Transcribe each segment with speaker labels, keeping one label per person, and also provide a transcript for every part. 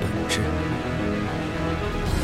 Speaker 1: 本质。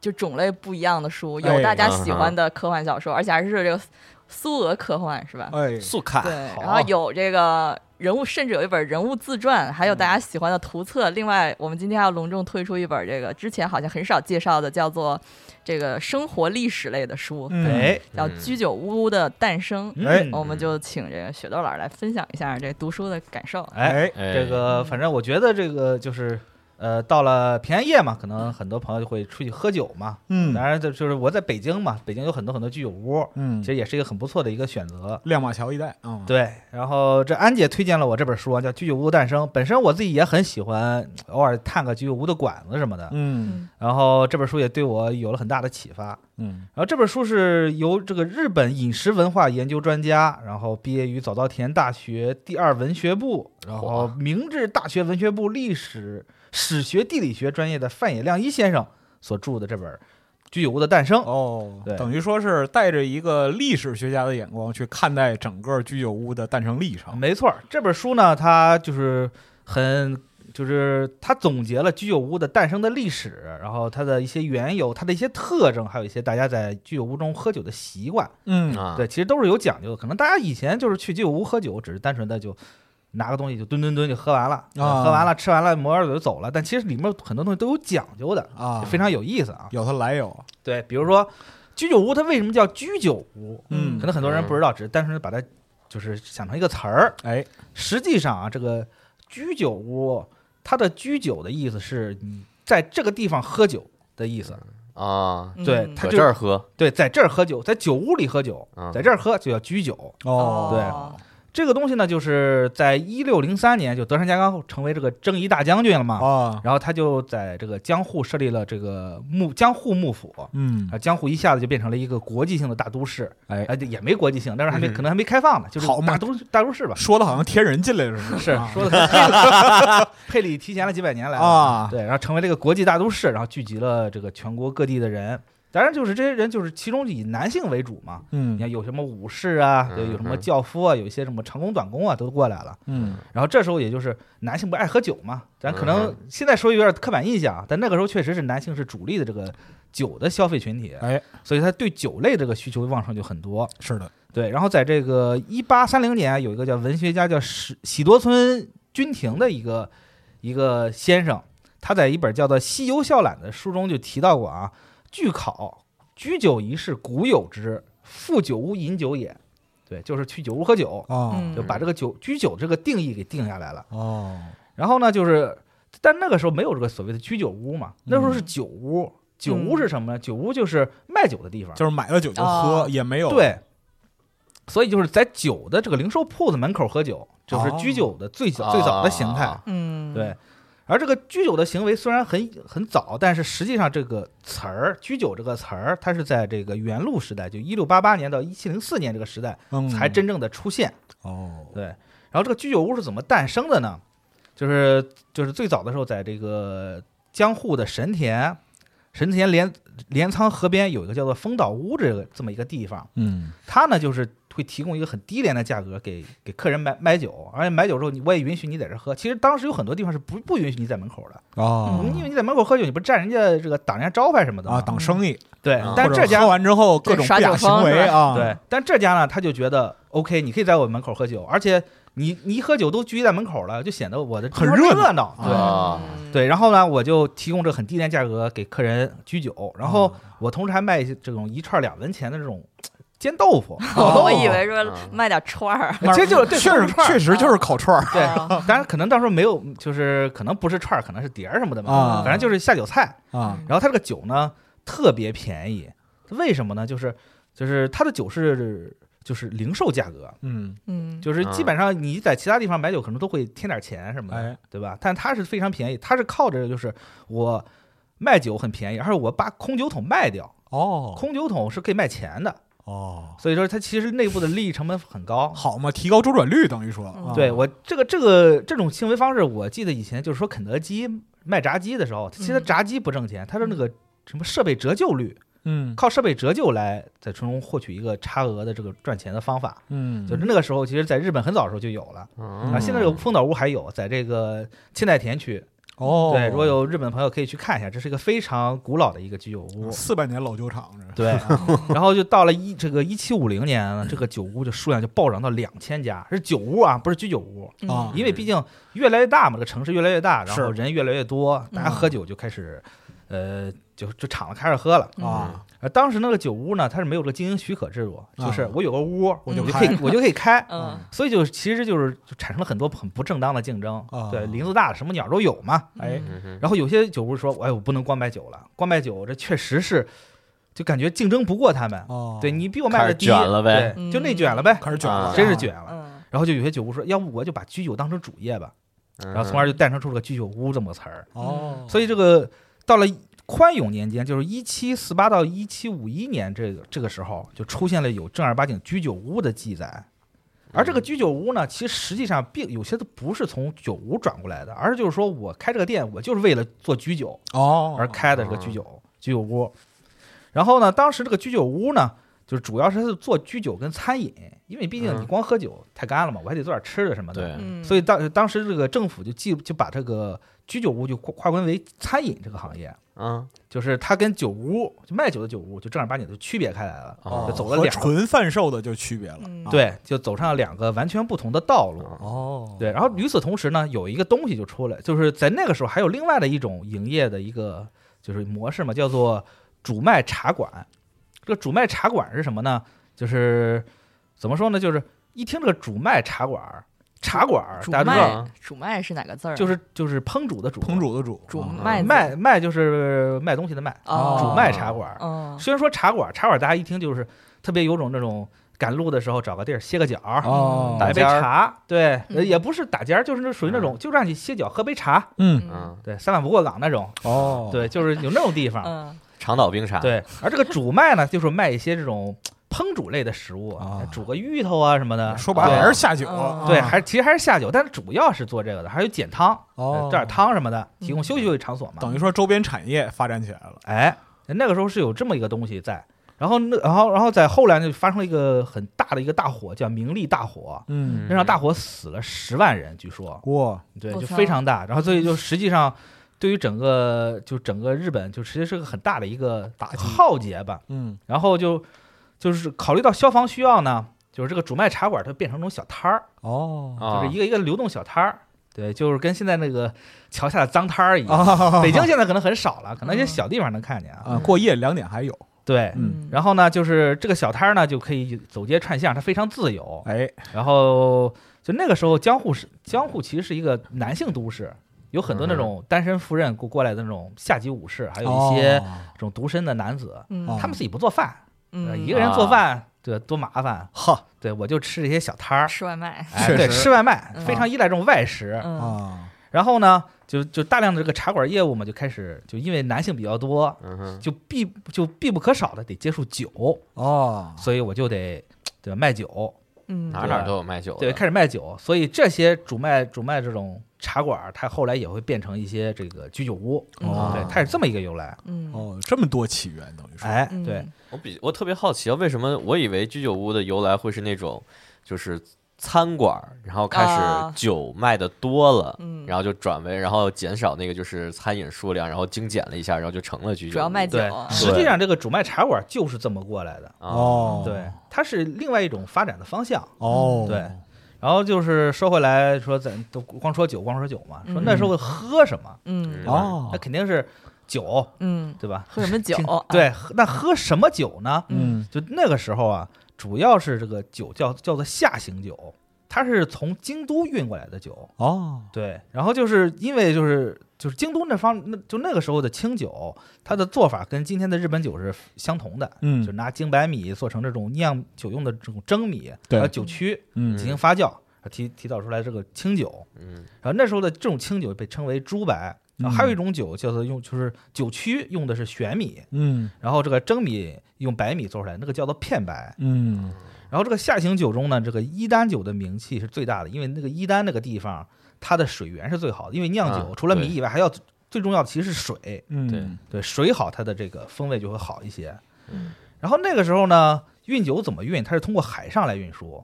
Speaker 2: 就种类不一样的书，有
Speaker 3: 哎
Speaker 2: 大家
Speaker 4: 嗯哼
Speaker 2: 喜欢的科幻小说，而且还是这个苏俄科幻是吧？
Speaker 3: 哎，
Speaker 4: 速看
Speaker 2: 对，
Speaker 5: 好
Speaker 2: 然后有这个人物，甚至有一本人物自传，还有大家
Speaker 3: 嗯
Speaker 2: 喜欢的图册。另外，我们今天要隆重推出一本这个之前好像很少介绍的，叫做这个生活历史类的书，
Speaker 3: 嗯
Speaker 5: 哎，
Speaker 2: 叫《居酒屋的诞生》。
Speaker 5: 哎
Speaker 2: 我们就请这个雪豆老师来分享一下这读书的感受。
Speaker 5: 哎，
Speaker 3: 哎，
Speaker 4: 哎
Speaker 5: 这个反正我觉得这个就是，呃，到了平安夜嘛，可能很多朋友就会出去喝酒嘛。
Speaker 3: 嗯
Speaker 5: 当然，这就是我在北京嘛，北京有很多很多居酒屋，
Speaker 3: 嗯
Speaker 5: 其，实也是一个很不错的一个选择。
Speaker 3: 亮马桥一带啊，
Speaker 5: 对，然后这安姐推荐了我这本书啊，叫《居酒屋诞生》。本身我自己也很喜欢，偶尔探个居酒屋的馆子什么的。
Speaker 3: 嗯
Speaker 5: 然后这本书也对我有了很大的启发。
Speaker 3: 嗯
Speaker 5: 然后这本书是由这个日本饮食文化研究专家，然后毕业于早稻田大学第二文学部，然后
Speaker 4: 哇
Speaker 5: 明治大学文学部历史史学地理学专业的范野亮一先生所著的这本《居酒屋的诞生》。
Speaker 3: 哦
Speaker 5: 对，
Speaker 3: 等于说是带着一个历史学家的眼光去看待整个居酒屋的诞生历程。
Speaker 5: 没错儿，这本书呢，它就是很，就是它总结了居酒屋的诞生的历史，然后它的一些缘由，它的一些特征，还有一些大家在居酒屋中喝酒的习惯。
Speaker 3: 嗯
Speaker 4: 啊，
Speaker 5: 对，其实都是有讲究的。可能大家以前就是去居酒屋喝酒，只是单纯的就拿个东西就蹲蹲蹲就喝完了，
Speaker 3: 啊
Speaker 5: 喝完了吃完了抹点嘴就走了。但其实里面很多东西都有讲究的，
Speaker 3: 啊，
Speaker 5: 非常有意思啊。
Speaker 3: 有它来由。
Speaker 5: 对，比如说居酒屋，它为什么叫居酒屋？
Speaker 3: 嗯
Speaker 5: 可能很多人不知道，只是单纯地把它就是想成一个词儿。
Speaker 3: 哎，
Speaker 5: 实际上啊，这个居酒屋，它的居酒的意思是你在这个地方喝酒的意
Speaker 3: 嗯
Speaker 5: 思。
Speaker 4: 啊，
Speaker 5: 对
Speaker 2: 嗯
Speaker 5: 他
Speaker 4: 搁
Speaker 5: 就
Speaker 4: 这儿喝，
Speaker 5: 对，在这儿喝酒，在酒屋里喝酒，
Speaker 4: 嗯
Speaker 3: 啊
Speaker 5: 在这儿喝就叫居酒。
Speaker 2: 哦
Speaker 5: 这个东西呢，就是在一六零三年，就德川家康成为这个征夷大将军了嘛，
Speaker 3: 啊，
Speaker 5: 然后他就在这个江户设立了这个幕江户幕府。
Speaker 3: 嗯
Speaker 5: 啊，江户一下子就变成了一个国际性的大都市，
Speaker 3: 哎
Speaker 5: 啊，也没国际性，但是还没、
Speaker 4: 嗯
Speaker 5: 可能还没开放呢，就是
Speaker 3: 好嘛
Speaker 5: 大都市大都市 吧，
Speaker 3: 说的好像天人进来了似的。
Speaker 5: 是
Speaker 3: 啊
Speaker 5: 说的佩里提前了 几百年来了
Speaker 3: 啊
Speaker 5: 对，然后成为了一个国际大都市，然后聚集了这个全国各地的人，当然就是这些人就是其中以男性为主嘛，你
Speaker 3: 嗯
Speaker 5: 看有什么武士啊，有有什么
Speaker 4: 嗯嗯
Speaker 5: 教夫啊，有一些什么长工短工啊都过来了。
Speaker 3: 嗯
Speaker 5: 然后这时候也就是男性不爱喝酒嘛，咱可能
Speaker 4: 嗯
Speaker 5: 现在说有点刻板印象啊，但那个时候确实是男性是主力的这个酒的消费群体，
Speaker 3: 哎，
Speaker 5: 所以他对酒类这个需求旺盛就很多。
Speaker 3: 是的，
Speaker 5: 对，然后在这个一八三零年啊，有一个叫文学家叫史喜多村君庭的一个一个先生，他在一本叫做《西游笑览》的书中就提到过啊，据考居酒仪是古有之，赴酒屋饮酒也。对，就是去酒屋喝酒，
Speaker 3: 哦
Speaker 2: 嗯
Speaker 5: 就把这个酒居酒这个定义给定下来了。
Speaker 3: 哦，
Speaker 5: 然后呢，就是，但那个时候没有这个所谓的居酒屋嘛，那时候是
Speaker 2: 嗯
Speaker 5: 酒屋。酒屋是什么呢？酒屋就是卖酒的地方，
Speaker 3: 就是买了酒就喝，
Speaker 2: 哦
Speaker 3: 也没有
Speaker 5: 对。所以就是在酒的这个零售铺子门口喝酒，就是居酒的最早、
Speaker 4: 哦
Speaker 5: 最早的形态。
Speaker 2: 嗯
Speaker 5: 对，而这个居酒的行为虽然很很早，但是实际上这个词儿“居酒”这个词儿，它是在这个元禄时代，就一六八八年到一七零四年这个时代
Speaker 3: 嗯
Speaker 5: 才真正的出现。
Speaker 3: 哦，
Speaker 5: 对，然后这个居酒屋是怎么诞生的呢？就是就是最早的时候，在这个江户的神田，神田镰镰仓河边有一个叫做丰岛屋这个这么一个地方，
Speaker 3: 嗯
Speaker 5: 它呢就是会提供一个很低廉的价格给给客人买买酒，而且买酒之后你我也允许你在这儿喝。其实当时有很多地方是不不允许你在门口的，
Speaker 3: 哦
Speaker 5: 嗯因为你在门口喝酒，你不占人家这个挡人家招牌什么的
Speaker 3: 啊，
Speaker 5: 吗
Speaker 3: 挡生意，
Speaker 5: 对
Speaker 4: 啊，
Speaker 5: 嗯但
Speaker 3: 或
Speaker 5: 是
Speaker 3: 者
Speaker 5: 这家
Speaker 3: 喝完之后各种
Speaker 2: 耍
Speaker 3: 不雅
Speaker 2: 酒
Speaker 3: 行
Speaker 2: 疯
Speaker 3: 为
Speaker 2: 是吧
Speaker 3: 啊，
Speaker 5: 对，但这家呢，他就觉得 OK，你可以在我门口喝酒，而且你你一喝酒都聚集在门口了，就显得我的
Speaker 3: 很
Speaker 5: 地方
Speaker 3: 热
Speaker 5: 热闹。对、
Speaker 4: 啊，
Speaker 5: 对，然后呢，我就提供这很低廉价格给客人居酒，然后
Speaker 3: 哦
Speaker 5: 我同时还卖一些这种一串两文钱的这种煎豆 腐，啊
Speaker 2: 哦
Speaker 3: 哦
Speaker 2: 我以为说卖点串儿，
Speaker 3: 那，
Speaker 5: 其实就是对
Speaker 3: 确
Speaker 5: 都
Speaker 3: 实
Speaker 5: 是串儿
Speaker 3: 确实就是烤串儿，
Speaker 5: 对
Speaker 2: 哦，
Speaker 5: 当然可能到时候没有，就是可能不是串儿，可能是碟儿什么的嘛，
Speaker 3: 啊
Speaker 5: 反正就是下酒菜。
Speaker 3: 啊
Speaker 5: 然后它这个酒呢特别便宜，为什么呢？就是就是它的酒是就是零售价格，
Speaker 3: 嗯
Speaker 2: 嗯，
Speaker 5: 就是基本上你在其他地方买酒可能都会添点钱什么的，
Speaker 3: 哎
Speaker 5: 对吧？但它是非常便宜，它是靠着就是我卖酒很便宜，而且我把空酒桶卖掉，
Speaker 3: 哦
Speaker 5: 空酒桶是可以卖钱的，
Speaker 3: 哦，
Speaker 5: 所以说它其实内部的利益成本很高。
Speaker 3: 好嘛，提高周转率等于说啊
Speaker 2: 嗯，
Speaker 5: 对我这个这个这种行为方式，我记得以前就是说肯德基卖炸鸡的时候，其实
Speaker 2: 嗯
Speaker 5: 炸鸡不挣钱，它是那个什么设备折旧率，
Speaker 3: 嗯
Speaker 5: 靠设备折旧来在从中获取一个差额的这个赚钱的方法。
Speaker 3: 嗯
Speaker 5: 就是那个时候，其实在日本很早的时候就有了。
Speaker 4: 啊
Speaker 5: 啊，现在这个丰岛屋还有，在这个千代田区。
Speaker 3: 哦，
Speaker 5: 对，如果有日本朋友可以去看一下，这是一个非常古老的一个居酒屋。
Speaker 3: 四百年老酒厂这，
Speaker 5: 对，然后就到了一这个一七五零年呢，这个酒屋就数量就暴涨到两千家，是酒屋啊，不是居酒屋。
Speaker 2: 嗯
Speaker 3: 啊
Speaker 5: 因为毕竟越来越大嘛，这个城市越来越大，然
Speaker 3: 是
Speaker 5: 后人越来越多，大家喝酒就开始，呃，就就敞了开始喝了。
Speaker 2: 嗯
Speaker 3: 啊，
Speaker 5: 呃，当时那个酒屋呢，它是没有这个经营许可制度，就是
Speaker 3: 啊
Speaker 5: 我有个屋，我
Speaker 2: 就
Speaker 5: 就可
Speaker 3: 开
Speaker 5: 以我就可以开，
Speaker 2: 嗯
Speaker 5: 所以就其实就是就产生了很多很不正当的竞争
Speaker 3: 啊。
Speaker 5: 对，林子大了，什么鸟都有嘛。
Speaker 3: 哎
Speaker 2: 哦嗯
Speaker 4: 嗯哼
Speaker 5: 然后有些酒屋说，哎，我不能光卖酒了，光卖酒这确实是，就感觉竞争不过他们。
Speaker 3: 哦，
Speaker 5: 对你比我卖的低，
Speaker 4: 开始卷了呗
Speaker 5: 对
Speaker 2: 嗯
Speaker 5: 就内卷了呗，
Speaker 3: 开始卷
Speaker 4: 啊
Speaker 3: 了，
Speaker 5: 真是卷了。
Speaker 2: 嗯
Speaker 5: 然后就有些酒屋说，要不我就把居酒当成主业吧，
Speaker 4: 嗯
Speaker 5: 然后从而就诞生出了个居酒屋这么个词儿。
Speaker 2: 嗯
Speaker 3: 哦，
Speaker 5: 所以这个到了宽永年间，就是一七四八到一七五一年这个这个时候，就出现了有正儿八经居酒屋的记载。而
Speaker 3: 嗯
Speaker 5: 这个居酒屋呢，其实实际上并有些都不是从酒屋转过来的，而是就是说我开这个店，我就是为了做居酒
Speaker 3: 哦
Speaker 5: 而开的这个居酒、居酒屋。然后呢，当时这个居酒屋呢，就是主要是做居酒跟餐饮，因为毕竟你
Speaker 4: 嗯
Speaker 5: 光喝酒太干了嘛，我还得做点吃的什么的。
Speaker 4: 对，
Speaker 2: 嗯，
Speaker 5: 所以当当时这个政府就记就把这个居酒屋就划划归为餐饮这个行业，
Speaker 4: 嗯，
Speaker 5: 就是它跟酒屋就卖酒的酒屋就正儿八经就区别开来了，
Speaker 4: 哦
Speaker 5: 啊就走了
Speaker 3: 和
Speaker 5: 两个
Speaker 3: 纯贩售的就区别了
Speaker 2: 嗯。
Speaker 3: 啊，
Speaker 5: 对，就走上了两个完全不同的道路。
Speaker 4: 嗯
Speaker 3: 哦，
Speaker 5: 嗯对，然后与此同时呢，有一个东西就出来，就是在那个时候还有另外的一种营业的一个就是模式嘛，叫做主卖茶馆。这个主卖茶馆是什么呢？就是怎么说呢？就是一听这个主卖茶馆儿，茶馆儿
Speaker 2: 主
Speaker 5: 大家都知道，
Speaker 2: 卖主卖是哪个字儿啊？
Speaker 5: 就是就是哎烹煮的煮，
Speaker 3: 烹煮的煮，
Speaker 2: 主
Speaker 3: 啊
Speaker 2: 卖字
Speaker 5: 卖卖就是卖东西的卖，
Speaker 2: 哦，
Speaker 5: 主卖茶馆儿。
Speaker 2: 嗯，
Speaker 5: 虽然说茶馆儿，茶馆儿大家一听就是特别有种那种赶路的时候找个地儿歇个脚儿，
Speaker 3: 哦，
Speaker 5: 买
Speaker 4: 打
Speaker 5: 杯
Speaker 4: 尖儿
Speaker 5: 茶，对，呃
Speaker 2: 嗯
Speaker 5: 也不是打尖儿，就是那属于那种就让你歇脚喝杯茶，
Speaker 3: 嗯，
Speaker 2: 嗯
Speaker 4: 嗯，
Speaker 5: 对，三碗不过岗那种，
Speaker 3: 哦，
Speaker 5: 对，就是有那种地方，
Speaker 2: 嗯
Speaker 4: 长岛冰茶，，
Speaker 5: 对。而这个煮卖呢，就是卖一些这种烹煮类的食物
Speaker 3: 啊，
Speaker 5: 煮个芋头啊什么的，
Speaker 3: 说白了
Speaker 5: 对
Speaker 3: 还是下酒
Speaker 2: 嗯，
Speaker 5: 对，
Speaker 3: 啊
Speaker 5: 还其实还是下酒，但是主要是做这个的，还有减汤，
Speaker 3: 哦
Speaker 5: 呃这点汤什么的，提供
Speaker 2: 嗯
Speaker 5: 休息休息场所嘛。
Speaker 3: 等于说周边产业发展起来了。
Speaker 5: 哎，那个时候是有这么一个东西在。然后那，然后，然后在后来呢，就发生了一个很大的一个大火，叫明利大火。
Speaker 3: 嗯，
Speaker 5: 那场大火死了十万人，据说，
Speaker 3: 哇，
Speaker 5: 对，
Speaker 2: 我
Speaker 5: 就
Speaker 2: 操
Speaker 5: 非常大。然后，所以就实际上，对于整个就整个日本，就实际是个很大的一个打浩劫吧。
Speaker 3: 嗯，
Speaker 5: 然后就就是考虑到消防需要呢，就是这个主卖茶馆它变成那种小摊儿，
Speaker 3: 哦，
Speaker 4: 啊
Speaker 5: 就是，一个一个流动小摊儿。对，就是跟现在那个桥下的脏摊儿一样。
Speaker 3: 啊
Speaker 5: 北京现在可能很少了，可能一些
Speaker 2: 嗯
Speaker 5: 小地方能看见啊。
Speaker 3: 啊，过夜两点还有，
Speaker 5: 对，
Speaker 3: 嗯
Speaker 5: 然后呢，就是这个小摊儿呢，就可以走街串巷，它非常自由。
Speaker 3: 哎，
Speaker 5: 然后就那个时候，江户是江户其实是一个男性都市，有很
Speaker 3: 嗯
Speaker 5: 多那种单身赴任过过来的那种下级武士，还有一些
Speaker 3: 哦
Speaker 5: 这种独身的男子，
Speaker 2: 嗯
Speaker 5: 他们自己不做饭，呃
Speaker 2: 嗯
Speaker 5: 一个人
Speaker 3: 啊
Speaker 5: 做饭对多麻烦。
Speaker 3: 哈
Speaker 5: 对我就吃这些小摊儿，
Speaker 2: 吃外卖，
Speaker 5: 哎，
Speaker 3: 确
Speaker 5: 对，
Speaker 3: 实
Speaker 5: 吃外卖
Speaker 2: 嗯
Speaker 5: 非常依赖这种外食。
Speaker 2: 嗯
Speaker 3: 啊，
Speaker 5: 然后呢，就就大量的这个茶馆业务嘛，就开始就因为男性比较多，
Speaker 4: 嗯哼，
Speaker 5: 就必就必不可少的得接触酒。
Speaker 3: 哦，
Speaker 5: 所以我就得对吧卖酒，
Speaker 2: 嗯
Speaker 4: 哪哪儿都有卖酒的，
Speaker 5: 对，开始卖酒，所以这些主卖主卖这种茶馆儿，它后来也会变成一些这个居酒屋，
Speaker 2: 哦
Speaker 5: 对，它是这么一个由来。
Speaker 2: 嗯
Speaker 3: 哦，这么多起源等于说，
Speaker 5: 哎，
Speaker 2: 嗯
Speaker 5: 对，
Speaker 4: 我比我特别好奇啊，为什么我以为居酒屋的由来会是那种，就是餐馆儿，然后开
Speaker 2: 啊
Speaker 4: 始酒卖的多了，
Speaker 2: 嗯
Speaker 4: 然后就转为，然后减少那个就是餐饮数量，然后精简了一下，然后就成了居酒屋。
Speaker 2: 主要卖酒
Speaker 5: 对
Speaker 2: 啊，
Speaker 5: 实际上这个主卖茶馆儿就是这么过来的，
Speaker 4: 啊，
Speaker 3: 哦，
Speaker 5: 对，它是另外一种发展的方向。
Speaker 3: 哦，
Speaker 5: 对，然后就是说回来说，咱都光说酒，光说酒嘛，说
Speaker 2: 嗯
Speaker 5: 那时候喝什么，
Speaker 2: 嗯
Speaker 3: 哦
Speaker 5: 那，肯定是酒，
Speaker 2: 嗯，
Speaker 5: 对吧？
Speaker 2: 喝什么酒啊
Speaker 5: 听？，对，喝那喝什么酒呢？
Speaker 3: 嗯，
Speaker 5: 就那个时候啊，主要是这个酒叫叫做夏行酒，它是从京都运过来的酒。
Speaker 3: 哦，
Speaker 5: 对，然后就是因为就是就是京都那方那就那个时候的清酒，它的做法跟今天的日本酒是相同的，
Speaker 3: 嗯
Speaker 5: 就拿精白米做成这种酿酒用的这种蒸米，
Speaker 3: 对
Speaker 5: 还有酒曲
Speaker 3: 嗯
Speaker 5: 进行发酵，提提导出来这个清酒。
Speaker 4: 嗯
Speaker 5: 然后那时候的这种清酒被称为猪白，然后还有一
Speaker 3: 嗯
Speaker 5: 种酒叫做用就是酒曲用的是玄米，
Speaker 3: 嗯
Speaker 5: 然后这个蒸米用白米做出来，那个叫做片白。
Speaker 3: 嗯，
Speaker 5: 然后这个夏行酒中呢，这个伊丹酒的名气是最大的，因为那个伊丹那个地方，它的水源是最好的。因为酿酒
Speaker 4: 啊
Speaker 5: 除了米
Speaker 4: 对
Speaker 5: 以外，还要最重要的其实是水，
Speaker 3: 嗯，
Speaker 4: 对
Speaker 5: 对水好，它的这个风味就会好一些。
Speaker 2: 嗯
Speaker 5: 然后那个时候呢，运酒怎么运？它是通过海上来运输，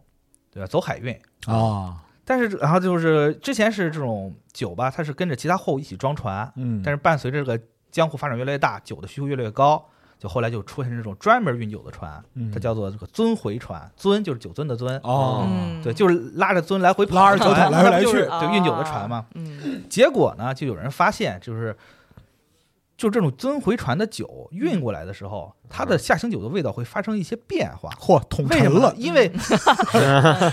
Speaker 5: 对吧？走海运。
Speaker 3: 啊，
Speaker 5: 但是然后就是之前是这种酒吧，它是跟着其他货物一起装船，
Speaker 3: 嗯，
Speaker 5: 但是伴随着这个江湖发展越来越大，酒的需求越来越高，就后来就出现这种专门运酒的船，
Speaker 3: 是
Speaker 5: 它叫做这个尊回船，尊就是酒樽的尊，
Speaker 3: 嗯哦，
Speaker 2: 嗯，啊
Speaker 5: 对，就是拉着樽来回跑
Speaker 3: 拉着酒桶
Speaker 5: 船
Speaker 3: 来回来去啊
Speaker 5: 对运酒的船嘛。，
Speaker 2: 嗯
Speaker 5: 结果呢，就有人发现，就是就这种尊回船的酒运过来的时候，它的下行酒的味道会发生一些变化。
Speaker 3: 嚯，统
Speaker 5: 为什
Speaker 3: 沉
Speaker 5: 么呢
Speaker 3: 了？，
Speaker 5: 因为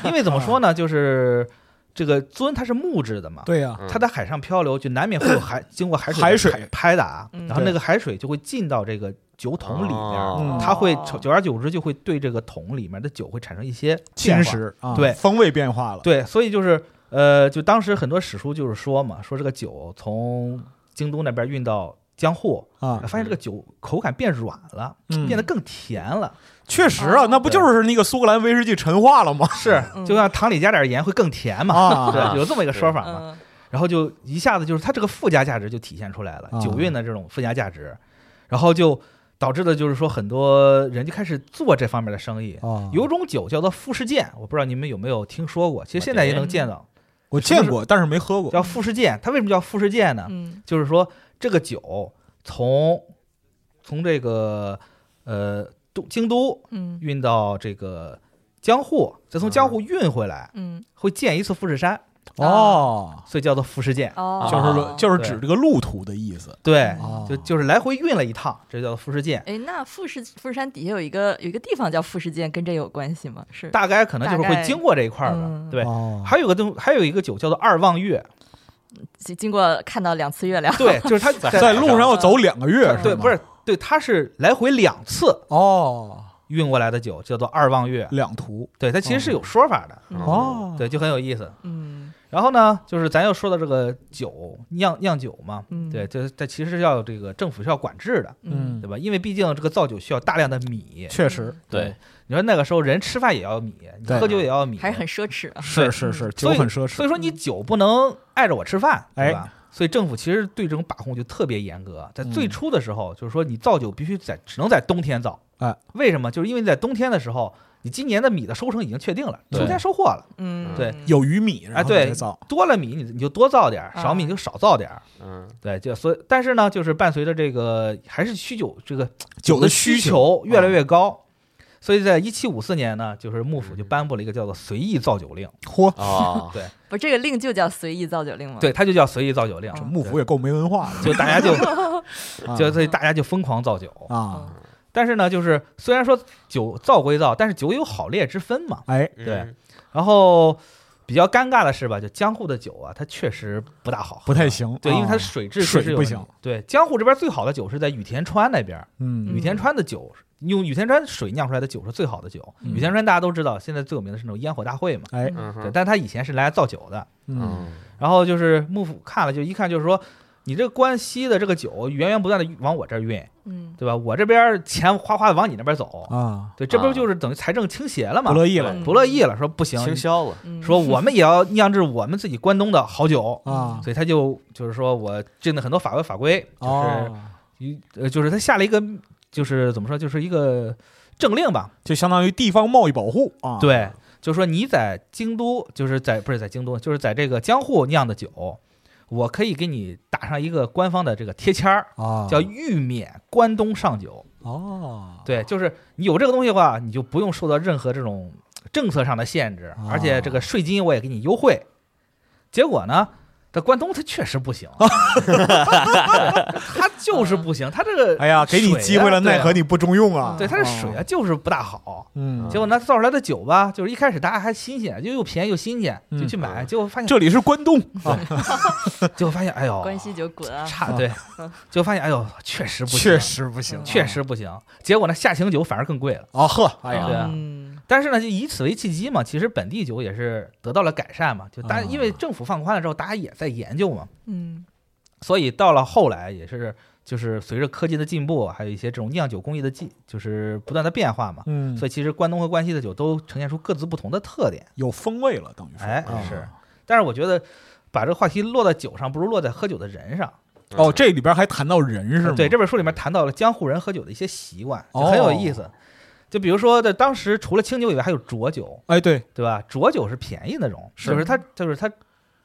Speaker 5: 因为怎么说呢，就是这个尊它是木质的嘛，
Speaker 3: 对呀，
Speaker 4: 嗯
Speaker 5: 它在海上漂流，就难免会有海经过海水
Speaker 3: 海
Speaker 5: 的
Speaker 3: 水
Speaker 5: 拍拍打，
Speaker 2: 嗯
Speaker 5: 然后那个海水就会进到这个酒桶里面，
Speaker 4: 哦
Speaker 3: 嗯
Speaker 5: 它会
Speaker 2: 哦
Speaker 5: 久而久之就会对这个桶里面的酒会产生一些
Speaker 3: 侵
Speaker 5: 变化
Speaker 3: 蚀啊，
Speaker 5: 对
Speaker 3: 风味变化了，
Speaker 5: 对，所以就是呃，就当时很多史书就是说嘛，说这个酒从京都那边运到江户，
Speaker 3: 啊，
Speaker 5: 发现这个酒口感变软了，
Speaker 3: 嗯
Speaker 5: 变得更甜了。
Speaker 3: 确实
Speaker 5: 哦
Speaker 3: 啊，那不就是那个苏格兰威士忌陈化了吗？
Speaker 5: 是
Speaker 2: 嗯
Speaker 5: 就像汤里加点盐会更甜嘛，
Speaker 3: 啊
Speaker 5: 对，有这么一个说法嘛。
Speaker 2: 嗯，
Speaker 5: 然后就一下子就是它这个附加价值就体现出来了
Speaker 3: 啊，
Speaker 5: 酒运的这种附加价值，然后就导致的就是说很多人就开始做这方面的生意。
Speaker 3: 啊
Speaker 5: 有种酒叫做富士剑，我不知道你们有没有听说过，
Speaker 3: 啊
Speaker 5: 其实现在也能见到，
Speaker 3: 我见过，但是没喝过。
Speaker 5: 叫富士剑。它为什么叫富士剑呢？
Speaker 2: 嗯
Speaker 5: 就是说这个酒从从这个呃都京都
Speaker 2: 嗯
Speaker 5: 运到这个江户，再从江户运回来，
Speaker 2: 嗯，
Speaker 5: 会建一次富士山，
Speaker 3: 哦，
Speaker 5: 所以叫做富士剑。
Speaker 2: 哦，
Speaker 3: 就是说，就是
Speaker 5: 啊对
Speaker 3: 指这个路途的意思。
Speaker 5: 对，
Speaker 3: 啊
Speaker 5: 就就是来回运了一趟，这叫做富士舰。
Speaker 2: 哎，那富士富士山底下有一个有一个地方叫富士见，跟这有关系吗？是
Speaker 5: 大概可能就是
Speaker 2: 大
Speaker 5: 会
Speaker 2: 概
Speaker 5: 经过这一块儿吧
Speaker 2: 嗯。
Speaker 5: 对，
Speaker 3: 哦
Speaker 5: 还有个东，还有一个酒叫做二望月，
Speaker 2: 经经过看到两次月亮，
Speaker 5: 对，就是它
Speaker 3: 在路上要走两个月，
Speaker 5: 对，
Speaker 3: 吗
Speaker 5: 不是对，它是来回两次
Speaker 3: 哦，
Speaker 5: 运过来的酒，叫做二望月。
Speaker 3: 两途
Speaker 5: 对，它其实是有说法的，
Speaker 2: 嗯，
Speaker 3: 哦，
Speaker 5: 对，就很有意思。
Speaker 2: 嗯
Speaker 5: 然后呢，就是咱又说到这个酒酿酿酒嘛，
Speaker 2: 嗯，
Speaker 5: 对，这这其实是要有这个政府是要管制的，
Speaker 2: 嗯，
Speaker 5: 对吧？因为毕竟这个造酒需要大量的米，
Speaker 3: 确实
Speaker 4: 对，
Speaker 5: 你说那个时候人吃饭也要米，你
Speaker 3: 对
Speaker 5: 喝酒也要米，
Speaker 2: 还是很奢侈啊，
Speaker 3: 是是是，酒
Speaker 5: 所以
Speaker 3: 很奢侈
Speaker 5: 所以说你酒不能碍着我吃饭，
Speaker 3: 哎
Speaker 5: 对吧？所以政府其实对这种把控就特别严格，在最
Speaker 3: 嗯
Speaker 5: 初的时候，就是说你造酒必须在只能在冬天造，
Speaker 3: 哎，
Speaker 5: 为什么？就是因为你在冬天的时候，你今年的米的收成已经确定了，
Speaker 3: 对
Speaker 5: 秋天收获了，
Speaker 2: 嗯，
Speaker 5: 对，
Speaker 3: 有鱼米，然后
Speaker 5: 哎对
Speaker 3: 再造
Speaker 5: 多了米你你就多造点儿，
Speaker 2: 啊
Speaker 5: 少米你就少造点儿，
Speaker 4: 嗯，
Speaker 5: 对，就所以但是呢，就是伴随着这个还是需酒这个
Speaker 3: 酒
Speaker 5: 的
Speaker 3: 的
Speaker 5: 需
Speaker 3: 需啊
Speaker 5: 求越来越高。所以在一七五四年呢，就是幕府就
Speaker 3: 嗯
Speaker 5: 颁布了一个叫做“随意造酒令
Speaker 3: 嚯，
Speaker 4: 哦，
Speaker 2: 不，这个令就叫随意造酒令”，吗？
Speaker 5: 对，它就叫“随意造酒令”。
Speaker 3: 这幕府也够没文化的，
Speaker 5: 就大 家就
Speaker 3: 啊
Speaker 5: 就所以大家就疯狂造酒。
Speaker 2: 嗯
Speaker 3: 啊，
Speaker 5: 但是呢，就是虽然说酒造归造，但是酒有好劣之分嘛。
Speaker 3: 哎，
Speaker 4: 嗯
Speaker 5: 对，然后比较尴尬的是吧，就江户的酒啊，它确实不大好喝，
Speaker 3: 不太。行，
Speaker 5: 嗯对，因为它
Speaker 3: 啊
Speaker 5: 水质
Speaker 3: 水
Speaker 5: 确实有
Speaker 3: 不行。
Speaker 5: 对，江户这边最好的酒是在羽田川那边，
Speaker 3: 嗯
Speaker 5: 羽田川的酒用羽田川水酿出来的酒是最好的酒。
Speaker 3: 嗯
Speaker 5: 羽田川大家都知道，现在最有名的是那种烟火大会嘛。
Speaker 3: 哎
Speaker 4: 嗯哼
Speaker 5: 对，但它以前是来造酒的。
Speaker 3: 嗯
Speaker 4: 嗯
Speaker 5: 然后就是幕府看了，就一看就是说，你这关西的这个酒源源不断的往我这儿运，
Speaker 2: 嗯，
Speaker 5: 对吧？我这边钱哗哗的往你那边走，
Speaker 3: 啊，
Speaker 5: 对，这不
Speaker 4: 啊
Speaker 5: 就是等于财政倾斜了嗯嘛？
Speaker 3: 不乐意了
Speaker 2: 嗯
Speaker 5: 不乐意了，说不行，
Speaker 4: 倾销了，
Speaker 2: 嗯
Speaker 5: 说我们也要酿制我们自己关东的好酒，
Speaker 3: 啊
Speaker 5: 所以他就就是说我定了很多法规法规，嗯就是
Speaker 3: 哦，
Speaker 5: 一呃就是他下了一个就是怎么说，就是一个政令吧，
Speaker 3: 就相当于地方贸易保护啊，
Speaker 5: 对，就是说你在京都，就是在不是在京都，就是在这个江户酿的酒。我可以给你打上一个官方的这个贴签儿，
Speaker 3: 啊，
Speaker 5: 叫“御免关东上酒”。
Speaker 3: 哦，
Speaker 5: 对，就是你有这个东西的话，你就不用受到任何这种政策上的限制，
Speaker 3: 啊
Speaker 5: 而且这个税金我也给你优惠。结果呢，这关东它确实 不行，它就是不行，它这个
Speaker 3: 哎呀，给你
Speaker 5: 水啊
Speaker 3: 机会了，
Speaker 5: 对啊
Speaker 3: 奈何你不中用啊，
Speaker 5: 对它这水啊就是不大好。
Speaker 3: 嗯，
Speaker 5: 结果呢，造出来的酒吧，就是一开始大家还新鲜，就又便宜又新鲜，就去买，结果发现，
Speaker 3: 嗯这里是关东啊，
Speaker 5: 结果发现，哎 呦，
Speaker 2: 关西酒滚啊，
Speaker 5: 差对，结果发现，哎呦，确实不行，
Speaker 3: 确实不行，
Speaker 5: 确实不行。结果呢，下情酒反而更贵了。
Speaker 3: 啊，呵，哎呀，
Speaker 5: 对啊
Speaker 2: 嗯
Speaker 5: 但是呢，就以此为契机嘛，其实本地酒也是得到了改善嘛，就大家
Speaker 3: 啊
Speaker 5: 因为政府放宽了之后，大家也在研究嘛，
Speaker 2: 嗯
Speaker 5: 所以到了后来也是就是随着科技的进步，还有一些这种酿酒工艺的进，就是不断的变化嘛，
Speaker 3: 嗯
Speaker 5: 所，以其实关东和关西的酒都呈现出各自不同的特点。
Speaker 3: 有风味了，等于说，
Speaker 5: 哎
Speaker 3: 啊，
Speaker 5: 是，但是我觉得把这个话题落在酒上，不如落在喝酒的人上。
Speaker 4: 嗯
Speaker 3: 哦，这里边还谈到人是吗？
Speaker 5: 对，这本书里面谈到了江湖人喝酒的一些习惯，就
Speaker 3: 哦
Speaker 5: 很有意思。就比如说，在当时除了清酒以外，还有浊酒。
Speaker 3: 哎，对，
Speaker 5: 对吧？浊酒是便宜那种，
Speaker 3: 是
Speaker 5: 就是它就是它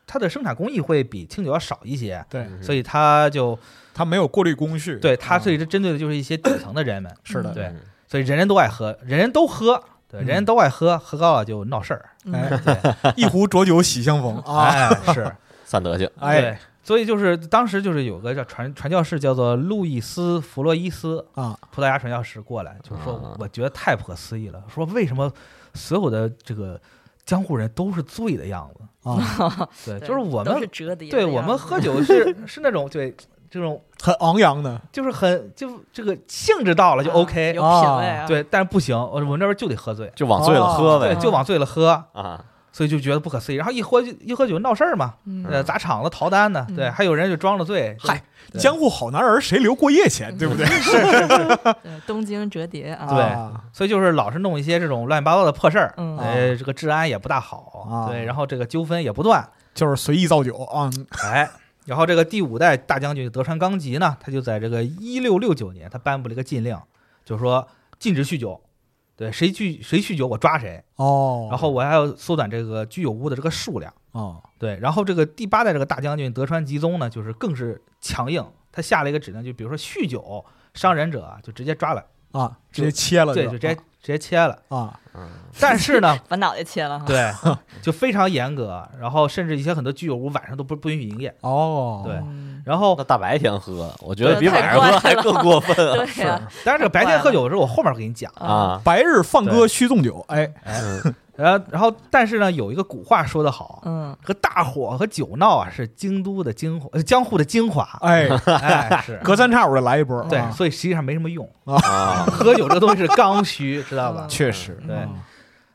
Speaker 5: 它的生产工艺会比清酒要少一些，
Speaker 3: 对，
Speaker 4: 嗯
Speaker 5: 所以它就
Speaker 3: 它没有过滤工序，
Speaker 5: 对它
Speaker 3: 啊
Speaker 5: 所以这针对的就是一些底层的人们，
Speaker 3: 是
Speaker 2: 嗯
Speaker 3: 的，
Speaker 2: 哎
Speaker 5: 对所以人人都爱喝，人人都喝。对，
Speaker 3: 嗯
Speaker 5: 人人都爱喝，喝高了就闹事儿。
Speaker 2: 嗯
Speaker 3: 哎， 一壶浊酒喜相 逢啊，
Speaker 5: 哎，是，
Speaker 4: 散德性，
Speaker 3: 哎
Speaker 5: 对，所以就是当时就是有个叫传传教士叫做路易斯·弗洛伊斯，
Speaker 3: 啊，
Speaker 5: 葡萄牙传教士过来，就是说
Speaker 4: 啊，
Speaker 5: 我觉得太不可思议了，说为什么所有的这个江湖人都是醉的样子？
Speaker 3: 啊，
Speaker 5: 对，
Speaker 2: 对
Speaker 5: 就是我
Speaker 2: 都
Speaker 5: 们
Speaker 2: 是折叠的
Speaker 5: 对
Speaker 2: 样子，
Speaker 5: 我们喝 酒是是那种对这种
Speaker 3: 很昂扬的，
Speaker 5: 就是很就这个兴致到了 就
Speaker 2: 啊
Speaker 5: OK，、
Speaker 2: 有品味啊，
Speaker 5: 对，但是不行，我们这边就得喝醉，
Speaker 4: 就往醉了喝
Speaker 2: 啊
Speaker 3: 哦
Speaker 4: 呗
Speaker 5: 对，就往醉了喝。
Speaker 4: 啊，
Speaker 5: 所以就觉得不可思议。然后一喝就一喝酒闹事儿嘛，
Speaker 2: 嗯，
Speaker 5: 呃，砸场子、逃单呢，对，
Speaker 2: 嗯
Speaker 5: 还有人就装着醉，
Speaker 3: 嗨，
Speaker 5: 对
Speaker 3: 江湖好男儿谁留过夜钱，对不对？
Speaker 2: 对东京折叠啊，
Speaker 5: 对
Speaker 3: 啊
Speaker 5: 所以就是老是弄一些这种乱七八糟的破事儿，
Speaker 2: 嗯
Speaker 5: 呃，这个治安也不大好
Speaker 3: 啊，
Speaker 5: 对，然后这个纠纷也不断，
Speaker 3: 就是随意造酒啊，嗯
Speaker 5: 哎，然后这个第五代大将军德川纲吉呢，他就在这个一六六九年，他颁布了一个禁令，就是说禁止酗酒，对，谁酗谁酗酒我抓谁，
Speaker 3: 哦，
Speaker 5: 然后我还要缩短这个居酒屋的这个数量，
Speaker 3: 哦，
Speaker 5: 对，然后这个第八代这个大将军德川吉宗呢，就是更是强硬，他下了一个指令，就比如说酗酒伤人者啊，就直接抓了，
Speaker 3: 啊，直接切了，
Speaker 5: 对，就直接直接切了，
Speaker 3: 啊，
Speaker 4: 嗯
Speaker 5: 但是呢。
Speaker 2: 把脑袋切了哈。
Speaker 5: 对，就非常严格，然后甚至一些很多居酒屋晚上都不不允许营业。
Speaker 3: 哦，
Speaker 5: 对
Speaker 2: 嗯
Speaker 5: 然后
Speaker 4: 那，大白天喝，我觉得
Speaker 2: 对
Speaker 4: 比晚上喝还更过分啊！
Speaker 2: 对呀，
Speaker 5: 当然这个白天喝酒的时候，我后面给你讲。
Speaker 2: 啊，
Speaker 4: 啊，
Speaker 3: 白日放歌须纵酒，哎，
Speaker 4: 嗯
Speaker 5: 然后，然后，但是呢，有一个古话说得好，
Speaker 2: 嗯，
Speaker 5: 和大火和酒闹啊，是京都的精华，呃江户的精华。
Speaker 3: 哎，，
Speaker 5: 哎，是
Speaker 3: 隔三差五的来一波，
Speaker 5: 对，
Speaker 3: 啊
Speaker 5: 所以实际上没什么用。
Speaker 4: 啊，
Speaker 5: 喝酒这个东西是刚需，知道吧？
Speaker 2: 嗯
Speaker 3: 确实，
Speaker 5: 对
Speaker 3: 嗯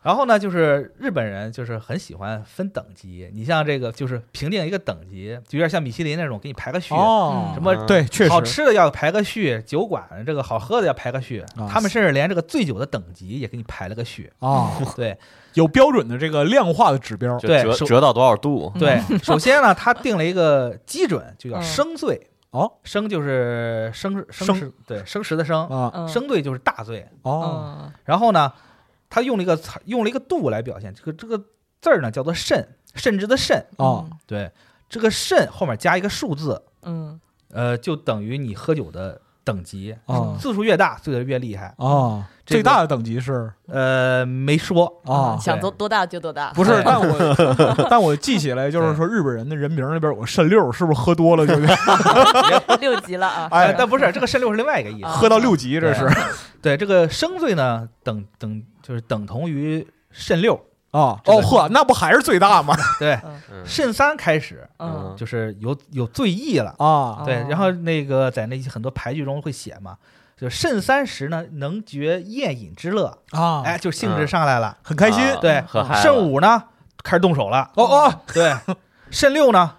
Speaker 5: 然后呢，就是日本人就是很喜欢分等级，你像这个就是评定一个等级，就有点像米其林那种，给你排个序。啊
Speaker 3: 哦，
Speaker 5: 什么
Speaker 4: 嗯
Speaker 3: 对，确
Speaker 5: 好
Speaker 3: 实
Speaker 5: 吃的要排个序，酒馆这个好喝的要排个序，
Speaker 3: 啊
Speaker 5: 他们甚至连这个醉酒的等级也给你排了个 序。
Speaker 3: 啊，
Speaker 5: 对
Speaker 3: 有标准的这个量化的指标
Speaker 4: 就
Speaker 5: 对
Speaker 4: 折
Speaker 5: 手
Speaker 4: 折到多少度？
Speaker 2: 嗯
Speaker 5: 对，首先呢，他定了一个基准，就叫生醉。
Speaker 3: 哦，
Speaker 5: 生就是生嗯生哦
Speaker 3: 生
Speaker 5: 食，对，生食的生，
Speaker 3: 啊，
Speaker 2: 嗯
Speaker 5: 生醉就是大醉。
Speaker 3: 哦，
Speaker 2: 嗯
Speaker 5: 然后呢，他用了一个词用了一个度来表现，这个这个字儿呢叫做慎，甚至的慎。
Speaker 3: 哦，
Speaker 5: 对，这个慎后面加一个数字，
Speaker 2: 嗯
Speaker 5: 呃，就等于你喝酒的等级，
Speaker 2: 嗯
Speaker 3: 哦，
Speaker 5: 字数越大，醉得越厉害。
Speaker 3: 哦，
Speaker 5: 这
Speaker 3: 最
Speaker 5: 个
Speaker 3: 大的等级是
Speaker 5: 呃，没说，
Speaker 3: 啊
Speaker 2: 嗯，想
Speaker 5: 哦对
Speaker 2: 多多大就多 大，
Speaker 3: 不是
Speaker 4: 哎
Speaker 5: 对，
Speaker 3: 但我但我记起来，就是说日本人的人名里边有个肾六，是不是喝多了就
Speaker 2: 六级了啊。
Speaker 3: 哎
Speaker 5: 呃但不是这个肾六是另外一个意思。
Speaker 2: 啊
Speaker 3: 喝到六级？这是
Speaker 5: 对，这个生醉呢，等等就是等同于肾六，
Speaker 3: 啊，
Speaker 5: 这
Speaker 3: 哦
Speaker 5: 个
Speaker 3: 呵，那不还是最大吗？
Speaker 5: 对，
Speaker 4: 嗯
Speaker 5: 肾三开始
Speaker 2: 嗯
Speaker 4: 嗯
Speaker 5: 就是有有醉意了，
Speaker 3: 啊
Speaker 2: 哦
Speaker 5: 对，然后那个在那些很多牌局中会写嘛，就肾三十呢能觉宴饮之乐，
Speaker 3: 啊，
Speaker 5: 哎，就兴致上来了，
Speaker 3: 很开心
Speaker 4: 啊
Speaker 5: 对
Speaker 4: 喝嗨了
Speaker 5: 肾五呢开始动 手了，
Speaker 3: 哦哦
Speaker 5: 对，肾六呢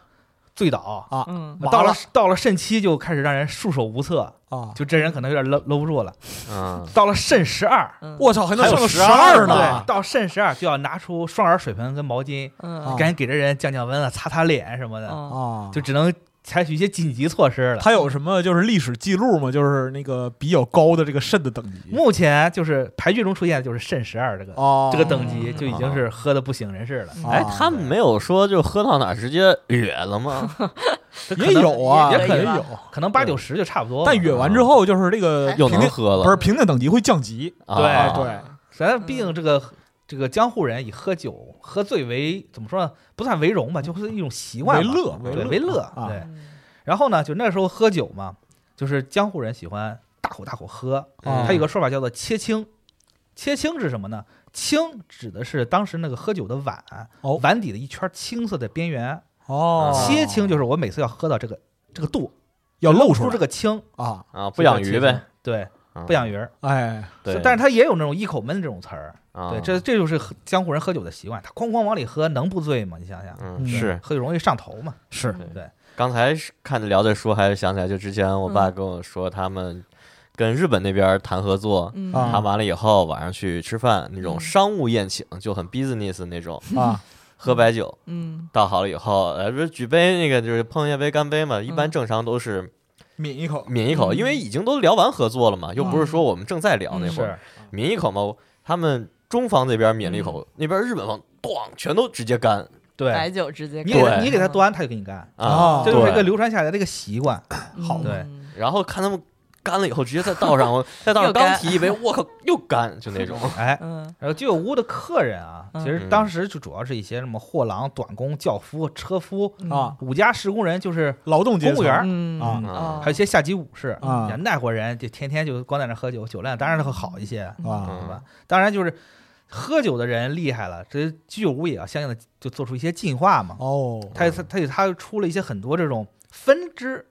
Speaker 5: 醉倒。
Speaker 2: 嗯
Speaker 3: 麻
Speaker 5: 到了
Speaker 3: 了
Speaker 5: 到了肾七就开始让人束手无策，
Speaker 3: 啊，
Speaker 5: 就这人可能有点搂搂不住了。
Speaker 4: 嗯，
Speaker 5: 到了肾十二，
Speaker 2: 嗯
Speaker 3: 我操，还能
Speaker 4: 还有
Speaker 3: 上到
Speaker 4: 12
Speaker 3: 十二
Speaker 5: 对，
Speaker 3: 呢，
Speaker 5: 到肾十二就要拿出双耳水盆跟毛巾，
Speaker 2: 嗯
Speaker 5: 赶紧给这人降降温啊，擦擦脸什么的，
Speaker 2: 嗯
Speaker 3: 啊，
Speaker 5: 就只能采取一些紧急措施了。
Speaker 3: 他有什么就是历史记录吗？就是那个比较高的这个肾的等级
Speaker 5: 目前就是牌局中出现的就是肾十二这个、
Speaker 3: 哦
Speaker 5: 这个等级，就已经是喝的不省人事了。
Speaker 2: 嗯
Speaker 4: 哎
Speaker 3: 啊，
Speaker 4: 他们没有说就喝到哪儿直接哕了 吗？
Speaker 5: 这可
Speaker 3: 也
Speaker 5: 能
Speaker 3: 有啊，
Speaker 5: 也可
Speaker 3: 也
Speaker 5: 以
Speaker 3: 有，
Speaker 5: 可能八九十就差不多了。啊
Speaker 3: 但远完之后就是这个
Speaker 4: 又
Speaker 3: 评
Speaker 4: 能
Speaker 3: 定
Speaker 4: 喝了？
Speaker 3: 不是评定等级会降级，
Speaker 4: 啊，
Speaker 5: 对
Speaker 4: 啊
Speaker 3: 对
Speaker 5: 咱
Speaker 3: 嗯
Speaker 5: 毕竟这个。这个江湖人以喝酒喝醉为怎么说呢？不算为荣吧，就是一种习惯
Speaker 3: 为
Speaker 5: 吧
Speaker 3: 乐
Speaker 5: 对
Speaker 3: 为乐
Speaker 5: 为乐。
Speaker 3: 啊
Speaker 5: 对，
Speaker 2: 嗯
Speaker 5: 然后呢，就那时候喝酒嘛，就是江湖人喜欢大口大口喝，
Speaker 3: 啊
Speaker 5: 它有个说法叫做切青。切青是什么呢？青指的是当时那个喝酒的碗，
Speaker 3: 哦
Speaker 5: 碗底的一圈青色的边缘。
Speaker 3: 哦
Speaker 5: 切青就是我每次要喝到这个这个度，
Speaker 3: 要露出
Speaker 5: 出这
Speaker 3: 来
Speaker 5: 个青，
Speaker 3: 啊，
Speaker 4: 啊，不养
Speaker 5: 就叫
Speaker 4: 鱼
Speaker 5: 切
Speaker 4: 呗，
Speaker 5: 青。对，
Speaker 4: 啊
Speaker 5: 不养鱼儿。
Speaker 3: 哎，
Speaker 4: 对，
Speaker 5: 但是它也有那种一口闷这种词儿。
Speaker 4: 啊
Speaker 5: 对，这这就是喝江湖人喝酒的习惯，他哐哐往里喝，能不醉吗？你想想，
Speaker 4: 嗯
Speaker 3: 嗯
Speaker 4: 是
Speaker 5: 喝酒容易上头嘛。
Speaker 3: 是
Speaker 5: 对，
Speaker 4: 刚才是看着聊这说，还是想起来，就之前我爸跟我说，他们跟日本那边谈合作，
Speaker 2: 嗯
Speaker 3: 啊
Speaker 4: 谈完了以后晚上去吃饭，那种
Speaker 2: 嗯
Speaker 4: 商务宴请就很 business 那种，
Speaker 3: 啊，
Speaker 4: 喝白酒
Speaker 2: 嗯
Speaker 4: 倒好了以后，呃，不是举杯那个就是碰一下杯干杯嘛，一般
Speaker 2: 嗯
Speaker 4: 正常都是
Speaker 3: 抿一口
Speaker 4: 抿一口，
Speaker 2: 嗯
Speaker 4: 因为已经都聊完合作了嘛，又不是说我们正在聊
Speaker 2: 嗯
Speaker 4: 那会儿，
Speaker 5: 是
Speaker 4: 抿一口嘛，他们中方这边抿了一口，那边日本方咣全都直接干
Speaker 5: 对
Speaker 2: 白，酒直接
Speaker 5: 你给他
Speaker 4: 对
Speaker 5: 你给他端，他就给你干，
Speaker 3: 啊
Speaker 4: 啊，
Speaker 5: 这就是一个
Speaker 4: 对，
Speaker 5: 流传下来的一个习惯。
Speaker 3: 好
Speaker 5: 对
Speaker 2: 嗯
Speaker 4: 然后看他们。干了以后，直接再倒上，我再倒上
Speaker 2: 又干
Speaker 4: 刚提一杯，我靠，又干，就那种。
Speaker 5: 哎，
Speaker 2: 嗯
Speaker 5: 然后居酒屋的客人啊，
Speaker 2: 嗯
Speaker 5: 其实当时就主要是一些什么货郎、短工、轿夫、车夫、
Speaker 2: 嗯
Speaker 3: 啊，
Speaker 5: 五家十工人，就是
Speaker 3: 劳动阶层
Speaker 5: 公务员儿
Speaker 2: 嗯
Speaker 3: 啊
Speaker 2: 哦
Speaker 5: 还有一些下级武士
Speaker 3: 啊
Speaker 5: 人那伙人就天天就光在那喝酒，酒量当然会好一些，
Speaker 3: 啊，
Speaker 5: 对吧
Speaker 4: 嗯？
Speaker 5: 当然就是喝酒的人厉害了，这居酒屋也要相应的就做出一些进化嘛。
Speaker 3: 哦
Speaker 5: 他他他他出了一些很多这种分支，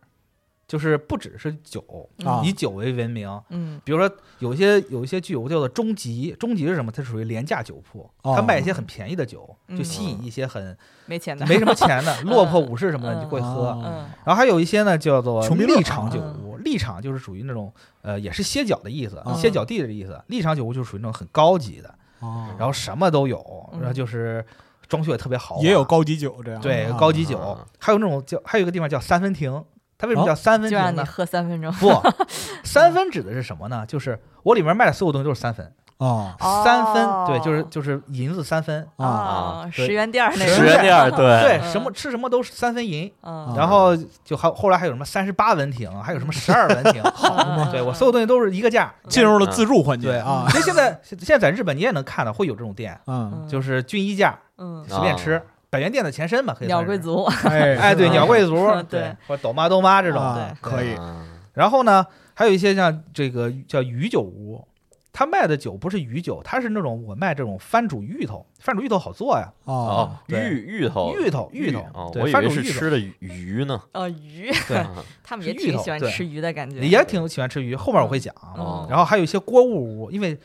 Speaker 5: 就是不只是酒，
Speaker 3: 啊
Speaker 5: 以酒为文明。
Speaker 2: 嗯
Speaker 5: 比如说有一些有一些居酒屋叫做中级，中级是什么？它属于廉价酒铺，
Speaker 3: 哦
Speaker 5: 它卖一些很便宜的酒，就吸引
Speaker 4: 嗯
Speaker 5: 一些很
Speaker 2: 没钱的，
Speaker 5: 没什么钱的落魄武士什么的
Speaker 2: 嗯
Speaker 5: 你就过去喝。
Speaker 2: 嗯
Speaker 5: 然后还有一些呢叫做
Speaker 3: 穷逼乐
Speaker 5: 立场酒屋，立场就是属于那种呃也是歇脚的意思，
Speaker 3: 嗯
Speaker 5: 歇脚地的意思。立场酒屋就是属于那种很高级的，
Speaker 3: 哦，
Speaker 5: 然后什么都有，
Speaker 2: 嗯
Speaker 5: 然后就是装修也特别豪华，
Speaker 3: 也有高级酒这样，
Speaker 5: 对
Speaker 3: 啊
Speaker 5: 高级酒
Speaker 4: 啊，
Speaker 5: 还有那种叫还有一个地方叫三分亭，它为
Speaker 3: 哦
Speaker 5: 什么叫三分
Speaker 2: 就让
Speaker 5: 亭
Speaker 2: 你
Speaker 5: 呢？
Speaker 2: 喝三分钟。
Speaker 5: 不， 三分指的是什么呢？就是我里面卖的所有东西都是三分，
Speaker 3: 啊
Speaker 2: 哦
Speaker 5: 三分对，就是就是银子三分，
Speaker 3: 啊，
Speaker 2: 啊，
Speaker 5: 对
Speaker 2: 十元店儿那
Speaker 5: 十
Speaker 4: 十
Speaker 2: 个，
Speaker 4: 元店儿对
Speaker 5: 对，什么吃什么都是三分银。
Speaker 2: 嗯，
Speaker 5: 然后就还后来还有什么三十八文亭，还有什么十二文亭，
Speaker 2: 嘛
Speaker 5: 对我所有东西都是一个价。
Speaker 2: 嗯
Speaker 3: 进入了自助环节
Speaker 5: 对
Speaker 3: 啊，
Speaker 5: 所以现在现在在日本你也能看到会有这种店，
Speaker 3: 嗯，
Speaker 5: 就是是均一价，
Speaker 2: 嗯，
Speaker 5: 随便吃
Speaker 4: 啊，
Speaker 5: 百元店的前身嘛，可以算
Speaker 2: 鸟
Speaker 5: 是
Speaker 2: 贵。族，
Speaker 3: 哎
Speaker 5: 哎，对，
Speaker 3: 是
Speaker 5: 鸟贵族
Speaker 2: 对，
Speaker 5: 对，或者抖妈抖妈这种。
Speaker 3: 啊
Speaker 2: 对
Speaker 3: 可以，
Speaker 4: 嗯
Speaker 5: 然后呢，还有一些像这个叫鱼酒屋，他卖的酒不是鱼酒，他是那种我卖这种番煮芋头，番煮芋头好做呀，
Speaker 3: 哦
Speaker 4: 哦，芋
Speaker 5: 对
Speaker 4: 芋头
Speaker 5: 芋头芋头
Speaker 4: 哦，
Speaker 5: 对
Speaker 4: 我以
Speaker 5: 番
Speaker 4: 为
Speaker 5: 薯
Speaker 4: 是
Speaker 5: 芋头
Speaker 4: 吃的鱼鱼呢，
Speaker 2: 呃，鱼，
Speaker 5: 对
Speaker 4: 啊
Speaker 2: 他们也
Speaker 5: 是芋
Speaker 2: 挺
Speaker 5: 头
Speaker 2: 喜欢
Speaker 5: 对
Speaker 2: 吃鱼的感觉，
Speaker 5: 也挺喜欢吃鱼，后面我会讲。
Speaker 4: 哦
Speaker 5: 然后还有一些锅物屋，因为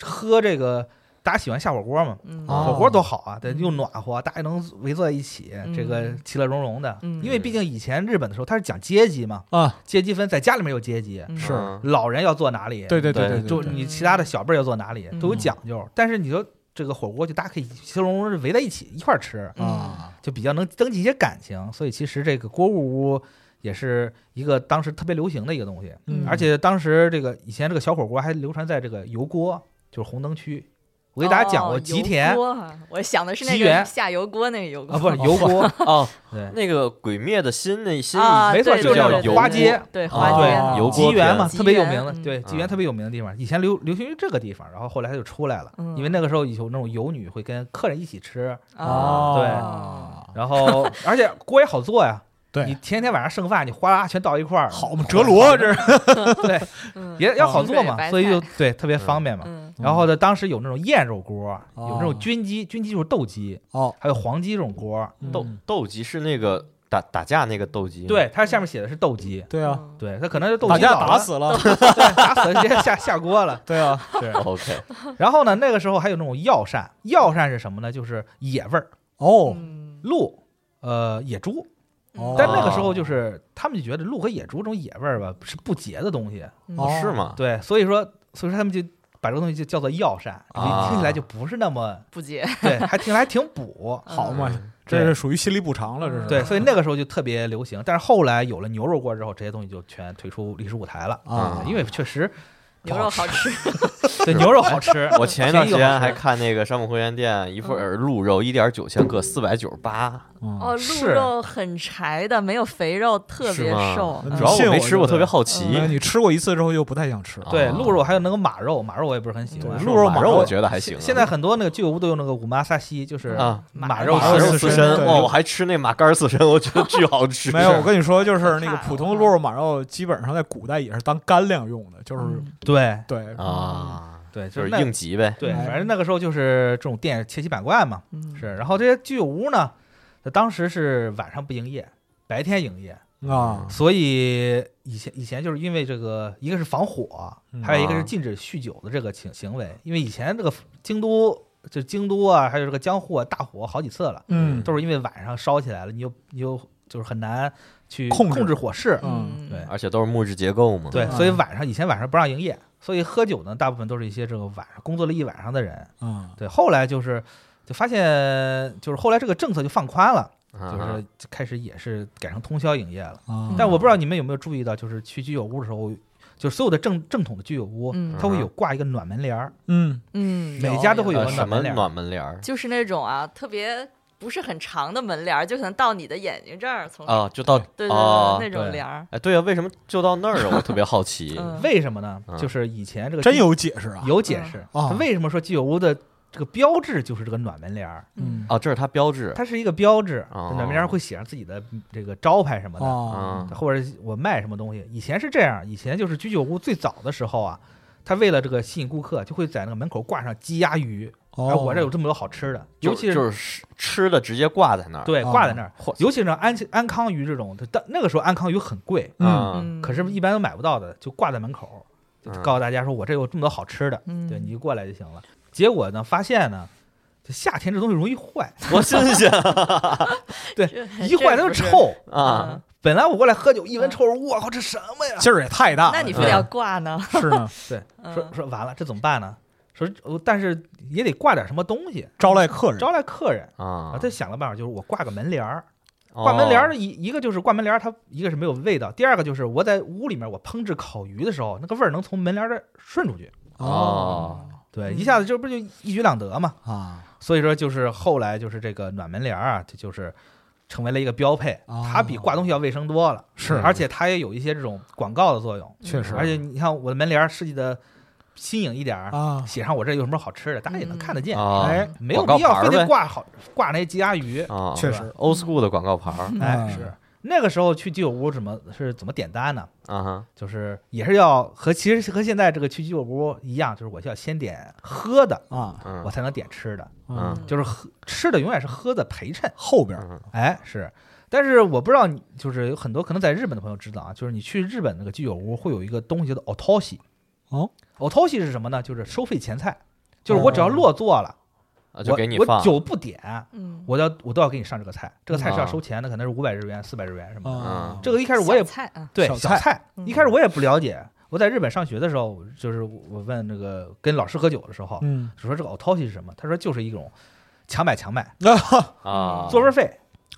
Speaker 5: 喝这个大家喜欢下火锅嘛，
Speaker 2: 嗯
Speaker 3: 哦
Speaker 5: 火锅多好啊，对，
Speaker 2: 嗯
Speaker 5: 又暖和，大家能围坐在一起，这个
Speaker 2: 嗯
Speaker 5: 其乐融融的。
Speaker 2: 嗯
Speaker 5: 因为毕竟以前日本的时候，它是讲阶级嘛，
Speaker 3: 啊，
Speaker 5: 阶级分在家里面有阶级，
Speaker 2: 嗯
Speaker 3: 是
Speaker 4: 嗯
Speaker 5: 老人要坐哪里，
Speaker 3: 对对对
Speaker 4: 对
Speaker 3: 对，
Speaker 5: 就
Speaker 3: 对
Speaker 5: 你其他的小辈儿要坐哪里
Speaker 2: 嗯
Speaker 5: 都有讲究。但是你说这个火锅，就大家可以其乐融融地围在一起一块儿吃，
Speaker 2: 嗯
Speaker 3: 啊，
Speaker 5: 就比较能增进一些感情。所以其实这个锅物屋也是一个当时特别流行的一个东西。
Speaker 2: 嗯
Speaker 5: 而且当时这个以前这个小火锅还流传在这个油锅，就是红灯区。我给大家讲过，
Speaker 2: 哦
Speaker 5: 吉田
Speaker 2: 油锅啊我想的是那
Speaker 5: 吉
Speaker 2: 个
Speaker 5: 原
Speaker 2: 下油锅那个油锅
Speaker 5: 啊，不是油锅，
Speaker 4: 哦，
Speaker 5: 对，
Speaker 4: 那个鬼灭的新那新
Speaker 2: 啊，
Speaker 5: 没错
Speaker 2: 对
Speaker 5: 就
Speaker 2: 对
Speaker 5: 叫
Speaker 2: 对对
Speaker 5: 花
Speaker 2: 对
Speaker 5: 街
Speaker 2: 对
Speaker 4: 啊
Speaker 2: 花
Speaker 5: 对
Speaker 2: 街，
Speaker 4: 油
Speaker 5: 吉
Speaker 4: 锅
Speaker 5: 原嘛，
Speaker 2: 片
Speaker 5: 特别有名的
Speaker 2: 吉，原
Speaker 5: 对，
Speaker 2: 嗯
Speaker 5: 吉原特别有名的地方，以前流流行于这个地方，然后后来它就出来了，
Speaker 2: 嗯
Speaker 5: 因为那个时候有那种游女会跟客人一起吃，
Speaker 3: 啊
Speaker 2: 啊
Speaker 5: 啊
Speaker 3: 哦，
Speaker 5: 然后而且锅也好做呀，
Speaker 3: 对
Speaker 5: 你前一天晚上剩饭，你哗啦全倒一块儿，
Speaker 3: 好嘛，折罗这是
Speaker 5: 对，
Speaker 2: 嗯
Speaker 5: 也要好做
Speaker 2: 清水
Speaker 5: 嘛，
Speaker 2: 白
Speaker 5: 所以
Speaker 2: 菜
Speaker 5: 就对特别方便嘛。
Speaker 2: 嗯
Speaker 5: 然后呢，当时有那种燕肉锅，有
Speaker 3: 哦
Speaker 5: 那种军鸡，军鸡就是斗鸡，
Speaker 3: 哦，
Speaker 5: 还有黄鸡这种锅，
Speaker 4: 斗
Speaker 3: 嗯
Speaker 4: 斗鸡是那个打打架那个斗鸡吗，
Speaker 5: 对，它下面写的是斗鸡，
Speaker 3: 对啊，
Speaker 2: 嗯
Speaker 5: 对，它可能是斗
Speaker 3: 打
Speaker 5: 鸡
Speaker 3: 架
Speaker 5: 倒
Speaker 3: 打
Speaker 5: 了，
Speaker 3: 死了，
Speaker 5: 对，打死了直接下下锅 了。
Speaker 3: 啊 对啊，
Speaker 5: 是，
Speaker 4: ，OK，
Speaker 5: 然后呢，那个时候还有那种药膳，药膳是什么呢？就是野味儿，
Speaker 3: 哦，
Speaker 2: 嗯
Speaker 5: 鹿，呃，野猪。
Speaker 3: 哦
Speaker 5: 但那个时候就是他们就觉得鹿和野猪这种野味儿吧是不洁的东西，
Speaker 2: 嗯
Speaker 3: 哦
Speaker 4: 是吗？
Speaker 5: 对，所以说所以说他们就把这个东西就叫做药膳，
Speaker 4: 啊
Speaker 5: 听起来就不是那么
Speaker 2: 不接，
Speaker 5: 对，还听起来还挺 补。
Speaker 2: 嗯
Speaker 3: 好嘛，这
Speaker 5: 嗯对
Speaker 3: 是属于心理补偿了，这是
Speaker 5: 对，所以那个时候就特别流行，但是后来有了牛肉锅之后，这些东西就全退出历史舞台了。
Speaker 3: 啊
Speaker 5: 对，因为确实
Speaker 2: 牛肉好 吃，
Speaker 5: 对牛肉好吃，
Speaker 4: 我前一段时
Speaker 5: 便宜又好
Speaker 4: 间
Speaker 5: 吃
Speaker 4: 还看那个山姆会 员店一份儿鹿肉一点九千克，四百九十八，
Speaker 3: 嗯
Speaker 2: 哦，鹿
Speaker 5: 是
Speaker 2: 肉很柴的，没有肥肉，特
Speaker 4: 是
Speaker 2: 别
Speaker 4: 吗
Speaker 2: 瘦。
Speaker 3: 嗯
Speaker 2: 嗯
Speaker 4: 主要我
Speaker 3: 信我
Speaker 4: 没吃，
Speaker 3: 就
Speaker 4: 我特
Speaker 3: 对
Speaker 4: 别好
Speaker 3: 那
Speaker 5: 嗯
Speaker 4: 奇。
Speaker 3: 你吃过一次之后就不太想吃，
Speaker 4: 啊
Speaker 5: 对鹿肉，还有那个马肉，马肉我也不是很喜欢
Speaker 3: 对。鹿肉
Speaker 4: 嗯马
Speaker 3: 马
Speaker 4: 肉
Speaker 3: 肉
Speaker 4: 我觉得还行啊。
Speaker 5: 现在很多那个居酒屋都有那个五妈萨西，就是
Speaker 4: 啊，
Speaker 5: 马
Speaker 2: 肉
Speaker 5: 肉
Speaker 3: 马肉
Speaker 4: 马肉
Speaker 3: 刺
Speaker 4: 刺
Speaker 3: 身
Speaker 4: 身，
Speaker 3: 对
Speaker 4: 哇，我还吃那马肝刺身，我觉得巨好吃。
Speaker 3: 没有，我跟你说，就是
Speaker 2: 太
Speaker 3: 那个
Speaker 2: 差了啊
Speaker 3: 普通鹿肉马肉，基本上在古代也是当干粮用的，就是
Speaker 2: 嗯
Speaker 5: 对
Speaker 3: 对，
Speaker 4: 啊，
Speaker 5: 对，
Speaker 4: 就是
Speaker 5: 那
Speaker 4: 应急呗。
Speaker 5: 对，
Speaker 3: 哎
Speaker 5: 反正那个时候就是这种店千奇百怪嘛，
Speaker 2: 嗯
Speaker 5: 是。然后这些居酒屋呢，它当时是晚上不营业，白天营业，
Speaker 3: 啊，
Speaker 5: 所以以前以前就是因为这个，一个是防火
Speaker 3: 嗯，
Speaker 5: 还有一个是禁止酗酒的这个行行为，因为以前这个京都就京都啊，还有这个江户啊，大火好几次了，
Speaker 3: 嗯，
Speaker 5: 都是因为晚上烧起来了，你又你又就是很难去
Speaker 3: 控制
Speaker 5: 控制火势，
Speaker 3: 嗯
Speaker 5: 对
Speaker 4: 而且都是木质结构嘛。
Speaker 5: 对，
Speaker 3: 嗯
Speaker 5: 所以晚上以前晚上不让营业，所以喝酒呢，大部分都是一些这个晚上工作了一晚上的人。
Speaker 2: 嗯
Speaker 3: 啊，
Speaker 5: 对，后来就是就发现，就是后来这个政策就放宽了，
Speaker 4: 啊，
Speaker 5: 就是开始也是改成通宵营业了。
Speaker 3: 啊
Speaker 5: 但我不知道你们有没有注意到，就是去居酒屋的时候，就是所有的正正统的居酒屋，
Speaker 2: 嗯
Speaker 5: 它会有挂一个暖门帘儿，
Speaker 3: 嗯
Speaker 2: 嗯，
Speaker 5: 每家都会有
Speaker 4: 呃
Speaker 5: 个
Speaker 4: 什
Speaker 5: 暖
Speaker 4: 么
Speaker 5: 门帘儿。
Speaker 4: 暖门帘儿
Speaker 2: 就是那种啊，特别不是很长的门帘儿，就可能到你的眼睛这儿，从
Speaker 5: 哦
Speaker 4: 啊？就到
Speaker 2: 对对
Speaker 4: 啊
Speaker 2: 对，那种
Speaker 5: 对
Speaker 2: 帘儿，
Speaker 4: 哎，对啊，为什么就到那儿啊？我特别好 奇。
Speaker 2: 嗯
Speaker 5: 为什么呢
Speaker 4: 嗯？
Speaker 5: 就是以前这个
Speaker 3: 真
Speaker 5: 居
Speaker 3: 有解释啊，
Speaker 5: 有解释，
Speaker 3: 嗯啊
Speaker 5: 它为什么说居酒屋的这个标志就是这个暖门帘儿？
Speaker 3: 嗯
Speaker 4: 哦，这是它标志
Speaker 5: 它是一个标志，
Speaker 4: 哦
Speaker 5: 暖门帘儿会写上自己的这个招牌什么的。
Speaker 3: 啊
Speaker 4: 啊
Speaker 5: 嗯或者我卖什么东西。以前是这样，以前就是居酒屋最早的时候啊，他为了这个吸引顾客，就会在那个门口挂上鸡鸭鱼，哎，
Speaker 3: 哦，
Speaker 5: 我这有这么多好吃的，
Speaker 4: 就
Speaker 5: 尤其
Speaker 4: 就是吃吃的直接挂在那儿，
Speaker 5: 对
Speaker 2: 啊
Speaker 3: 哦
Speaker 5: 挂在那儿，
Speaker 4: 嚯
Speaker 5: 尤其是安安康鱼这种，它但那个时候安康鱼很贵，
Speaker 4: 啊，
Speaker 2: 嗯，
Speaker 5: 可是一般都买不到的，就挂在门口，就
Speaker 4: 嗯
Speaker 5: 告诉大家说我这有这么多好吃的，
Speaker 2: 嗯
Speaker 5: 对，你就过来就行了。结果呢，发现呢，这夏天这东西容 易坏，
Speaker 4: 多新鲜
Speaker 2: 这
Speaker 5: 一坏它就。
Speaker 2: 这不是
Speaker 5: 臭。
Speaker 4: 啊！
Speaker 2: 嗯
Speaker 5: 本来我过来喝酒，一闻
Speaker 2: 嗯
Speaker 5: 臭味，我靠，这什么呀？
Speaker 3: 劲儿也太大了，
Speaker 2: 那你非
Speaker 4: 嗯
Speaker 2: 得要挂呢？
Speaker 3: 是呢，
Speaker 2: 嗯
Speaker 5: 啊说啊说完了，这怎么办呢？说，呃但是也得挂点什么东西
Speaker 3: 招来客人，
Speaker 5: 招来客人
Speaker 4: 啊
Speaker 5: 啊。他想了办法，就是我挂个门帘儿，
Speaker 4: 哦
Speaker 5: 挂门帘儿的一一个就是挂门帘儿，它一个是没有味道，第二个就是我在屋里面我烹制烤鱼的时候，那个味儿能从门帘儿这儿顺出去，
Speaker 4: 哦，
Speaker 5: 对，
Speaker 2: 嗯
Speaker 5: 一下子这不就一举两得嘛。
Speaker 3: 啊，
Speaker 5: 所以说就是后来就是这个暖门帘儿啊，这就是成为了一个标配，
Speaker 3: 哦
Speaker 5: 它比挂东西要卫生多了，嗯
Speaker 3: 是
Speaker 5: 而且它也有一些这种广告的作用，
Speaker 2: 嗯
Speaker 3: 确实
Speaker 5: 而且你看我的门帘儿设计的新颖一点
Speaker 4: 哦
Speaker 5: 儿，
Speaker 3: 啊，
Speaker 5: 写上我这有什么好吃的，大家也能看得见，
Speaker 4: 啊
Speaker 3: 哎，
Speaker 5: 没有
Speaker 4: 广告
Speaker 5: 必要
Speaker 4: 牌
Speaker 5: 非
Speaker 4: 儿
Speaker 5: 得
Speaker 4: 呗
Speaker 5: 挂好挂那鸡鸭鱼，
Speaker 4: 啊，
Speaker 3: 确
Speaker 5: 对
Speaker 3: 实
Speaker 4: old school 的广告牌儿
Speaker 5: 哎
Speaker 3: 嗯
Speaker 5: 是。那个时候去居酒屋怎么是怎么点单呢？
Speaker 4: 啊哈，
Speaker 5: 就是也是要和其实是和现在这个去居酒屋一样，就是我需要先点喝的，
Speaker 3: 啊，
Speaker 4: 嗯
Speaker 5: 我才能点吃的。
Speaker 4: 嗯
Speaker 2: 嗯
Speaker 5: 就是喝吃的永远是喝的陪衬，
Speaker 3: 后边儿
Speaker 4: 嗯
Speaker 5: 哎是。但是我不知道你，就是有很多可能在日本的朋友知道啊，就是你去日本那个居酒屋会有一个东西叫做 otoshi。
Speaker 3: 哦
Speaker 5: ，otoshi 是什么呢？就是收费前菜，就是我只要落座了，
Speaker 4: 啊就给你
Speaker 5: 我
Speaker 4: 放
Speaker 5: 我酒不点，
Speaker 2: 嗯，
Speaker 5: 我要我都要给你上这个菜，这个菜是要
Speaker 4: 啊
Speaker 5: 收钱的，可能是五百日元、四百日元什么的。
Speaker 3: 啊，
Speaker 5: 嗯这个一开始我也
Speaker 2: 小菜啊，
Speaker 5: 对
Speaker 3: 小
Speaker 5: 小
Speaker 3: 菜
Speaker 5: 菜，
Speaker 2: 嗯
Speaker 5: 一开始我也不了解。我在日本上学的时候，就是我问那个跟老师喝酒的时候，
Speaker 3: 嗯，
Speaker 5: 就说这个 otoshi 是什么？他说就是一种强买强卖，
Speaker 3: 啊
Speaker 4: 啊
Speaker 5: 座位费。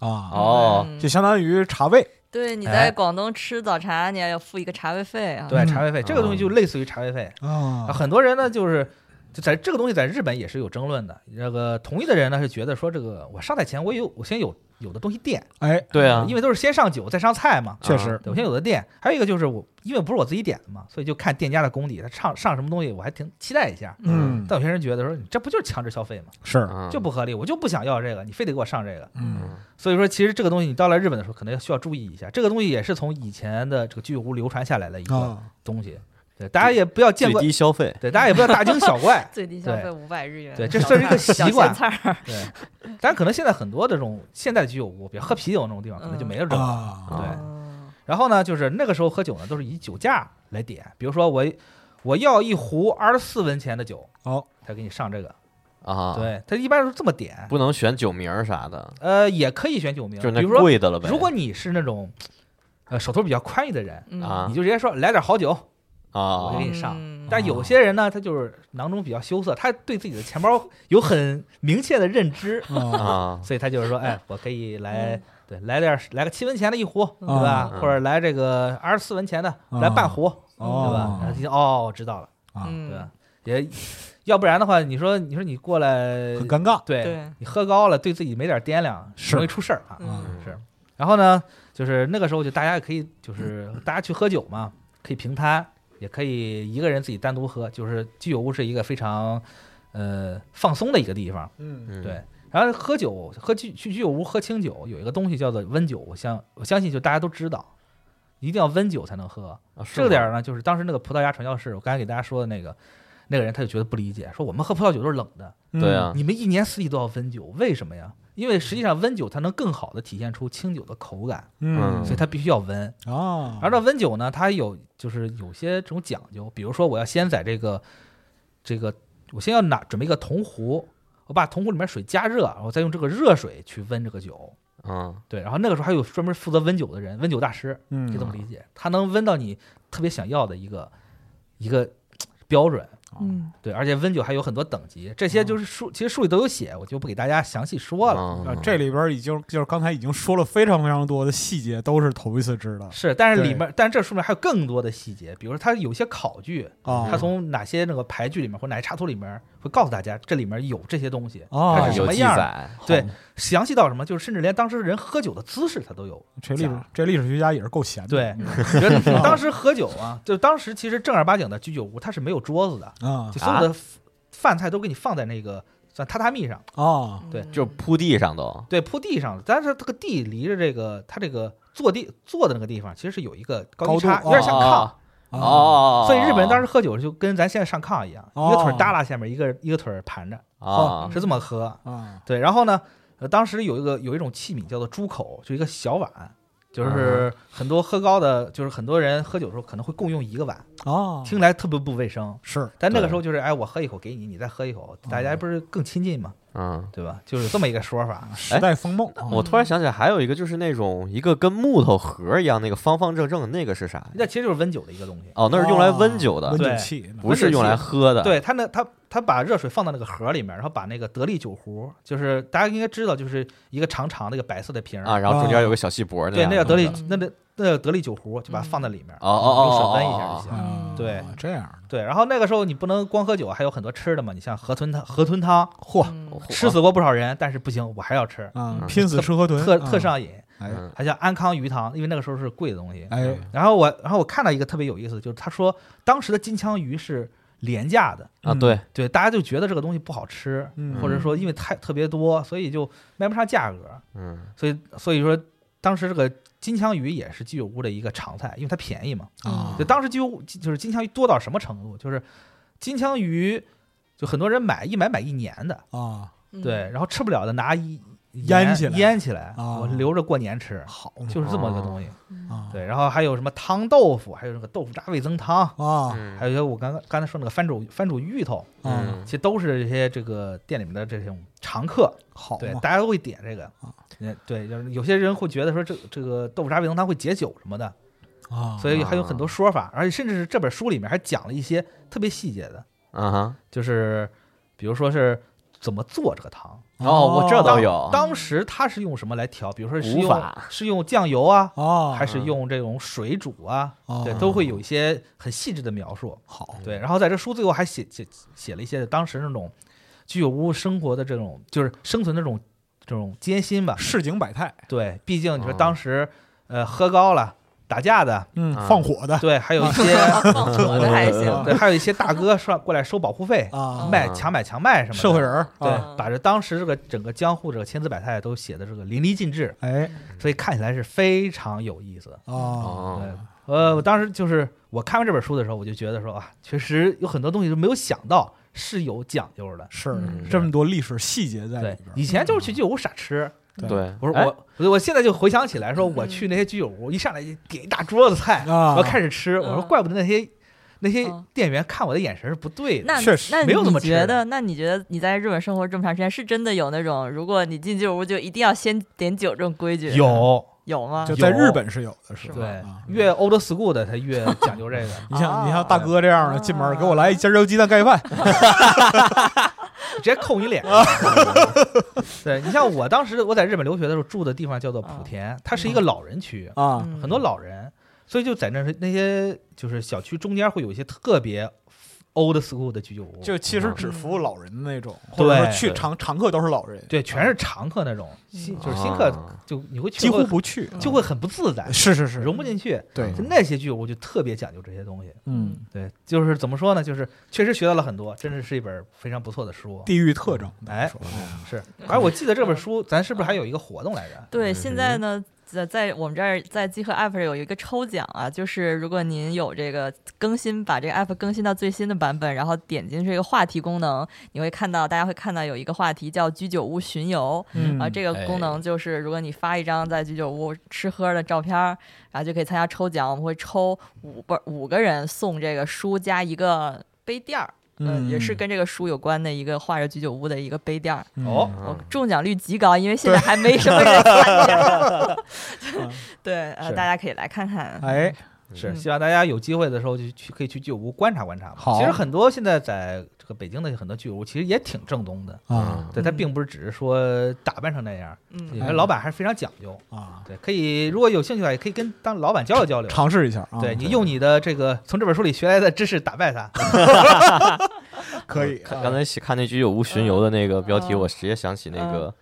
Speaker 3: 啊，
Speaker 4: 哦
Speaker 2: 嗯
Speaker 3: 就相当于茶位，
Speaker 2: 对，你
Speaker 5: 哎
Speaker 2: 在广东吃早茶，你还要付一个茶位费啊。。
Speaker 5: 对，
Speaker 3: 嗯
Speaker 5: 茶位费这个东西就类似于茶位费。
Speaker 3: 啊
Speaker 5: 啊很多人呢，就是就在这个东西在日本也是有争论的。那个同意的人呢是觉得说，这个我上菜前我有我先有有的东西垫，
Speaker 3: 哎，
Speaker 4: 对啊，
Speaker 5: 因为都是先上酒再上菜嘛。
Speaker 3: 确实
Speaker 5: 对我先有的垫，还有一个就是我，因为不是我自己点的嘛，所以就看店家的功底，他上上什么东西，我还挺期待一下。
Speaker 3: 嗯，
Speaker 5: 但有些人觉得说，你这不就是强制消费吗？
Speaker 3: 是，
Speaker 4: 嗯
Speaker 5: 就不合理，我就不想要这个，你非得给我上这个。
Speaker 3: 嗯
Speaker 5: 所以说，其实这个东西你到了日本的时候，可能需要注意一下。这个东西也是从以前的这个居酒屋流传下来的一
Speaker 4: 嗯
Speaker 5: 个
Speaker 3: 啊，
Speaker 5: 东西。对，大家也不要见
Speaker 4: 最
Speaker 5: 怪，
Speaker 4: 低消费
Speaker 5: 对，大家也不要大惊小 怪
Speaker 2: 最低消
Speaker 5: 对
Speaker 2: 费五百日元。
Speaker 5: 对这算是一个习
Speaker 2: 小咸
Speaker 5: 惯
Speaker 2: 菜儿，
Speaker 5: 对，但可能现在很多这种现代的居酒屋，比如喝啤酒那种地方，可能就没有这种。
Speaker 3: 啊，
Speaker 5: 对
Speaker 2: 嗯
Speaker 5: 然后呢，就是那个时候喝酒呢，都是以酒价来点，比如说我我要一壶二十四文钱的酒，
Speaker 3: 哦，
Speaker 5: 他给你上这个。
Speaker 4: 啊，，
Speaker 5: 对，他一般是这么点。
Speaker 4: 不能选酒名儿啥的，
Speaker 5: 呃，也可以选酒名，
Speaker 4: 就是
Speaker 5: 比
Speaker 4: 那
Speaker 5: 如说，
Speaker 4: 贵的了呗。
Speaker 5: 如果你是那种呃手头比较宽裕的人，
Speaker 2: 嗯
Speaker 4: 啊
Speaker 5: 你就直接说来点好酒，我
Speaker 4: 啊
Speaker 5: 给你上。
Speaker 2: 嗯
Speaker 5: 但有些人呢，他就是囊中比较羞涩，他对自己的钱包有很明确的认知，
Speaker 3: 啊，
Speaker 4: 啊
Speaker 5: 所以他就是说，哎，我可以来
Speaker 2: 嗯，
Speaker 5: 对，来点儿来个七文钱的一壶，对
Speaker 3: 嗯
Speaker 5: 吧？
Speaker 4: 嗯
Speaker 5: 或者来这个二十四文钱的，
Speaker 3: 嗯
Speaker 5: 来半壶，对吧？然
Speaker 3: 哦，
Speaker 5: 后就听哦，知道了，
Speaker 3: 啊，
Speaker 2: 嗯
Speaker 5: 对吧？也要不然的话，你说你说你过来，
Speaker 3: 很尴尬，
Speaker 5: 对
Speaker 2: 对
Speaker 5: 你喝高了，对自己没点掂量，
Speaker 3: 是
Speaker 5: 容易出事儿啊。
Speaker 2: 嗯
Speaker 5: 是，然后呢，就是那个时候就大家也可以，就是 大家去喝酒嘛，可以平摊，也可以一个人自己单独喝。就是居酒屋是一个非常呃放松的一个地方，
Speaker 3: 嗯，
Speaker 4: 嗯
Speaker 5: 对。然后喝酒，喝居去居酒屋喝清酒，有一个东西叫做温酒，我相我相信就大家都知道，一定要温酒才能喝。
Speaker 4: 啊是
Speaker 5: 这个点儿
Speaker 4: 吗
Speaker 5: 呢，就是当时那个葡萄牙传教士，我刚才给大家说的那个那个人，他就觉得不理解，说我们喝葡萄酒都是冷的，
Speaker 3: 嗯
Speaker 4: 对，啊，
Speaker 5: 你们一年四季都要温酒，为什么呀？因为实际上温酒它能更好的体现出清酒的口感，
Speaker 3: 嗯
Speaker 5: 所以它必须要温。
Speaker 3: 啊，
Speaker 5: 而这温酒呢，它有就是有些这种讲究，比如说我要先在这个这个，我先要拿准备一个铜壶，我把铜壶里面水加热，然后再用这个热水去温这个酒。
Speaker 4: 嗯
Speaker 5: 对，然后那个时候还有专门负责温酒的人，温酒大师，
Speaker 3: 嗯
Speaker 5: 就这么理解，他能温到你特别想要的一个一个标准。
Speaker 2: 嗯
Speaker 5: 对，而且温酒还有很多等级，这些
Speaker 3: 哦
Speaker 5: 就是书，其实书里都有写，我就不给大家详细说了。
Speaker 3: 啊
Speaker 4: 嗯，
Speaker 3: 这里边已经就是刚才已经说了非常非常多的细节，都是头一次知道
Speaker 5: 是，但是里
Speaker 3: 对
Speaker 5: 面，但是这书里面还有更多的细节，比如说它有些考据，
Speaker 3: 啊。
Speaker 5: 它从哪些那个牌据里面或哪些插图里面会告诉大家这里面有这些东西，
Speaker 3: 哦
Speaker 5: 它是什
Speaker 4: 有
Speaker 5: 么
Speaker 4: 记
Speaker 5: 样的，
Speaker 4: 载，
Speaker 5: 对，详细到什么，就是甚至连当时人喝酒的姿势它都有。
Speaker 3: 这历史这历史学家也是够闲的，
Speaker 5: 对，你觉得当时喝酒啊，就当时其实正儿八经的居酒屋它是没有桌子的，
Speaker 3: 啊
Speaker 5: 就所有的饭菜都给你放在那个算榻榻米上，
Speaker 3: 啊
Speaker 5: 嗯对
Speaker 2: 嗯
Speaker 4: 就铺地上都
Speaker 5: 对，铺地上的，但是这个地离着这个它这个坐地坐的那个地方，其实是有一个高低
Speaker 3: 高度
Speaker 5: 差，有点像炕，
Speaker 4: 啊哦，
Speaker 5: 所以日本人当时喝酒就跟咱现在上炕一样，
Speaker 3: 哦
Speaker 5: 一个腿耷拉下面，一个一个腿盘着，
Speaker 4: 啊
Speaker 5: 哦是这么喝。
Speaker 3: 啊，
Speaker 5: 对，然后呢，呃，当时有一个有一种器皿叫做猪口，就一个小碗，
Speaker 4: 啊
Speaker 5: 就是很多喝高的，就是很多人喝酒的时候可能会共用一个碗，
Speaker 3: 哦，
Speaker 5: 听起来特别不卫生。
Speaker 3: 是
Speaker 5: 但那个时候就是，哎，我喝一口给你，你再喝一口，大
Speaker 4: 哦
Speaker 5: 家不是更亲近嘛，
Speaker 4: 嗯。
Speaker 5: 对吧？就是这么一个说法。
Speaker 3: 时代风貌，
Speaker 5: 哦
Speaker 3: 啊
Speaker 4: 哎我突然想起来，还有一个就是那种一个跟木头盒一样，那个方方正正的那个是啥呀？
Speaker 5: 那其实就是温酒的一个东西。
Speaker 4: 哦，那是用来温酒的
Speaker 3: 啊温，
Speaker 5: 对
Speaker 3: 酒器，嗯
Speaker 4: 不是用来喝的。
Speaker 5: 对他那他他把热水放到那个盒里面，然后把那个得力酒壶，就是大家应该知道，就是一个长长的一个白色的瓶儿
Speaker 4: 啊，然后中间有个小细脖儿
Speaker 5: 对，
Speaker 4: 样
Speaker 5: 那
Speaker 4: 的
Speaker 5: 叫
Speaker 4: 那
Speaker 5: 得力
Speaker 4: 个
Speaker 2: 嗯，
Speaker 5: 那那那叫得力酒壶，就把它放在里面，
Speaker 4: 哦哦哦
Speaker 5: 用
Speaker 4: 哦
Speaker 5: 手温
Speaker 4: 哦
Speaker 5: 一下就行。
Speaker 3: 啊，
Speaker 5: 对
Speaker 3: 这样
Speaker 5: 对，然后那个时候你不能光喝酒，还有很多吃的嘛，你像河豚汤，河豚汤，嚯，
Speaker 2: 嗯
Speaker 4: 嚯
Speaker 5: 吃死过不少人，但是不行，我还要吃，
Speaker 3: 的啊
Speaker 4: 嗯，
Speaker 3: 拼死吃河豚，
Speaker 5: 特
Speaker 3: 啊
Speaker 5: 特，上瘾。
Speaker 3: 哎
Speaker 4: 嗯
Speaker 5: 还像安康鱼汤，因为那个时候是贵的东西。
Speaker 3: 哎，
Speaker 5: 然后我，然后我看到一个特别有意思的，就是他说当时的金枪鱼是廉价的，
Speaker 4: 啊，对，
Speaker 5: 对，大家就觉得这个东西不好吃，
Speaker 3: 嗯
Speaker 5: 或者说因为太特别多，所以就卖不上价格，
Speaker 4: 嗯
Speaker 5: 所以所以说当时这个金枪鱼也是居酒屋的一个常菜，因为它便宜嘛。
Speaker 3: 啊
Speaker 5: 就，当时就就是金枪鱼多到什么程度，就是金枪鱼就很多人买一买买一年的，
Speaker 3: 啊，
Speaker 2: 嗯
Speaker 5: 对，然后吃不了的拿一
Speaker 3: 腌
Speaker 5: 盐
Speaker 3: 起来
Speaker 5: 腌起来，
Speaker 3: 啊哦
Speaker 5: 我留着过年吃，
Speaker 3: 好
Speaker 5: 就是这么一个东西。
Speaker 3: 啊，
Speaker 5: 对，然后还有什么汤豆腐，还有那个豆腐渣味增汤，
Speaker 3: 啊
Speaker 5: 还
Speaker 4: 嗯
Speaker 5: 有一些我刚刚刚才说那个番薯番薯芋头，
Speaker 3: 啊，
Speaker 4: 嗯
Speaker 5: 其实都是这些这个店里面的这种常客，
Speaker 3: 嗯好
Speaker 5: 对，
Speaker 3: 嘛，
Speaker 5: 大家都会点这个。
Speaker 3: 哦
Speaker 5: 嗯对，就是有些人会觉得说这这个豆腐渣味增汤会解酒什么的，
Speaker 3: 啊，
Speaker 5: 所以还有很
Speaker 4: 哦
Speaker 5: 多说法，而且甚至是这本书里面还讲了一些特别细节的，
Speaker 4: 啊哈，
Speaker 5: 就是比如说是怎么做这个汤，
Speaker 4: 哦，我这
Speaker 3: 倒
Speaker 4: 都有，
Speaker 5: 当时他是用什么来调，比如说是
Speaker 4: 无
Speaker 5: 用
Speaker 4: 法哦
Speaker 5: 是用酱油啊，
Speaker 3: 啊，
Speaker 5: 还是用这种水煮啊，
Speaker 3: 哦
Speaker 5: 对，都会有一些很细致的描述。
Speaker 3: 好，
Speaker 5: 对，然后在这书最后还写写写了一些当时那种居酒屋生活的这种就是生存的这种这种艰辛吧。
Speaker 3: 市井百态，
Speaker 5: 对，毕竟你说
Speaker 4: 哦
Speaker 5: 当时呃喝高了打架的，
Speaker 3: 嗯
Speaker 4: 啊
Speaker 3: 放火的
Speaker 5: 对，还 有一些。
Speaker 2: 放火的还行，
Speaker 5: 对，还有一些大哥上过来收保护费，
Speaker 3: 啊，
Speaker 5: 卖强买强卖什么的。
Speaker 3: 社会人儿，啊
Speaker 5: 对，把这当时这个整个江户这个千姿百态都写的这个淋漓尽致，
Speaker 3: 哎
Speaker 5: 所以看起来是非常有意思。
Speaker 3: 啊，
Speaker 4: 哦
Speaker 5: 对，呃，我当时就是我看完这本书的时候，我就觉得说啊，确实有很多东西都没有想到是有讲究的。
Speaker 3: 是
Speaker 2: 嗯
Speaker 3: 这么多历史细节在
Speaker 5: 对
Speaker 3: 里边，儿，啊
Speaker 5: 以前就是去居酒屋傻吃，
Speaker 3: 对
Speaker 4: 对，
Speaker 5: 我说
Speaker 4: 哎
Speaker 5: 我我我现在就回想起来，说我去那些居酒屋，一上来就点一大桌子菜，
Speaker 3: 嗯啊
Speaker 5: 我要开始吃，我说
Speaker 2: 嗯
Speaker 5: 怪不得那些那些
Speaker 2: 嗯
Speaker 5: 店员看我的眼神是不对的。
Speaker 2: 那
Speaker 3: 确实
Speaker 2: 那
Speaker 5: 没有那
Speaker 2: 你
Speaker 5: 么吃
Speaker 2: 觉
Speaker 5: 的
Speaker 2: 得？那你觉得你在日本生活这么长时间，是真的有那种如果你进酒屋就一定要先点酒这种规矩？
Speaker 5: 有，
Speaker 2: 有吗？
Speaker 3: 就在
Speaker 5: 有
Speaker 3: 日本是有的，是吧？
Speaker 5: 对
Speaker 3: 啊，
Speaker 5: 越 old school 的他越讲究这 个。
Speaker 3: 你像你像
Speaker 2: 啊
Speaker 3: 大哥这样的，进门给我来一尖椒鸡蛋盖饭，
Speaker 5: 直接扣 你脸。对你像我当时我在日本留学的时候住的地方叫做莆田，它是一个
Speaker 3: 嗯
Speaker 5: 老人区，
Speaker 3: 啊
Speaker 2: 嗯
Speaker 5: 很多老人，所以就在那那些就是小区中间会有一些特别 old school 的居酒屋，
Speaker 3: 就其实只服务老人的那种，或者
Speaker 5: 嗯对
Speaker 3: 说去
Speaker 4: 对
Speaker 3: 常常客都是老人，
Speaker 5: 对，全是常客那种，新就是新客
Speaker 4: 啊
Speaker 5: 就你会去
Speaker 3: 嗯几乎
Speaker 5: 会
Speaker 3: 不去，啊
Speaker 5: 就会很不自在，
Speaker 3: 是嗯是是，
Speaker 5: 融不进去。
Speaker 3: 对
Speaker 5: 就，那些居酒屋就特别讲究这些东西，
Speaker 3: 嗯，
Speaker 5: 对，就是怎么说呢，就是确实学到了很多，真的是一本非常不错的书。
Speaker 3: 地域特征，
Speaker 5: 哎
Speaker 3: 说
Speaker 5: 是，反正我记得这本书，咱是不是还有一个活动来着？
Speaker 2: 对，现在呢，在在我们这儿在集合 App 上有一个抽奖啊，就是如果您有这个更新，把这个 App 更新到最新的版本，然后点进这个话题功能，你会看到大家会看到有一个话题叫居酒屋巡游。
Speaker 3: 嗯
Speaker 2: 啊，这个功能就是，如果你发一张在居酒屋吃喝的照片儿，然后就可以参加抽奖。我们会抽五本五个人送这个书加一个杯垫儿，
Speaker 4: 呃
Speaker 2: 嗯，也是跟这个书有关的一个画着居酒屋的一个杯垫儿。
Speaker 5: 哦，
Speaker 2: 我
Speaker 4: 嗯
Speaker 2: 中奖率极高，因为现在还没什么人参加。 对，呃，
Speaker 5: 是
Speaker 2: 大家可以来看看。
Speaker 3: 哎，
Speaker 5: 是
Speaker 2: 嗯
Speaker 5: 希望大家有机会的时候就去可以去居酒屋观察观察嘛。
Speaker 3: 好
Speaker 5: 其实很多现在在这个北京的很多居酒屋其实也挺正宗的，
Speaker 3: 啊
Speaker 5: 对，它
Speaker 2: 嗯
Speaker 5: 并不是只是说打扮成那样，有
Speaker 2: 嗯，
Speaker 5: 些老板还是非常讲究。
Speaker 4: 嗯
Speaker 3: 啊，
Speaker 5: 对，可以如果有兴趣的话，也可以跟当老板交流交流。
Speaker 3: 尝试一下啊，
Speaker 5: 对你用你的这个从这本书里学来的知识打败他，
Speaker 3: 可以，
Speaker 4: 啊看刚才看那居酒屋巡游的那个标题，
Speaker 2: 嗯
Speaker 4: 我直接想起那个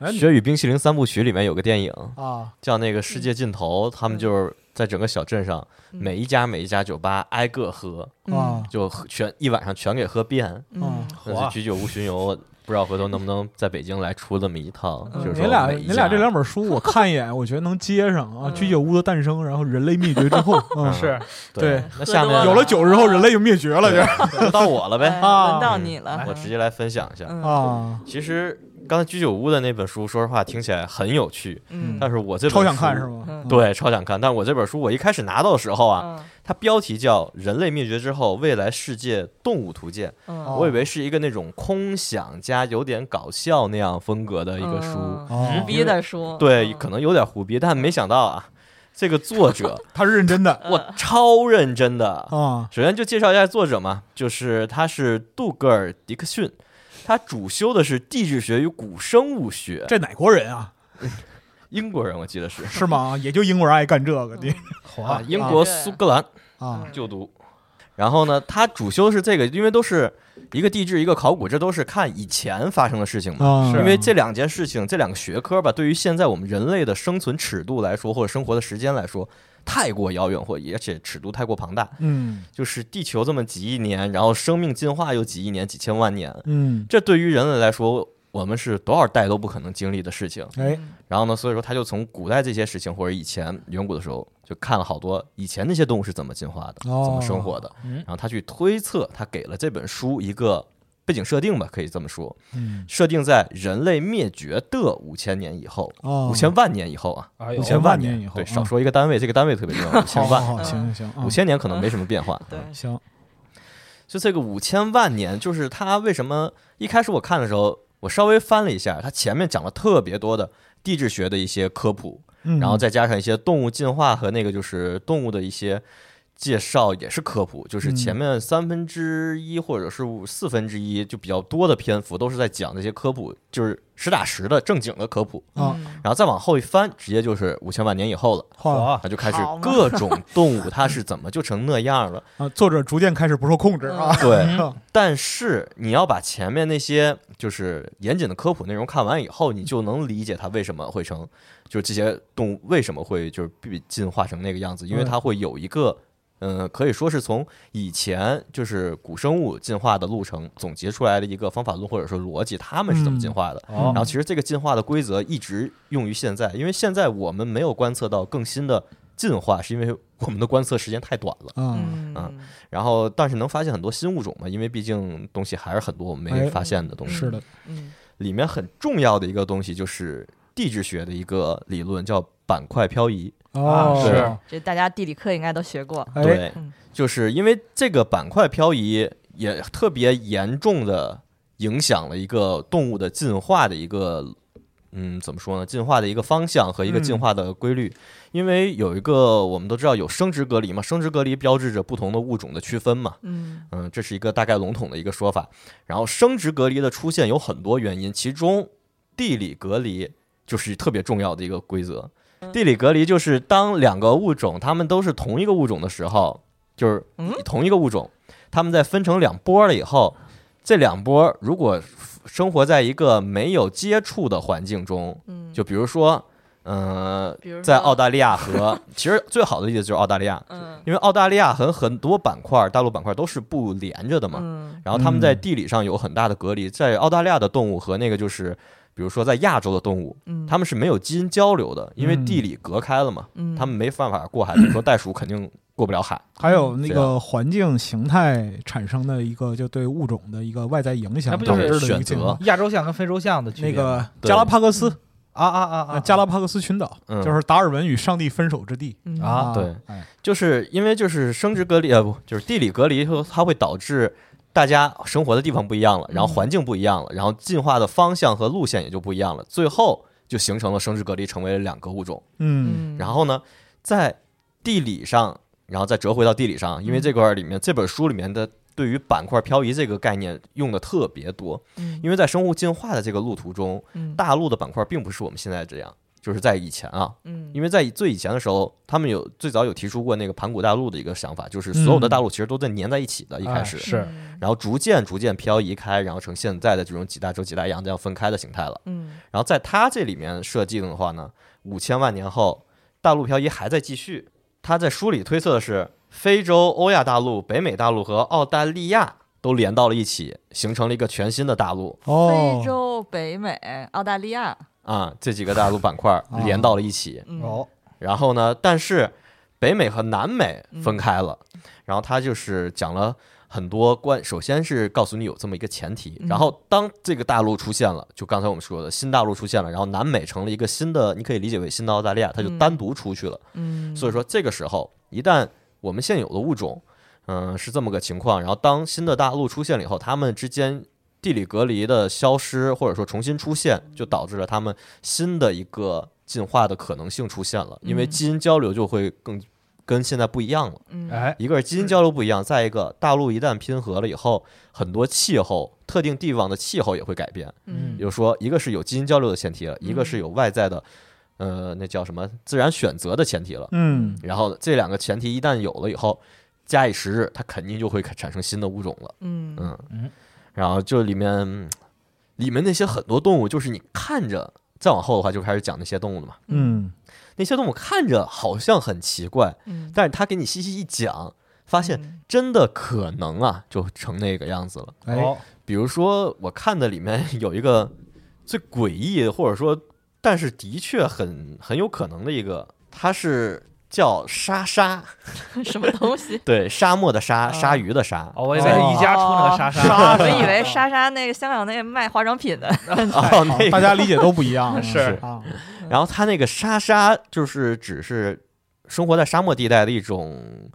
Speaker 3: 哎你
Speaker 4: 雪与冰淇淋三部曲》里面有个电影
Speaker 3: 啊，
Speaker 4: 叫那个《世界尽头》，他们就是在整个小镇上，
Speaker 2: 嗯
Speaker 4: 每一家每一家酒吧挨个喝，
Speaker 3: 啊
Speaker 4: 就喝全一晚上全给喝遍。
Speaker 2: 嗯
Speaker 4: 但
Speaker 5: 哇
Speaker 4: 是居酒屋巡游，我不知道回头能不能在北京来出这么一套，
Speaker 2: 嗯
Speaker 4: 就是
Speaker 3: 你
Speaker 4: 说
Speaker 3: 俩
Speaker 4: 每一
Speaker 3: 你俩
Speaker 4: 家
Speaker 3: 这两本书我看一眼，我觉得能接上啊，《
Speaker 2: 嗯
Speaker 3: 居酒屋的诞生》，然后《人类灭绝》之 后，嗯
Speaker 4: 嗯
Speaker 5: 是
Speaker 3: 对
Speaker 4: 那下面
Speaker 2: 喝多
Speaker 3: 有了酒之后，人类就灭绝了，就
Speaker 4: 就到我了
Speaker 2: 哎
Speaker 4: 呗，
Speaker 3: 啊
Speaker 2: 轮到你了，
Speaker 4: 我直接来分享一下。
Speaker 2: 嗯
Speaker 3: 啊，
Speaker 4: 其实刚才居酒屋的那本书，说实话听起来很有趣，
Speaker 2: 嗯
Speaker 4: 但是我这本
Speaker 3: 超想看
Speaker 4: 书
Speaker 3: 是吗？
Speaker 2: 嗯
Speaker 4: 对，超想看。但我这本书我一开始拿到的时候啊，
Speaker 2: 嗯
Speaker 4: 它标题叫《人类灭绝之后：未来世界动物图鉴》，
Speaker 2: 嗯
Speaker 3: 哦
Speaker 4: 我以为是一个那种空想加有点搞笑那样风格的一个书，
Speaker 2: 嗯
Speaker 3: 哦
Speaker 2: 胡逼的书，
Speaker 4: 对，
Speaker 2: 嗯
Speaker 4: 可能有点胡逼，但没想到啊，这个作 者
Speaker 3: 他是认真的
Speaker 4: 我
Speaker 2: 嗯
Speaker 4: 超认真的。
Speaker 3: 啊，
Speaker 4: 首先就介绍一下作者嘛，就是他是杜格尔·迪克逊，他主修的是地质学与古生物学，
Speaker 3: 这哪国人 啊？
Speaker 4: 英国人我记得是
Speaker 3: 是吗？也就英国人爱干这个的
Speaker 4: 啊
Speaker 5: 哇，，
Speaker 4: 英国
Speaker 2: 对
Speaker 4: 苏格兰
Speaker 3: 啊
Speaker 4: 就读。然后呢，他主修是这个，因为都是一个地质，一个考古，这都是看以前发生的事情嘛。
Speaker 3: 啊，
Speaker 4: 嗯因为这两件事情，这两个学科吧，对于现在我们人类的生存尺度来说，或者生活的时间来说，太过遥远，或而且尺度太过庞大。
Speaker 3: 嗯
Speaker 4: 就是地球这么几亿年，然后生命进化又几亿年、几千万年，
Speaker 3: 嗯，
Speaker 4: 这对于人类来说，我们是多少代都不可能经历的事情。
Speaker 3: 哎，
Speaker 2: 嗯
Speaker 4: 然后呢，所以说他就从古代这些事情或者以前远古的时候，就看了好多以前那些动物是怎么进化的、
Speaker 3: 哦
Speaker 4: 怎么生活的，
Speaker 5: 嗯
Speaker 4: 然后他去推测，他给了这本书一个背景设定吧，可以这么说，
Speaker 3: 嗯
Speaker 4: 设定在人类灭绝的五千年以后，
Speaker 3: 哦，
Speaker 4: 五千万年以后啊，
Speaker 5: 哎
Speaker 3: 五
Speaker 5: 呦
Speaker 3: 千万年以后
Speaker 4: 对，
Speaker 3: 嗯哦
Speaker 4: 少说一个单位，这个单位特别重要，五千
Speaker 3: 好
Speaker 4: 万，
Speaker 3: 好好行行行，
Speaker 4: 五千年可能没什么变化。
Speaker 2: 对，
Speaker 3: 嗯行，
Speaker 4: 就这个五千万年，就是它为什么一开始我看的时候，我稍微翻了一下，它前面讲了特别多的地质学的一些科普，
Speaker 3: 嗯
Speaker 4: 然后再加上一些动物进化和那个就是动物的一些介绍，也是科普，就是
Speaker 3: 嗯
Speaker 4: 前面三分之一或者是五四分之一就比较多的篇幅都是在讲这些科普，就是实打实的正经的科普。
Speaker 3: 啊，
Speaker 2: 嗯
Speaker 4: 然后再往后一翻，直接就是五千万年以后了，
Speaker 3: 好
Speaker 4: 那就开始
Speaker 2: 好嘛
Speaker 4: 各种动物它是怎么就成那样了。
Speaker 3: 啊，作者逐渐开始不受控制啊，
Speaker 4: 对，
Speaker 3: 嗯
Speaker 4: 但是你要把前面那些就是严谨的科普内容看完以后，你就能理解它为什么会成，就是这些动物为什么会就是被进化成那个样子，因为它会有一个，嗯，可以说是从以前就是古生物进化的路程总结出来的一个方法论或者说逻辑，他们是怎么进化
Speaker 3: 嗯
Speaker 4: 的。
Speaker 5: 哦
Speaker 4: 然后其实这个进化的规则一直用于现在，因为现在我们没有观测到更新的进化，是因为我们的观测时间太短了。
Speaker 3: 嗯
Speaker 2: 嗯
Speaker 4: 然后，但是能发现很多新物种嘛，因为毕竟东西还是很多我们没
Speaker 3: 哎
Speaker 4: 发现的东西。
Speaker 3: 是的，
Speaker 2: 嗯
Speaker 4: 里面很重要的一个东西就是地质学的一个理论，叫板块漂移。
Speaker 3: 哦
Speaker 5: 是
Speaker 2: 这大家地理课应该都学过，
Speaker 3: 哎
Speaker 4: 啊对
Speaker 2: 嗯，
Speaker 4: 就是因为这个板块漂移也特别严重的影响了一个动物的进化的一个，嗯，怎么说呢？进化的一个方向和一
Speaker 3: 嗯
Speaker 4: 个进化的规律。因为有一个我们都知道有生殖隔离嘛，生殖隔离标志着不同的物种的区分嘛。
Speaker 2: 嗯
Speaker 4: 嗯，这是一个大概笼统的一个说法。然后生殖隔离的出现有很多原因，其中地理隔离就是特别重要的一个规则。
Speaker 2: 嗯
Speaker 4: 地理隔离就是当两个物种它们都是同一个物种的时候，就是
Speaker 2: 嗯
Speaker 4: 同一个物种，它们在分成两波了以后，这两波如果生活在一个没有接触的环境中，
Speaker 2: 嗯，
Speaker 4: 就比如说，嗯，
Speaker 2: 比如
Speaker 4: 在
Speaker 2: 说
Speaker 4: 澳大利亚和 其实最好的例子就是澳大利亚，
Speaker 2: 嗯
Speaker 4: 因为澳大利亚和很多板块、大陆板块都是不连着的嘛，
Speaker 2: 嗯
Speaker 4: 然后他们在
Speaker 3: 嗯
Speaker 4: 地理上有很大的隔离，在澳大利亚的动物和那个就是，比如说在亚洲的动物，
Speaker 2: 嗯，
Speaker 4: 它们是没有基因交流的，因为地理隔开了嘛，
Speaker 2: 们
Speaker 4: 它们没办法过海，比如说袋鼠肯定过不了海，
Speaker 3: 还有那
Speaker 4: 这
Speaker 3: 个环境形态产生的一个就对物种的一个外在影响
Speaker 5: 那不
Speaker 3: 导
Speaker 5: 就
Speaker 3: 致
Speaker 5: 是
Speaker 3: 的一
Speaker 4: 选
Speaker 3: 个进
Speaker 4: 择
Speaker 3: 化。
Speaker 5: 亚洲象跟非洲象的区别
Speaker 3: 那个
Speaker 4: 对
Speaker 3: 加拉帕戈斯，
Speaker 5: 啊啊啊啊，
Speaker 3: 呃加拉帕戈斯群岛
Speaker 4: 嗯
Speaker 3: 就是达尔文与上帝分手之地
Speaker 2: 嗯
Speaker 5: 啊
Speaker 4: 对
Speaker 3: 哎
Speaker 4: 就是因为就是生殖隔离，呃不，就是地理隔离，它会导致大家生活的地方不一样了，
Speaker 2: 嗯
Speaker 4: 然后环境不一样了，然后进化的方向和路线也就不一样了，最后就形成了生殖隔离，成为了两个物种。
Speaker 3: 嗯
Speaker 2: 嗯，
Speaker 4: 然后呢，在地理上，然后再折回到地理上，因为这块儿里面这本书里面的对于板块漂移这个概念用的特别多，
Speaker 2: 嗯
Speaker 4: 因为在生物进化的这个路途中，
Speaker 2: 嗯
Speaker 4: 大陆的板块并不是我们现在这样，就是在以前啊，
Speaker 2: 嗯，
Speaker 4: 因为在最以前的时候，他们有最早有提出过那个盘古大陆的一个想法，就是所有的大陆其实都在粘在一起的，一开
Speaker 5: 哎
Speaker 4: 始，
Speaker 5: 是
Speaker 2: 嗯
Speaker 4: 然后逐渐逐渐漂移开，然后成现在的这种几大洲几大洋这样分开的形态了。
Speaker 2: 嗯
Speaker 4: 然后在它这里面设定的话呢，五千万年后大陆漂移还在继续。他在书里推测的是，非洲、欧亚大陆、北美大陆和澳大利亚都连到了一起，形成了一个全新的大陆
Speaker 3: 哦
Speaker 2: 非洲、北美、澳大利亚，
Speaker 4: 啊、这几个大陆板块儿
Speaker 3: 哦
Speaker 4: 连到了一起。
Speaker 2: 嗯，
Speaker 5: 哦，
Speaker 4: 然后呢，但是北美和南美分开了，
Speaker 2: 嗯
Speaker 4: 然后他就是讲了很多关，首先是告诉你有这么一个前提，
Speaker 2: 嗯
Speaker 4: 然后当这个大陆出现了，就刚才我们说的新大陆出现了，然后南美成了一个新的，你可以理解为新的澳大利亚，它就
Speaker 2: 嗯
Speaker 4: 单独出去了。
Speaker 2: 嗯，
Speaker 4: 所以说这个时候，一旦我们现有的物种，嗯、是这么个情况，然后当新的大陆出现了以后，它们之间地理隔离的消失，或者说重新出现，就导致了它们新的一个进化的可能性出现了，因为
Speaker 2: 嗯
Speaker 4: 基因交流就会更跟现在不一样了。
Speaker 2: 嗯，
Speaker 5: 哎，
Speaker 4: 一个是基因交流不一样，再一个大陆一旦拼合了以后，很多气候特定地方的气候也会改变。
Speaker 2: 嗯，
Speaker 4: 比如说，一个是有基因交流的前提了，一个是有外在的，呃，那叫什么自然选择的前提了。
Speaker 3: 嗯
Speaker 4: 然后这两个前提一旦有了以后，假以时日，它肯定就会产生新的物种了。
Speaker 2: 嗯嗯
Speaker 4: 嗯
Speaker 5: 嗯
Speaker 4: 然后就里面嗯里面那些很多动物，就是你看着，再往后的话就开始讲那些动物了嘛。
Speaker 3: 嗯
Speaker 4: 那些动物看着好像很奇怪，
Speaker 2: 嗯，
Speaker 4: 但是它给你细细一讲，发现
Speaker 2: 嗯
Speaker 4: 真的可能啊，就成那个样子了。
Speaker 3: 哎
Speaker 5: 哦，
Speaker 4: 比如说，我看的里面 有一个最诡异，或者说，但是的确很很有可能的一个，它是叫莎莎。？
Speaker 2: 什么东西
Speaker 4: 对，沙漠的沙，鲨鱼的鲨。
Speaker 5: 哦，我以为是一家出那个莎莎，
Speaker 4: 啊
Speaker 2: 我以为莎莎那个香港那个卖化妆 品的，
Speaker 4: 哦，那
Speaker 3: 哎大
Speaker 4: 个。
Speaker 3: 家理解都不一 样，
Speaker 5: 是
Speaker 3: 啊，
Speaker 4: 然后它那个沙沙就是只是生活在沙漠地带的一种。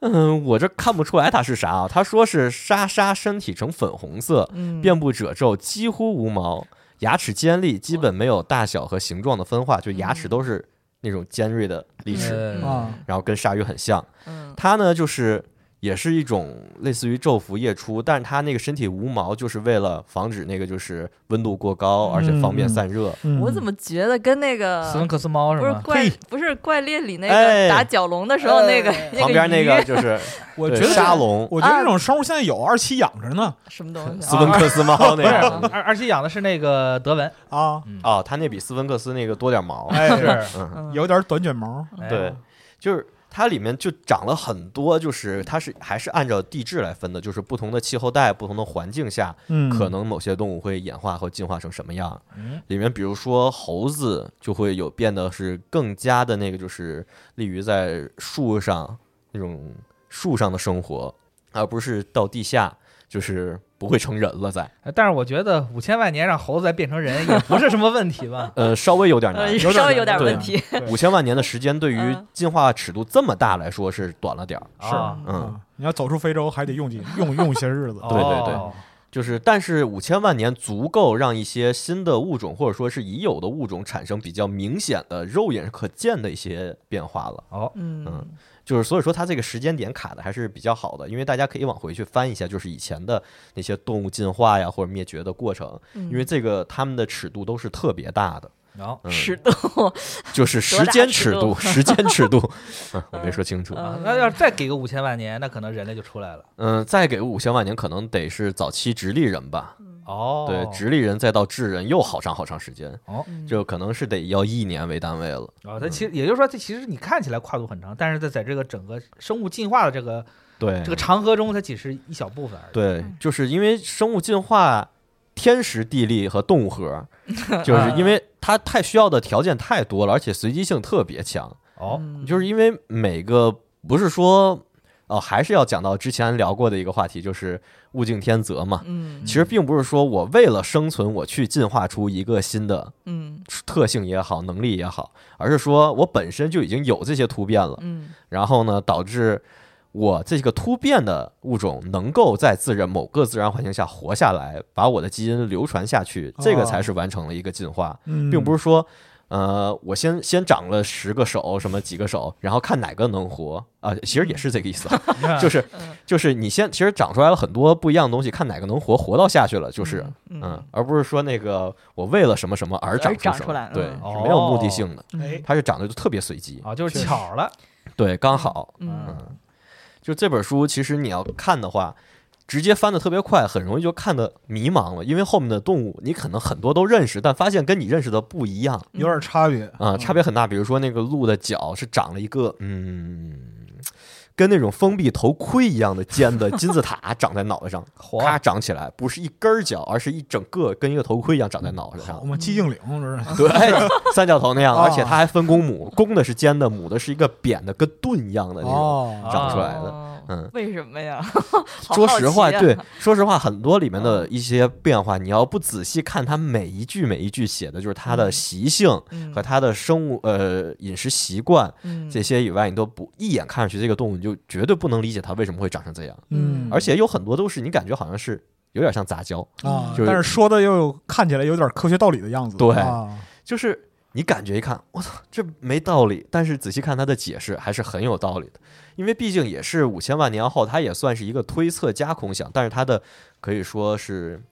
Speaker 4: 嗯，我这看不出来它是啥啊。他说是沙沙身体呈粉红色，
Speaker 2: 嗯，
Speaker 4: 遍布褶皱，几乎无毛，牙齿尖利，基本没有大小和形状的分化，就牙齿都是那种尖锐的利齿，
Speaker 2: 嗯
Speaker 5: 呃
Speaker 3: 啊
Speaker 4: 然后跟鲨鱼很像。
Speaker 2: 嗯
Speaker 4: 它呢就是也是一种类似于昼伏夜出，但是它那个身体无毛，就是为了防止那个就是温度过高，而且方便散热。
Speaker 3: 嗯
Speaker 2: 我怎么觉得跟那个
Speaker 5: 斯文克斯猫呃是
Speaker 2: 不是
Speaker 5: 吗？
Speaker 2: 怪
Speaker 3: 嘿
Speaker 2: 不是怪猎里那个
Speaker 4: 哎
Speaker 2: 打角龙的时候那个
Speaker 5: 哎
Speaker 2: 那
Speaker 4: 旁边那个
Speaker 2: 鱼
Speaker 4: 就是
Speaker 3: 我觉
Speaker 4: 对
Speaker 3: 得
Speaker 4: 沙龙
Speaker 3: 我觉得这种生物现在有二期养着呢
Speaker 2: 什么东西
Speaker 4: 斯
Speaker 2: 啊？
Speaker 4: 文克斯猫那
Speaker 2: 啊
Speaker 4: 个
Speaker 5: 二二七养的是那个德文，
Speaker 3: 啊，
Speaker 4: 哦，它那比斯文克斯那个多点毛，
Speaker 3: 哎，
Speaker 5: 是
Speaker 4: 嗯，
Speaker 2: 嗯
Speaker 3: 有点短卷毛，
Speaker 5: 哎
Speaker 4: 对，就是。它里面就长了很多，就是它是还是按照地质来分的，就是不同的气候带、不同的环境下，
Speaker 3: 嗯
Speaker 4: 可能某些动物会演化和进化成什么样
Speaker 5: 嗯。
Speaker 4: 里面比如说猴子就会有变得是更加的那个，就是立于在树上那种树上的生活，而不是到地下，就是不会成人了在。？
Speaker 5: 但是我觉得五千万年让猴子再变成人也不是什么问题吧
Speaker 4: 呃，稍微有点难。
Speaker 2: 呃，
Speaker 3: 有点
Speaker 2: 稍微有点
Speaker 4: 对
Speaker 2: 问题。
Speaker 4: 五千万年的时间对于
Speaker 2: 嗯
Speaker 4: 进化尺度这么大来说 是短了点儿，
Speaker 3: 是
Speaker 5: 啊
Speaker 4: 嗯，
Speaker 3: 啊，你要走出非洲还得用几用用些日子，
Speaker 4: 对对对
Speaker 5: 哦
Speaker 4: 就是但是五千万年足够让一些新的物种或者说是已有的物种产生比较明显的肉眼可见的一些变化了。
Speaker 2: 嗯
Speaker 4: 嗯就是所以说它这个时间点卡的还是比较好的，因为大家可以往回去翻一下，就是以前的那些动物进化呀或者灭绝的过程，
Speaker 2: 嗯
Speaker 4: 因为这个它们的尺度都是特别大的，
Speaker 5: 然后
Speaker 4: 嗯、
Speaker 2: 尺度，
Speaker 4: 就是时间尺度，时间尺度， 嗯，我没说清楚。
Speaker 2: 嗯
Speaker 5: 啊那要是再给个五千万年，那可能人类就出来了。
Speaker 4: 嗯，再给五千万年，可能得是早期直立人吧？
Speaker 5: 哦，
Speaker 4: 对，直立人再到智人又好长好长时间，
Speaker 2: 嗯
Speaker 4: 就可能是得要一年为单位了。
Speaker 5: 哦，它其实也就是说，这其实你看起来跨度很长，但是在在这个整个生物进化的这个
Speaker 4: 对
Speaker 5: 这个长河中，它只是一小部分而已。
Speaker 4: 对，
Speaker 2: 嗯
Speaker 4: 就是因为生物进化，天时地利和动物 核，
Speaker 2: 嗯
Speaker 4: 就是因为它太需要的条件太多了，而且随机性特别强。
Speaker 5: 哦，
Speaker 2: 嗯
Speaker 4: 就是因为每个不是说哦，还是要讲到之前聊过的一个话题，就是物竞天择嘛。
Speaker 2: 嗯
Speaker 4: 其实并不是说我为了生存，我去进化出一个新的
Speaker 2: 嗯
Speaker 4: 特性也好，能力也好，而是说我本身就已经有这些突变了，
Speaker 2: 嗯
Speaker 4: 然后呢，导致我这个突变的物种能够在自然某个自然环境下活
Speaker 2: 哦
Speaker 4: 下来，把我的基因流传下去，这个才是完成了一个进化，
Speaker 3: 嗯
Speaker 4: 并不是说呃，我先先长了十个手，什么几个手，然后看哪个能活啊、其实也是这个意思啊，
Speaker 2: 嗯
Speaker 4: 就是就是你先其实长出来了很多不一样的东西，看哪个能活，活到下去了就是，
Speaker 2: 嗯
Speaker 4: 嗯，而不是说那个我为了什么什么而长
Speaker 2: 而长
Speaker 4: 什么
Speaker 2: 出来
Speaker 4: 对，
Speaker 2: 嗯
Speaker 4: 是没有目的性的，
Speaker 3: 哎，
Speaker 4: 它是长得就特别随机，
Speaker 5: 啊，就是巧了，
Speaker 4: 对，刚好，
Speaker 2: 嗯
Speaker 4: 嗯，就这本书其实你要看的话。直接翻的特别快，很容易就看得迷茫了，因为后面的动物你可能很多都认识，但发现跟你认识的不一样，
Speaker 3: 有点差别
Speaker 4: 啊、差别很大。比如说那个鹿的角是长了一个，嗯，跟那种封闭头盔一样的尖的金字塔长在脑袋上，咔长起来，不是一根儿角，而是一整个跟一个头盔一样长在脑袋
Speaker 3: 好
Speaker 4: 上。
Speaker 3: 嘛，寂静岭这是
Speaker 4: 对，哎三角头那样，
Speaker 3: 啊
Speaker 4: 而且它还分公母，公的是尖的，母的是一个扁的，跟盾一样的那种。
Speaker 3: 哦
Speaker 4: 长出来的
Speaker 2: 哦
Speaker 4: 嗯，
Speaker 2: 为什么呀？ 好
Speaker 4: 说
Speaker 2: 好
Speaker 4: 实话，
Speaker 2: 奇啊
Speaker 4: 对，说实话，很多里面的一些变化，你要不仔细看它每一句每一句写的就是它的习性
Speaker 2: 嗯
Speaker 4: 和它的生物呃饮食习惯，
Speaker 2: 嗯
Speaker 4: 这些以外，你都不一眼看上去这个动物，你就绝对不能理解它为什么会长成这样。
Speaker 3: 嗯，
Speaker 4: 而且有很多都是你感觉好像是有点像杂交，
Speaker 3: 啊，
Speaker 4: 就是
Speaker 3: 但是说的又有看起来有点科学道理的样子，
Speaker 4: 对
Speaker 3: 啊
Speaker 4: 就是你感觉一看，我操，这没道理。但是仔细看它的解释还是很有道理的，因为毕竟也是五千万年后，它也算是一个推测加空想，但是它的可以说是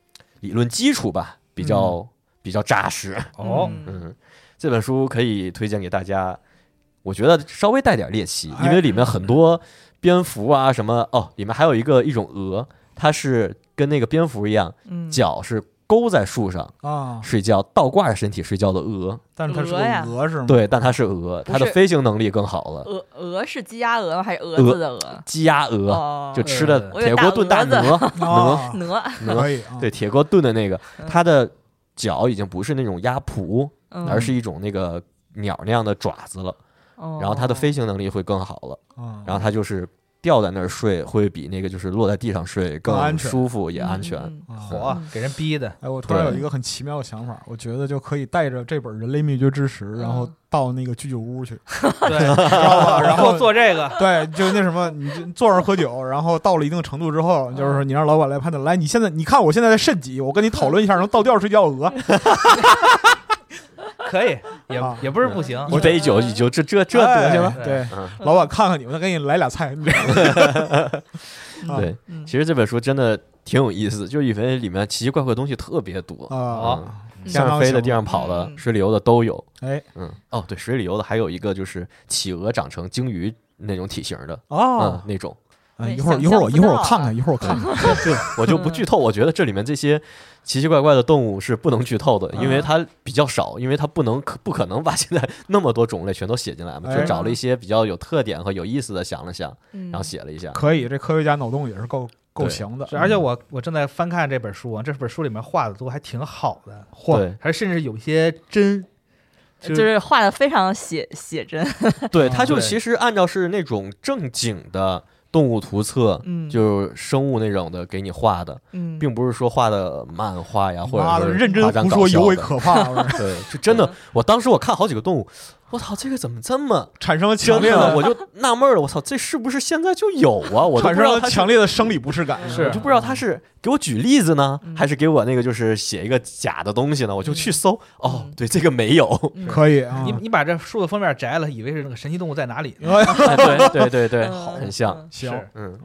Speaker 4: 理论基础吧，比较、比较扎实。
Speaker 5: 哦，
Speaker 2: 嗯
Speaker 4: 嗯，这本书可以推荐给大家，我觉得稍微带点猎奇，
Speaker 3: 哎
Speaker 4: 因为里面很多蝙蝠啊什么哦，里面还有一个一种鹅，它是跟那个蝙蝠一样，
Speaker 2: 嗯
Speaker 4: 脚是勾在树上
Speaker 3: 啊，
Speaker 4: 睡觉，倒挂着身体睡觉的鹅。
Speaker 3: 但是它是
Speaker 2: 鹅呀
Speaker 3: 个鹅是吗？
Speaker 4: 对，但它是鹅，
Speaker 2: 嗯不
Speaker 4: 它的
Speaker 2: 是
Speaker 4: 飞行能力更好了，
Speaker 2: 鹅鹅是鸡鸭鹅吗？还是蛾子的鹅？
Speaker 4: 鸡鸭鹅。
Speaker 2: 哦，
Speaker 4: 就吃的
Speaker 2: 我以为
Speaker 4: 铁
Speaker 2: 大
Speaker 4: 锅炖大
Speaker 2: 鹅子
Speaker 4: 鹅，
Speaker 3: 啊，
Speaker 2: 鹅，
Speaker 3: 可以啊，
Speaker 4: 对，铁锅炖的那个，
Speaker 2: 嗯
Speaker 4: 它的脚已经不是那种鸭蹼，
Speaker 2: 嗯
Speaker 4: 而是一种那个鸟那样的爪子了。
Speaker 2: 哦
Speaker 4: 然后它的飞行能力会更好了。
Speaker 3: 啊，
Speaker 4: 然后它就是吊在那儿睡，会比那个就是落在地上睡
Speaker 3: 更安
Speaker 4: 更
Speaker 3: 全
Speaker 4: 舒服也安全。
Speaker 2: 嗯
Speaker 3: 啊
Speaker 5: 火啊给人逼的，
Speaker 3: 哎，我突然有
Speaker 4: 对
Speaker 3: 一个很奇妙的想法，我觉得就可以带着这本《人类灭绝之时》，然后到那个居酒屋去，
Speaker 5: 对，
Speaker 3: 然
Speaker 5: 然
Speaker 3: 后
Speaker 5: 后做这个，
Speaker 3: 对，就那什么，你就坐那儿喝酒，然后到了一定程度之后，就是说你让老板来判断，来，你现在你看我现在在肾几，我跟你讨论一下能倒吊睡觉鹅，
Speaker 5: 可以，也
Speaker 3: 啊
Speaker 5: 也不是不行，哦
Speaker 4: 一杯酒
Speaker 2: 嗯
Speaker 4: 你就这这这德行了。
Speaker 3: 哎
Speaker 5: 了
Speaker 3: 对，
Speaker 4: 嗯，
Speaker 3: 老板看看你，我再给你来俩菜，你这啊
Speaker 4: 对，
Speaker 2: 嗯
Speaker 4: 其实这本书真的挺有意思，就以为里面奇奇怪怪的东西特别多，
Speaker 3: 啊，
Speaker 4: 嗯天上飞的、地上跑的、
Speaker 2: 嗯
Speaker 4: 水里游的都有。
Speaker 3: 哎，
Speaker 4: 嗯，哦，对，水里游的还有一个就是企鹅长成鲸鱼那种体型的，嗯
Speaker 3: 哦，，
Speaker 4: 那种。
Speaker 2: 哎
Speaker 3: 哎一会儿
Speaker 2: 想
Speaker 3: 一会儿我一会儿
Speaker 2: 象
Speaker 3: 我
Speaker 2: 不
Speaker 3: 看
Speaker 2: 到啊
Speaker 3: 看，一会儿我看看，
Speaker 4: 我就不剧透。我觉得这里面这些奇奇怪怪的动物是不能剧透的，
Speaker 2: 嗯
Speaker 4: 因为它比较少，因为它不能可不可能把现在 那么多种类全都写进来嘛，
Speaker 3: 哎
Speaker 4: 就找了一些比较有特点和有意思的想了想，
Speaker 2: 嗯
Speaker 4: 然后写了一下。
Speaker 3: 可以，这科学家脑洞也是够够
Speaker 4: 对
Speaker 3: 行的
Speaker 5: 是，而且我我正在翻看这本书啊，这本书里面画的都还挺好的，
Speaker 3: 嚯，
Speaker 4: 对
Speaker 5: 还甚至有些真，呃
Speaker 2: 就是是画的非常写写真，
Speaker 4: 对，它就
Speaker 5: 对
Speaker 4: 其实按照是那种正经的动物图册，
Speaker 2: 嗯
Speaker 4: 就是生物那种的给你画的，
Speaker 2: 嗯，
Speaker 4: 并不是说画的漫画呀，或
Speaker 3: 嗯妈
Speaker 4: 者
Speaker 3: 的，
Speaker 4: 是
Speaker 3: 认真
Speaker 4: 夸张
Speaker 3: 胡
Speaker 4: 搞
Speaker 3: 说
Speaker 4: 笑
Speaker 3: 尤为
Speaker 4: 的。
Speaker 3: 可嗯怕， 我说
Speaker 4: 对，就真的，我当时我看好几个动物，我操，这个怎么 这么
Speaker 3: 产生了
Speaker 4: 真
Speaker 3: 强烈的
Speaker 4: 我就纳闷了，我操，这是不是现在就有啊？我都
Speaker 3: 产
Speaker 4: 不
Speaker 3: 生
Speaker 4: 知道
Speaker 3: 了
Speaker 4: 他
Speaker 3: 强烈的生理不适感，
Speaker 5: 是
Speaker 4: 我就不知道他是给我举例子呢，
Speaker 2: 嗯
Speaker 4: 还是给我那个就是写一个假的东西呢？我就去搜，哦
Speaker 2: 嗯，
Speaker 4: 对，这个没有。
Speaker 2: 嗯
Speaker 3: 可以啊
Speaker 5: 你， 你把这书的封面摘了，以为是那个神奇动物在哪里？
Speaker 4: 哎对对对对，
Speaker 2: 嗯
Speaker 4: 很像。
Speaker 2: 嗯
Speaker 3: 行
Speaker 5: 是
Speaker 4: 嗯，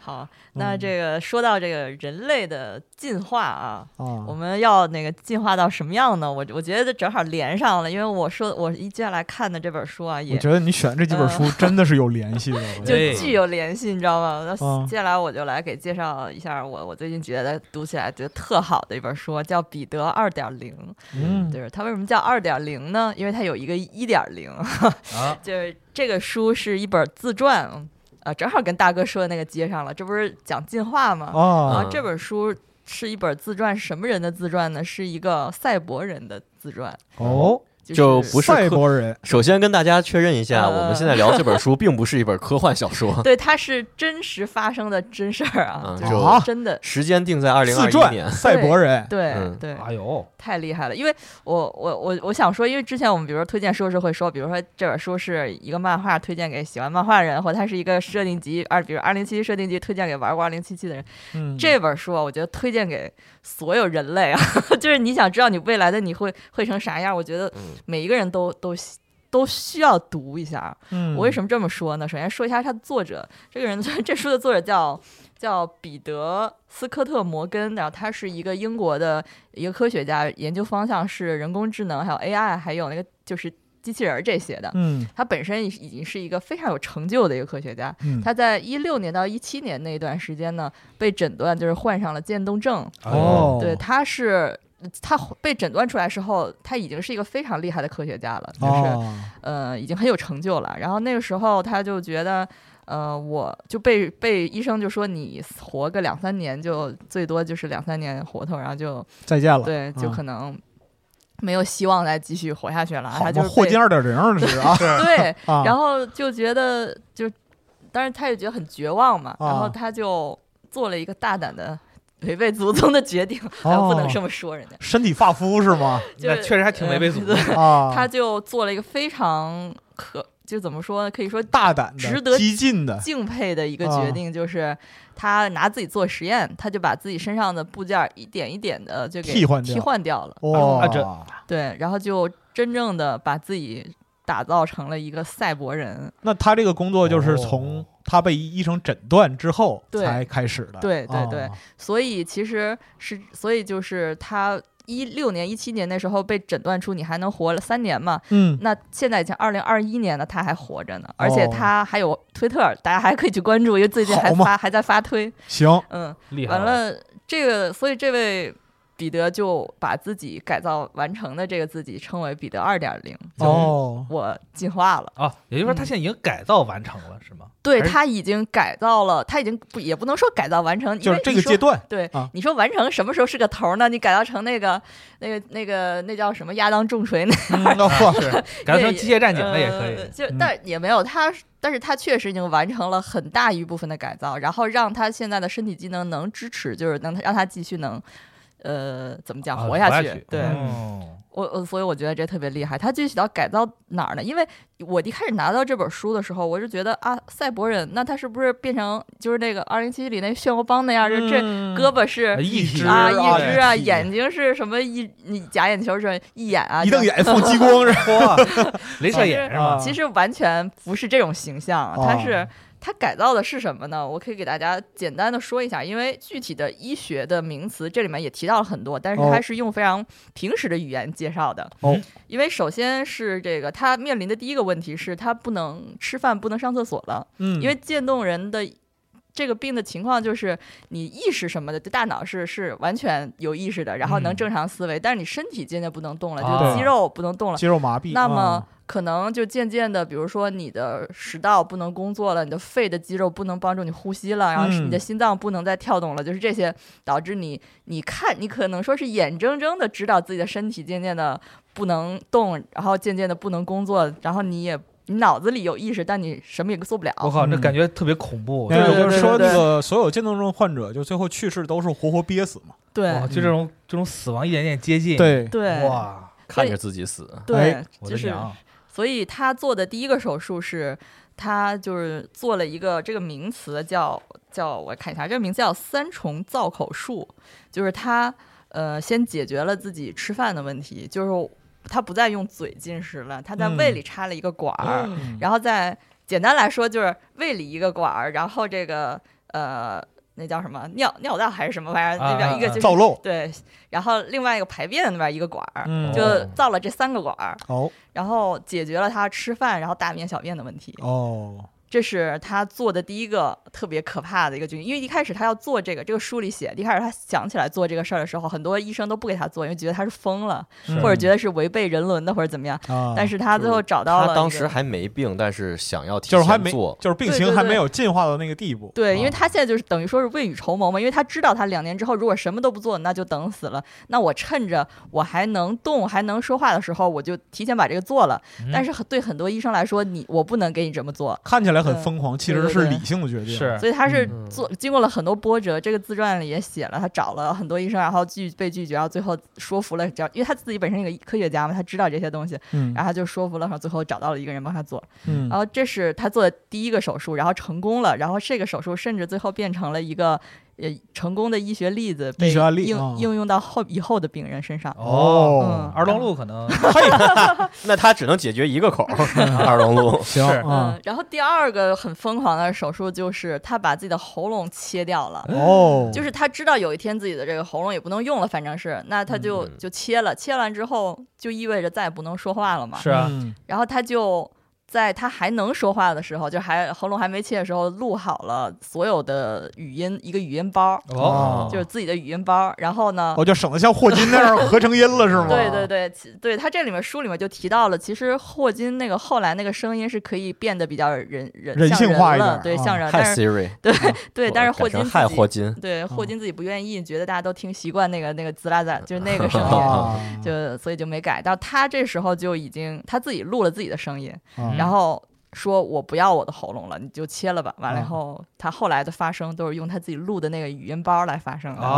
Speaker 2: 好，那这个说到这个人类的进化啊，
Speaker 3: 啊
Speaker 4: 嗯
Speaker 2: 我，们要那个进化到什么样呢？我我觉得正好连上了，因为我说我一接下来看的这本书啊，
Speaker 3: 我
Speaker 2: 也
Speaker 3: 觉得你选这几本书真的是有联系的，
Speaker 2: 就
Speaker 3: 我觉得
Speaker 5: 对
Speaker 2: 具有联系，你知道吗？
Speaker 3: 啊
Speaker 2: 那接下来我就来给介绍一下我我最近觉得读起来觉得特好的一本书，叫《彼得二点零》。
Speaker 3: 嗯，
Speaker 2: 就是它为什么叫二点零呢？因为它有一个一点零，
Speaker 5: 啊，
Speaker 2: 就是这个书是一本自传，呃，正好跟大哥说的那个接上了，这不是讲进化吗？然
Speaker 3: 啊，
Speaker 4: 嗯
Speaker 2: 后这本书是一本自传，是什么人的自传呢？是一个赛博人的自传，
Speaker 3: 哦，
Speaker 2: 就是、
Speaker 4: 就不是
Speaker 3: 赛
Speaker 4: 科。
Speaker 3: 博人
Speaker 4: 首先跟大家确认一下，
Speaker 3: 嗯
Speaker 2: 呃
Speaker 4: 我们现在聊这本书并不是一本科幻小 说，
Speaker 2: 对，它是真实发生的真事儿啊，
Speaker 4: 嗯
Speaker 2: 就
Speaker 4: 就
Speaker 3: 啊
Speaker 2: 是真的。
Speaker 4: 时间定在二零二
Speaker 3: 自
Speaker 4: 一年
Speaker 3: 传。赛博人
Speaker 2: 对
Speaker 4: 嗯
Speaker 2: 对，
Speaker 5: 哎呦，
Speaker 2: 太厉害了！因为我我我我想说，因为之前我们比如说推荐书是会说，比如说这本书是一个漫画推荐给喜欢漫画人，或者它是一个设定集二，比如二零七七设定集推荐给玩过二零七七的人。
Speaker 3: 嗯
Speaker 2: 这本书啊，我觉得 推荐给所有人类啊，就是你想知道你未来的你会会成啥样，我觉得
Speaker 4: 嗯
Speaker 2: 每一个人都都都需要读一下。
Speaker 3: 嗯
Speaker 2: 我为什么这么说呢？首先说一下他的作者，这个人 这书的作者叫叫彼得斯科特摩根，然后他是一个英国的一个科学家，研究方向是人工智能，还有 AI，还有那个就是机器人儿这些的。
Speaker 3: 嗯
Speaker 2: 他本身已已经是一个非常有成就的一个科学家。
Speaker 3: 嗯
Speaker 2: 他在一六年到一七年那一段时间呢，被诊断就是患上了渐冻症。
Speaker 5: 哎
Speaker 3: 哦
Speaker 2: 对，他是他被诊断出来之后，他已经是一个非常厉害的科学家了，就是、
Speaker 3: 哦
Speaker 2: 呃，已经很有成就了。然后那个时候他就觉得，呃，我就被被医生就说你活个两三年就最多就是两三年活头，然后就
Speaker 3: 再见了，
Speaker 2: 对，就
Speaker 3: 啊
Speaker 2: 可能没有希望再继续活下去了。
Speaker 3: 好
Speaker 2: 他
Speaker 3: 嘛
Speaker 2: 就是
Speaker 3: 霍
Speaker 2: 被
Speaker 3: 金二点零这是啊
Speaker 2: 对，
Speaker 3: 啊，
Speaker 2: 然后就觉得就，当然他也觉得很绝望嘛，然
Speaker 3: 啊
Speaker 2: 后他就做了一个大胆的。 违背祖宗的决 定，哎我不能
Speaker 3: 哦
Speaker 2: 这么说人家。
Speaker 3: 身体发肤是吗？
Speaker 2: 就
Speaker 5: 那
Speaker 2: 是
Speaker 5: 确实还挺违 背祖宗
Speaker 2: 呃对
Speaker 3: 啊，
Speaker 2: 他就做了一个非常可，就怎么说呢？可以说
Speaker 3: 大胆的、
Speaker 2: 值得
Speaker 3: 激进的，
Speaker 2: 敬佩的一个
Speaker 3: 啊
Speaker 2: 决定，就是他拿自己做实验，他就把自己身上的部件一点一点的就给
Speaker 3: 替换掉
Speaker 2: 替换掉了。
Speaker 4: 啊
Speaker 3: 哇，
Speaker 5: 这
Speaker 2: 对，然后就真正的把自己打造成了一个赛博人。
Speaker 3: 那他这个工作就是
Speaker 5: 哦
Speaker 3: 从他被医生诊断之后
Speaker 2: 对
Speaker 3: 才开始的，
Speaker 2: 对对对
Speaker 3: 啊
Speaker 2: 所以其实是，所以就是他一六年、一七年那时候被诊断出你还能活了三年嘛。
Speaker 3: 嗯，
Speaker 2: 那现在已经二零二一年了，他还活着呢，而且
Speaker 3: 哦
Speaker 2: 他还有推特，大家还可以去关注，因为最近还
Speaker 3: 好嘛
Speaker 2: 发还在发推，
Speaker 3: 行，
Speaker 2: 嗯，
Speaker 5: 厉害
Speaker 2: 完，了，这个，所以这位彼得就把自己改造完成的这个自己称为彼得二点零。
Speaker 3: 哦，
Speaker 2: 我进化了，
Speaker 5: 啊，
Speaker 2: 嗯
Speaker 5: 也就是说他现在已经改造完成了，是吗？
Speaker 2: 对
Speaker 5: 还是
Speaker 2: 他已经改造了，他已经不也不能说改造完成，因
Speaker 3: 就是
Speaker 2: 为
Speaker 3: 这
Speaker 2: 你
Speaker 3: 个
Speaker 2: 说
Speaker 3: 阶。段，
Speaker 2: 对，
Speaker 3: 啊
Speaker 2: 你说完成什么时候是个头呢？你改造成那个、那个、那个、那叫什么亚当重锤那
Speaker 3: 嗯那嚯，
Speaker 5: 哦 是改造成机械战警了也可
Speaker 2: 呃
Speaker 5: 以。
Speaker 2: 就
Speaker 3: 嗯
Speaker 2: 但也没有他，但是他确实已经完成了很大一部分的改造，然后让他现在的身体机能能支持，就是能让他继续能，呃，怎么讲
Speaker 5: 啊
Speaker 2: 活下去？
Speaker 5: 活下去
Speaker 3: 嗯
Speaker 2: 对，
Speaker 5: 哦
Speaker 2: 我我所以我觉得这特别厉害。他具体到改造哪儿呢？因为我一开始拿到这本书的时候，我就觉得啊，赛博人那他是不是变成就是那个二零七七里那漩涡帮那样？就这
Speaker 5: 嗯
Speaker 2: 胳
Speaker 3: 膊
Speaker 2: 膊是
Speaker 5: 一只
Speaker 2: 啊，
Speaker 3: 啊
Speaker 2: 一只啊，
Speaker 3: 一只
Speaker 2: 眼睛是什么一你假眼球是一眼啊，
Speaker 3: 一瞪
Speaker 2: 就
Speaker 3: 眼放激光是 吧
Speaker 5: 哇，镭射眼是吗？
Speaker 3: 啊
Speaker 2: 其实完全不是这种形象，
Speaker 3: 哦
Speaker 2: 它是它改造的是什么呢？我可以给大家简单的说一下，因为具体的医学的名词这里面也提到了很多，但是
Speaker 3: 哦
Speaker 2: 它是用非常平时的语言介绍的。
Speaker 3: 哦，
Speaker 2: 因为首先是这个他面临的第一个问题是他不能吃饭，不能上厕所了，
Speaker 3: 嗯，
Speaker 2: 因为渐冻人的。这个病的情况就是，你意识什么的，就大脑是是完全有意识的，然后能
Speaker 5: 嗯
Speaker 2: 正常思维，但是你身体渐渐不能动了，
Speaker 5: 啊
Speaker 3: 哦
Speaker 2: 就肌肉不能动了，
Speaker 3: 肌肉麻痹，啊
Speaker 2: 那么
Speaker 5: 嗯
Speaker 2: 可能就渐渐的，比如说你的食道不能工作了，你的肺的肌肉不能帮助你呼吸了，然后是
Speaker 3: 嗯
Speaker 2: 你的心脏不能再跳动了，就是这些导致你，你看你可能说是眼睁睁的知道自己的身体渐渐的不能动，然后渐渐的不能工作，然后你也你脑子里有意识，但你什么也做不了。
Speaker 5: 我靠，这
Speaker 3: 嗯
Speaker 5: 感觉特别恐怖，
Speaker 3: 没
Speaker 5: 这
Speaker 3: 有。
Speaker 2: 对
Speaker 5: 种
Speaker 3: 就是
Speaker 2: 对
Speaker 3: 说，
Speaker 2: 对
Speaker 3: 那个所有渐冻症患者，就最后去世都是活活憋死嘛。
Speaker 2: 对
Speaker 5: 哇，就这种这种死亡一点点接近，，
Speaker 3: 对，
Speaker 2: 对
Speaker 5: 哇，
Speaker 4: 看着自己死，
Speaker 2: 对
Speaker 3: 哎，
Speaker 5: 我
Speaker 2: 就
Speaker 5: 的啊
Speaker 2: 是
Speaker 5: 娘，
Speaker 2: 所以他做的第一个手术是，他就是做了一个这个名词叫叫我看一下，这个名字叫三重造口术，就是他呃先解决了自己吃饭的问题，就是他不再用嘴进食了，他在
Speaker 3: 嗯
Speaker 2: 胃里插了一个管
Speaker 3: 哎
Speaker 2: 儿，然后再简单来说就是胃里一个管儿，然后这个呃那叫什么尿尿道还是什么玩意儿，
Speaker 5: 啊
Speaker 2: 那边
Speaker 5: 啊
Speaker 2: 一个
Speaker 5: 啊
Speaker 2: 就是、
Speaker 3: 造漏，
Speaker 2: 对，然后另外一个排便那边一个管儿，
Speaker 3: 嗯，
Speaker 2: 就造了这三个管儿。
Speaker 3: 哦
Speaker 2: 然后解决了他吃饭然后大便小便的问题。
Speaker 3: 哦，
Speaker 2: 这是他做的第一个特别可怕的一个决定，因为一开始他要做这个，这个书里写，一开始他想起来做这个事儿的时候，很多医生都不给他做，因为觉得他是疯了，
Speaker 3: 嗯
Speaker 2: 或者觉得是违背人伦的，或者怎么样。
Speaker 3: 啊，
Speaker 2: 但是他最后找到了一
Speaker 4: 他
Speaker 2: 个，
Speaker 4: 当时还没病，但是想要提
Speaker 3: 就是还
Speaker 4: 前
Speaker 3: 没，
Speaker 4: 做，
Speaker 3: 就是病
Speaker 2: 对
Speaker 3: 情
Speaker 2: 对
Speaker 3: 还
Speaker 2: 对
Speaker 3: 没有进化到那个地步。
Speaker 2: 对，
Speaker 3: 啊
Speaker 2: 因为他现在就是等于说是未雨绸缪嘛，因为他知道他两年之后如果什么都不做，那就等死了。那我趁着我还能动、还能说话的时候，我就提前把这个做了。
Speaker 5: 嗯
Speaker 2: 但是很对很多医生来说，你我不能给你这么做，
Speaker 3: 看起来很
Speaker 2: 对
Speaker 3: 疯狂，其
Speaker 2: 嗯对
Speaker 3: 实
Speaker 2: 对
Speaker 3: 是
Speaker 2: 对
Speaker 3: 理性的决定。
Speaker 5: 是
Speaker 2: 所以他是
Speaker 4: 嗯
Speaker 2: 做经过了很多波折，这个自传里也写了，他找了很多医生，然后拒被拒绝，然后最后说服了，只要因为他自己本身是一个科学家嘛，他知道这些东西，
Speaker 3: 嗯
Speaker 2: 然后他就说服了，然后最后找到了一个人帮他做，
Speaker 3: 嗯
Speaker 2: 然后这是他做的第一个手术，然后成功了，然后这个手术甚至最后变成了一个呃成功的医学例子
Speaker 3: 医
Speaker 2: 被
Speaker 3: 学案例
Speaker 2: 应
Speaker 3: 啊
Speaker 2: 应用到后以后的病人身上。
Speaker 5: 哦
Speaker 2: 嗯，
Speaker 5: 儿童路可能
Speaker 4: 那他只能解决一 个口儿，二龙路。
Speaker 3: 行
Speaker 5: 是
Speaker 3: 啊
Speaker 2: 嗯，，然后第二个很疯狂的手术就是他把自己的喉咙切掉了。
Speaker 3: 哦，
Speaker 2: 嗯就是他知道有一天自己的这个喉咙也不能用了，反正是，那他就
Speaker 4: 嗯
Speaker 2: 就切了，切完之后就意味着再也不能说话了嘛。
Speaker 5: 是啊，
Speaker 3: 嗯
Speaker 2: 然后他就在他还能说话的时候，就还喉咙还没切的时候，录好了所有的语音，一个语音包，
Speaker 5: 哦，
Speaker 2: 就是自己的语音包。然后呢，
Speaker 3: 哦，就省得像霍金那样合成音了，是吗？
Speaker 2: 对对对，其对他这里面书里面就提到了，其实霍金那个后来那个声音是可以变得比较人人
Speaker 3: 人
Speaker 2: 像
Speaker 3: 性化一
Speaker 2: 人了
Speaker 3: 点
Speaker 2: 对，
Speaker 3: 啊
Speaker 2: 像人，
Speaker 4: 嗨
Speaker 2: 但是
Speaker 4: Siri，
Speaker 2: 对，但是霍
Speaker 4: 改
Speaker 2: 金
Speaker 4: 成嗨
Speaker 2: 自己
Speaker 4: 霍金，
Speaker 2: 对霍
Speaker 3: 嗯
Speaker 2: 金自己不愿意，觉得大家都听习惯那个那个滋啦滋啦，就是那 个声音。
Speaker 3: 啊，
Speaker 2: 就所以就没改，到他这时候就已经他自己录了自己的声音，
Speaker 3: 啊
Speaker 2: 然后说我不要我的喉咙了，你就切了吧。完了以
Speaker 3: 啊
Speaker 2: 后，他后来的发声都是用他自己录的那个语音包来发声的。
Speaker 5: 啊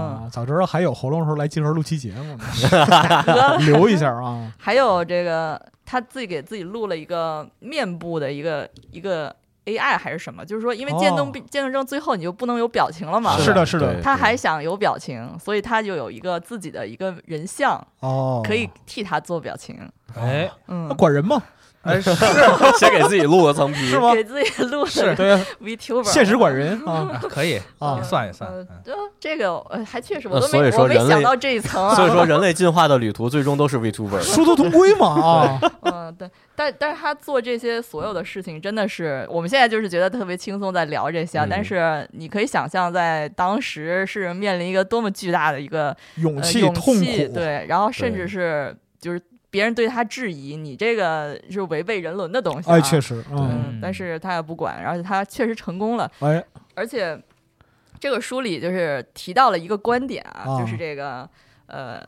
Speaker 3: 哦， 早知道还有喉咙的时候来集合录期节 目呢，留一下啊。
Speaker 2: 还有这个他自己给自己录了一个面部的一个一个 AI 还是什么，就是说因为渐冻
Speaker 3: 哦
Speaker 2: 病、渐冻症最后你就不能有表情了嘛。
Speaker 3: 是的是的
Speaker 4: 对
Speaker 2: 他 还想有表情，所以他就有一个自己的一个人像，
Speaker 3: 哦，
Speaker 2: 可以替他做表情。
Speaker 5: 哎，
Speaker 3: 那
Speaker 2: 嗯，
Speaker 3: 管人吗？
Speaker 5: 哎是
Speaker 4: 先给自己露了层皮，
Speaker 3: 是吗？
Speaker 2: 给自己录了
Speaker 3: 对，
Speaker 2: VTuber，
Speaker 3: 现实管人啊
Speaker 5: 啊可以
Speaker 3: 啊
Speaker 5: 也算一算，
Speaker 2: 呃
Speaker 5: 嗯，
Speaker 2: 对啊这个呃还确实
Speaker 4: 呃
Speaker 2: 我都
Speaker 4: 所以
Speaker 2: 没
Speaker 4: 说
Speaker 2: 我没
Speaker 4: 人类
Speaker 2: 想到这一层啊。
Speaker 4: 所以说，人类进化的旅途最终都是 VTuber。
Speaker 3: 殊途同归嘛 啊。
Speaker 2: 嗯，对，但但是他做这些所有的事情，真的是我们现在就是觉得特别轻松在聊这些啊，
Speaker 4: 嗯
Speaker 2: 但是你可以想象，在当时是面临一个多么巨大的一个
Speaker 3: 勇
Speaker 2: 呃
Speaker 3: 气、
Speaker 2: 勇
Speaker 3: 痛
Speaker 2: 气，
Speaker 3: 苦，
Speaker 2: 对，然后甚
Speaker 4: 对
Speaker 2: 至是就是别人对他质疑，你这个是违背人伦的东西、啊，
Speaker 3: 哎，确实，嗯，
Speaker 2: 嗯，但是他也不管，而且他确实成功了，
Speaker 3: 哎，
Speaker 2: 而且这个书里就是提到了一个观点啊，
Speaker 3: 啊
Speaker 2: 就是这个呃，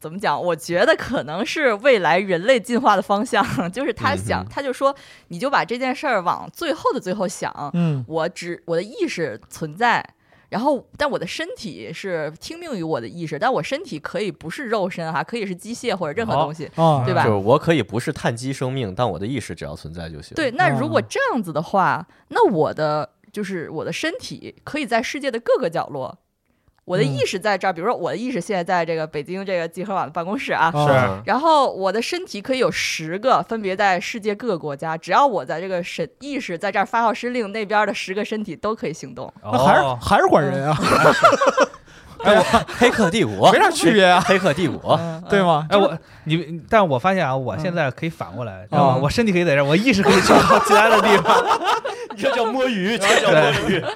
Speaker 2: 怎么讲？我觉得可能是未来人类进化的方向， 就是他想，
Speaker 4: 嗯哼
Speaker 2: 他就说，你就把这件事儿往最后的最后想，
Speaker 3: 嗯，
Speaker 2: 我只我的意识存在。然后，但我的身体是听命于我的意识，但我身体可以不是肉身啊哈、可以是机械或者任何
Speaker 5: 好
Speaker 2: 东西。
Speaker 3: 啊，
Speaker 2: 对吧
Speaker 4: 就是我可以不是碳基生命，但我的意识只要存在就行。
Speaker 2: 对，那如果
Speaker 3: 嗯
Speaker 2: 这样子的话，那我的就是我的身体可以在世界的各个角落，我的
Speaker 3: 嗯
Speaker 2: 意识在这儿，比如说我的意识现在在这个北京这个集合网的办公室啊。
Speaker 3: 啊
Speaker 4: 嗯
Speaker 2: 然后我的身体可以有十个，分别在世界各个国家。只要我在这个神意识在这儿发号施令，那边的十个身体都可以行动。
Speaker 3: 那还是
Speaker 5: 哦
Speaker 3: 还是管人啊，
Speaker 2: 嗯
Speaker 4: 哎 黑客帝国
Speaker 3: 没啥区别啊，
Speaker 4: 黑客帝国，
Speaker 2: 嗯
Speaker 3: 对？吗？
Speaker 5: 哎，我你，但我发现啊，我
Speaker 3: 嗯
Speaker 5: 现在可以反过来，知道吗？
Speaker 2: 哦
Speaker 3: 嗯
Speaker 5: 我身体可以在这儿，我意识可以去到其他的地方。
Speaker 4: 这叫摸鱼，这叫摸鱼。
Speaker 2: 嗯
Speaker 3: 哎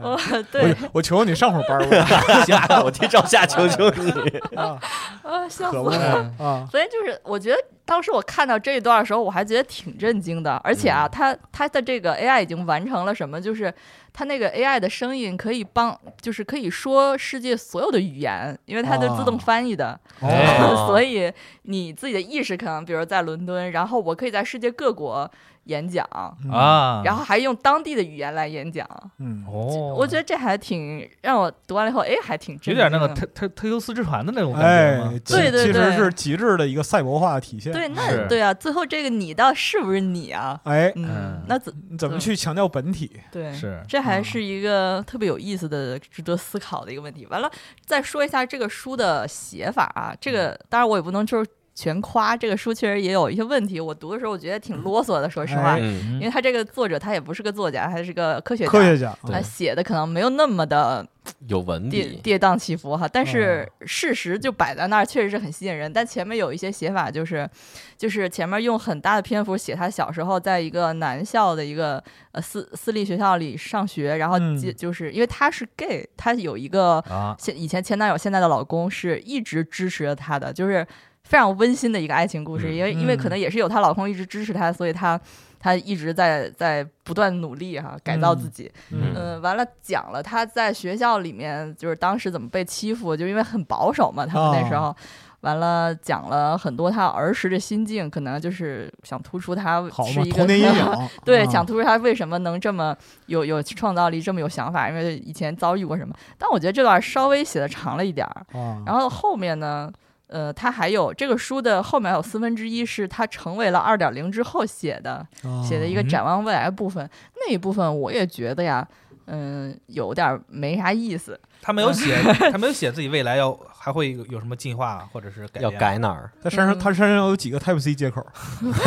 Speaker 2: 哦 对，
Speaker 3: 我我求求你上会儿班儿
Speaker 4: 行，我替赵夏求求你。
Speaker 3: 我，啊
Speaker 2: 啊，笑死
Speaker 3: 可
Speaker 2: 我
Speaker 3: 不
Speaker 2: 了。
Speaker 3: 呗啊，
Speaker 2: 所以就是，我觉得当时我看到这一段的时候，我还觉得挺震惊的。而且啊，
Speaker 5: 嗯
Speaker 2: 它它的这个 AI 已经完成了什么？就是它那个 AI 的声音可以帮，就是可以说世界所有的语言，因为它都是自动翻译的。
Speaker 5: 哦哎
Speaker 4: 哦
Speaker 2: 所以你自己的意识可能，比如在伦敦，然后我可以在世界各国演讲，
Speaker 3: 嗯，
Speaker 5: 啊，
Speaker 2: 然后还用当地的语言来演讲。
Speaker 3: 嗯，
Speaker 5: 哦，
Speaker 2: 我觉得这还挺让我读完了以后，哎，还挺
Speaker 5: 有
Speaker 2: 震惊
Speaker 5: 点
Speaker 2: 的
Speaker 5: 那个特特特修斯之船的那种感觉
Speaker 3: 哎
Speaker 5: 嘛。，
Speaker 3: 其
Speaker 2: 对对
Speaker 3: 其实
Speaker 2: 对
Speaker 3: 是极致的一个赛博化的体现。
Speaker 2: 对，
Speaker 5: 是
Speaker 2: 那对啊，最后这个你到底是不是你啊？
Speaker 3: 哎，
Speaker 5: 嗯
Speaker 2: 嗯，那怎
Speaker 3: 你怎么去强调本体？
Speaker 2: 对
Speaker 5: 是
Speaker 2: 这还
Speaker 3: 嗯
Speaker 2: 是一个特别有意思的、值得思考的一个问题。完了，再说一下这个书的写法啊，这
Speaker 3: 嗯
Speaker 2: 个当然我也不能就是全夸，这个书确实也有一些问题。我读的时候我觉得挺啰嗦的，说实话，
Speaker 3: 嗯哎
Speaker 4: 嗯，
Speaker 2: 因为他这个作者他也不是个作家，他是个科学家，
Speaker 3: 科学家，
Speaker 2: 他写的可能没有那么的
Speaker 4: 有文
Speaker 2: 跌
Speaker 4: 笔，
Speaker 2: 跌宕起伏哈，但是
Speaker 3: 嗯
Speaker 2: 事实就摆在那儿，确实是很吸引人。但前面有一些写法，就是就是前面用很大的篇幅写他小时候在一个男校的一个呃私私立学校里上学，然后
Speaker 3: 嗯
Speaker 2: 就就是因为他是 gay，他有一个
Speaker 5: 啊，
Speaker 2: 现以前前男友现在的老公是一直支持着她的，就是非常温馨的一个爱情故事。
Speaker 4: 嗯
Speaker 2: 因为因为
Speaker 3: 嗯
Speaker 2: 可能也是有她老公一直支持她，所以她她一直在在不断努力哈、改造自己。
Speaker 3: 嗯
Speaker 4: 嗯
Speaker 2: 嗯，完了讲了他在学校里面就是当时怎么被欺负，就因为很保守嘛，他们那时
Speaker 3: 哦
Speaker 2: 候。完了，讲了很多他儿时的心境，可能就是想突出他
Speaker 3: 好
Speaker 2: 是
Speaker 3: 嘛
Speaker 2: 一，个
Speaker 3: 童年阴 影，
Speaker 2: 对，
Speaker 3: 啊
Speaker 2: 想突出他为什么能这么有有创造力，这么有想法，因为以前遭遇过什么。但我觉得这段稍微写的长了一点儿，
Speaker 3: 啊，
Speaker 2: 然后后面呢，呃，他还有这个书的后面还有四分之一是他成为了二点零之后写的，
Speaker 3: 啊
Speaker 5: 嗯
Speaker 2: 写的一个展望未来的部分，那一部分我也觉得呀，嗯，有点儿没啥意思。
Speaker 5: 他没有写， 他没有写自己未来要还会有有什么进化或者是改
Speaker 4: 要
Speaker 5: 变，
Speaker 4: 改哪儿？
Speaker 3: 他身上
Speaker 2: 嗯
Speaker 3: 他身上有几个 Type C 接口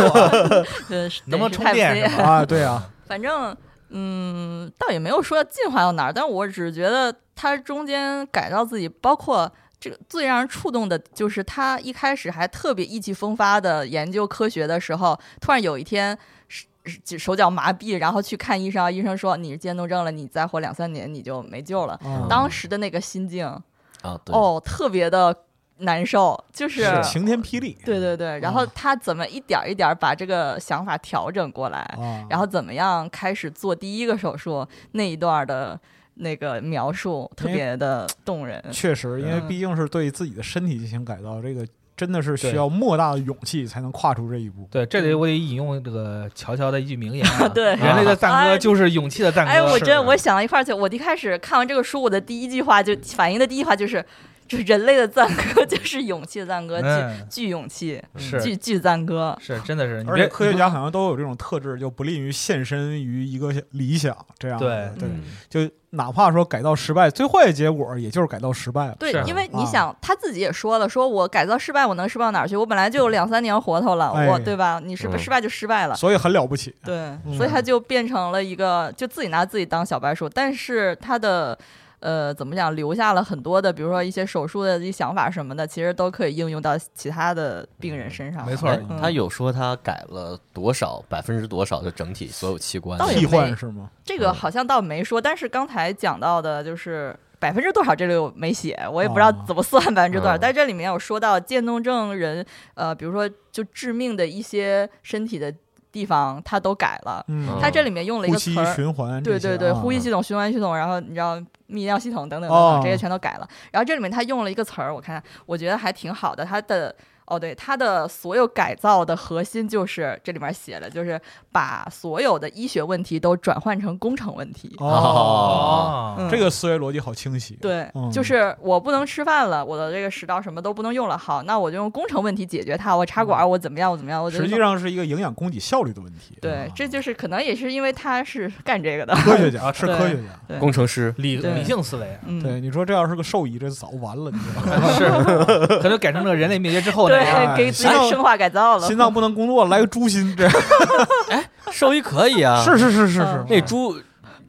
Speaker 2: 呃是
Speaker 5: 能不
Speaker 2: 得
Speaker 5: 能
Speaker 2: 是
Speaker 5: 充
Speaker 2: 太
Speaker 5: 电
Speaker 2: 飞
Speaker 5: 是吧
Speaker 3: 啊？对啊，
Speaker 2: 反正嗯，倒也没有说要进化到哪儿，但我只觉得他中间改造自己，包括这个最让人触动的就是他一开始还特别意气风发的研究科学的时候，突然有一天。手手手脚麻痹，然后去看医生，医生说你是渐冻症了，你再活两三年你就没救了。
Speaker 3: 啊
Speaker 2: 当时的那个心境，
Speaker 4: 啊，对，
Speaker 2: 哦，特别的难受，就是
Speaker 3: 是晴天霹雳
Speaker 2: 对嗯对对。然后他怎么一点儿一点儿把这个想法调整过来，
Speaker 3: 啊。
Speaker 2: 然后怎么样开始做第一个手术那一段的那个描述特别的动人。
Speaker 3: 确实，因为
Speaker 2: 嗯：“
Speaker 3: 毕竟是对自己的身体进行改造，这个真的是需
Speaker 5: 对
Speaker 3: 要莫大的勇气才能跨出这一步。
Speaker 5: 对，这里我得引用这个乔乔的一句名言、啊
Speaker 2: 对
Speaker 5: 人类的赞歌
Speaker 2: 哎
Speaker 5: 就是勇气的赞歌。
Speaker 2: 哎，我
Speaker 5: 是
Speaker 2: 真我想到一块儿去。我一开始看完这个书，我的第一句话就反应的第一句话就是，这人类的赞歌 就是勇气的赞歌，巨
Speaker 5: 嗯，
Speaker 2: 巨勇气，
Speaker 5: 是
Speaker 2: 巨巨赞歌。
Speaker 5: 是，真的是，你
Speaker 3: 而且
Speaker 5: 别
Speaker 3: 科学家好像都有这种特质，就不利于献身于一个理想这样的。
Speaker 2: 对
Speaker 4: 嗯
Speaker 3: 对，就哪怕说改造失败，最坏的结果也就是改造失败了。
Speaker 2: 对
Speaker 5: 是，
Speaker 2: 因为你
Speaker 3: 啊
Speaker 2: 想，他自己也说了，说我改造失败，我能失败到哪儿去？我本来就有两三年活头了，
Speaker 3: 哎
Speaker 2: 我对吧？你失败
Speaker 4: 嗯
Speaker 2: 失败就失败了，
Speaker 3: 所以很了不起。
Speaker 2: 对，
Speaker 3: 嗯
Speaker 2: 所以他就变成了一个，就自己拿自己当小白鼠，但是他的。呃，怎么讲？留下了很多的，比如说一些手术的一些想法什么的，其实都可以应用到其他的病人身上。
Speaker 5: 没错
Speaker 4: 哎
Speaker 5: 嗯，
Speaker 4: 他有说他改了多少百分之多少的整体所有器官？
Speaker 2: 倒也
Speaker 3: 替换
Speaker 2: 没
Speaker 3: 是吗？
Speaker 2: 这个好像倒没说，但是刚才讲到的就是百分之多少，这里我没写，我也不知道
Speaker 3: 哦
Speaker 2: 怎么算百分之多少。
Speaker 4: 嗯
Speaker 2: 但这里面有说到渐冻症人，呃，比如说就致命的一些身体的地方，他都改了。
Speaker 3: 嗯
Speaker 2: 他这里面用了一
Speaker 3: 呼
Speaker 2: 个
Speaker 3: 吸
Speaker 2: 词儿，
Speaker 3: 循环这
Speaker 2: 对
Speaker 3: 些啊，
Speaker 2: 对对，呼吸系统、循环系统，然后你知道泌尿系统等等等
Speaker 3: 哦
Speaker 2: 等，这些全都改了。然后这里面他用了一个词儿，我看我觉得还挺好的，他的。哦，对，他的所有改造的核心就是这里面写的，就是把所有的医学问题都转换成工程问题。
Speaker 3: 哦，
Speaker 2: 嗯
Speaker 3: 这个思维逻辑好清晰。
Speaker 2: 对，
Speaker 3: 嗯
Speaker 2: 就是我不能吃饭了，我的这个食道什么都不能用了，好，那我就用工程问题解决它，我插管儿，我怎么样，我怎么样，我就
Speaker 3: 嗯实际上是一个营养供给效率的问题。啊
Speaker 2: 对，这就是可能也是因为他是干这个的，
Speaker 3: 科 学家
Speaker 5: 啊
Speaker 3: 是
Speaker 2: 对
Speaker 3: 科学家。
Speaker 2: 对
Speaker 4: 工 程师
Speaker 5: 理
Speaker 2: 对
Speaker 5: 理性思维，啊
Speaker 2: 嗯，
Speaker 3: 对，你说这要是个兽医，这早完了，你知道吗？
Speaker 5: 是， 可能改成这个人类灭绝之后那
Speaker 2: 对，
Speaker 5: 样。
Speaker 2: 给自己
Speaker 3: 心脏
Speaker 2: 生化改造了，啊
Speaker 3: 心脏不能工作，来个猪心，这
Speaker 4: 兽医可以啊，
Speaker 3: 是是是是
Speaker 2: 嗯
Speaker 3: 是。
Speaker 4: 那猪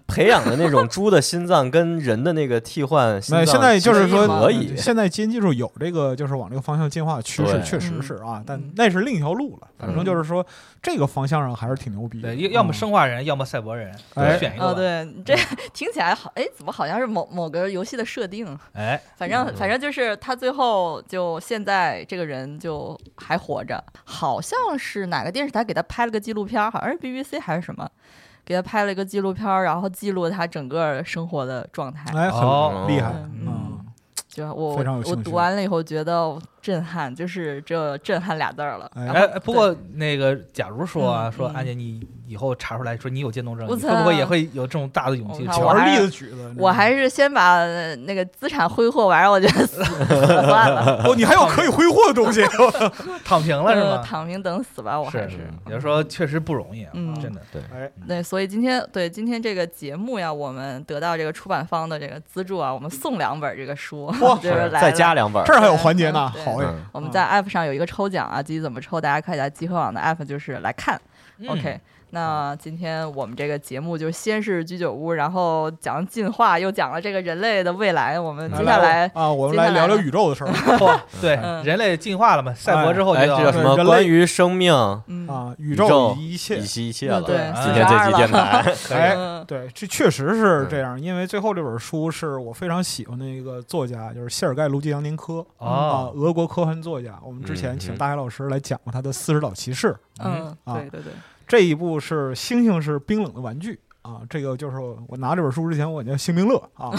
Speaker 4: 培养的那种猪的心脏跟人的那个替换心
Speaker 3: 那
Speaker 4: 脏，
Speaker 3: 现在就是说，嗯
Speaker 4: 可以
Speaker 3: 现在基因技术有这个，就是往这个方向进化的趋势，
Speaker 4: 对
Speaker 3: 确实是啊，但
Speaker 2: 嗯
Speaker 3: 那是另一条路了。反正
Speaker 4: 嗯
Speaker 3: 就是说，这个方向上还是挺牛逼的。
Speaker 5: 对，要要么
Speaker 3: 嗯
Speaker 5: 生化人，要么赛博人，
Speaker 3: 哎
Speaker 5: 选一
Speaker 2: 哦，
Speaker 5: 个吧。
Speaker 2: 对，这 听起来好，哎，怎么好像是某某个游戏的设定？
Speaker 5: 哎，
Speaker 2: 反正反正就是他最后就现在这个人就还活着，好像是哪个电视台给他拍了个纪录片儿，好像是 BBC 还是什么，给他拍了一个纪录片儿，然后记录他整个生活的状态。
Speaker 3: 哎，
Speaker 5: 哦
Speaker 3: 很厉害
Speaker 2: 嗯
Speaker 3: 嗯，
Speaker 2: 就我
Speaker 3: 非常有
Speaker 2: 我
Speaker 3: 兴趣
Speaker 2: 读完了以后觉得震撼，就是这震撼俩字儿了。
Speaker 3: 哎
Speaker 2: 然
Speaker 5: 哎
Speaker 2: 后，
Speaker 5: 不过那个，假如说啊，
Speaker 2: 嗯
Speaker 5: 说
Speaker 2: 嗯
Speaker 5: 安姐，你以后查出来说你有渐冻症，
Speaker 2: 我
Speaker 5: 你
Speaker 2: 操
Speaker 5: 会不会也会有这种大的勇气
Speaker 2: 啊我？靠
Speaker 3: 巧
Speaker 2: 我
Speaker 3: 儿
Speaker 2: 还
Speaker 3: 例
Speaker 2: 是
Speaker 3: 子举的，
Speaker 2: 我还是先把呃那个资产挥霍完，我觉得死 算了，
Speaker 3: 哦，你还有可以挥霍的东西，
Speaker 5: 躺平了是
Speaker 2: 呃
Speaker 5: 吗？
Speaker 2: 躺平等死吧，我还
Speaker 5: 是
Speaker 2: 是。
Speaker 5: 有时候确实不容易啊，
Speaker 2: 嗯
Speaker 5: 真的。
Speaker 2: 对，所以今天对今天这个节目呀，我们得到这个出版方的这个资助啊，我们送两本这个书， 就是来
Speaker 4: 再
Speaker 2: 了
Speaker 4: 加。两 本儿
Speaker 3: 这。儿还有环节呢，
Speaker 2: 对
Speaker 3: 好哎，
Speaker 4: 嗯
Speaker 2: 我们在 app 上有一个抽奖啊，具体怎么抽，大家快点集合网的 app 就是来看。OK，那
Speaker 5: 嗯
Speaker 3: 嗯
Speaker 2: 今天我们这个节目就先是居酒屋，然后讲进化，又讲了这个人类的未来。我们接下来
Speaker 3: 啊，我们
Speaker 2: 接下
Speaker 3: 来
Speaker 2: 来
Speaker 3: 聊聊
Speaker 2: 呢
Speaker 3: 宇宙的事儿
Speaker 5: 嚯，对
Speaker 2: 嗯，
Speaker 5: 人类进化了嘛？赛博之后就
Speaker 4: 哎，这
Speaker 5: 要
Speaker 4: 叫什么？
Speaker 3: 人类
Speaker 4: 关于生命
Speaker 2: 嗯，
Speaker 3: 啊，宇
Speaker 4: 宇
Speaker 3: 宙
Speaker 4: 宙
Speaker 3: 一切
Speaker 4: 以及一切
Speaker 2: 嗯
Speaker 4: 了。
Speaker 2: 对，
Speaker 4: 今
Speaker 2: 四十
Speaker 4: 天这
Speaker 2: 二
Speaker 4: 期电
Speaker 2: 了。
Speaker 4: 台，
Speaker 5: 可以
Speaker 3: 哎
Speaker 2: 嗯，
Speaker 3: 对，这确实是这样，因为最后这本书是我非常喜欢的一个作家，就是谢尔盖·卢吉扬年科啊，
Speaker 5: 哦，
Speaker 3: 俄国科幻作家。我们之前
Speaker 4: 嗯
Speaker 3: 请
Speaker 4: 嗯
Speaker 3: 大海老师来讲过他的《四十岛骑士》，
Speaker 2: 嗯，
Speaker 3: 啊
Speaker 2: 对对 对，
Speaker 3: 这一部是《星星是冰冷的玩具》。啊，这个就是我拿这本书之前，我叫幸冰乐 啊，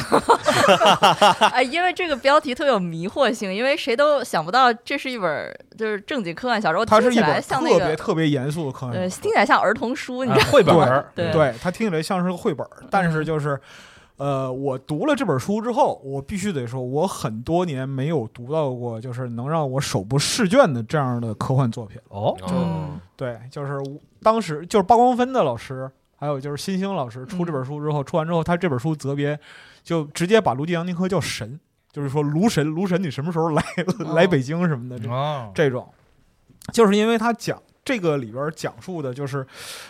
Speaker 2: 哎，因为这个标题特有迷惑性，因为谁都想不到这是一本儿就是正经科幻小说，
Speaker 3: 它是
Speaker 2: 听
Speaker 3: 一
Speaker 2: 起来
Speaker 3: 本
Speaker 2: 像
Speaker 3: 特
Speaker 2: 那
Speaker 3: 别
Speaker 2: 个，
Speaker 3: 特别严肃的科幻
Speaker 2: 呃，
Speaker 3: 小说，
Speaker 2: 听起来像儿童书，你
Speaker 5: 啊
Speaker 2: 知道吗？
Speaker 5: 绘本儿，
Speaker 2: 对
Speaker 3: 对，它听起来像是个绘本儿，但是就是，呃，我读了这本书之后，我必须得说，我很多年没有读到过就是能让我手不释卷的这样的科幻作品。
Speaker 5: 哦，
Speaker 2: 嗯
Speaker 4: 哦，
Speaker 3: 对，就是我当时就是八光分的老师。还有就是新星老师出这本书之后，出完之后，他这本书责别就直接把卢迪扬尼科叫神，就是说卢神，卢神你什么时候来来北京什么的这
Speaker 5: 哦，
Speaker 3: 这种，就是因为他讲这个里边讲述的就是，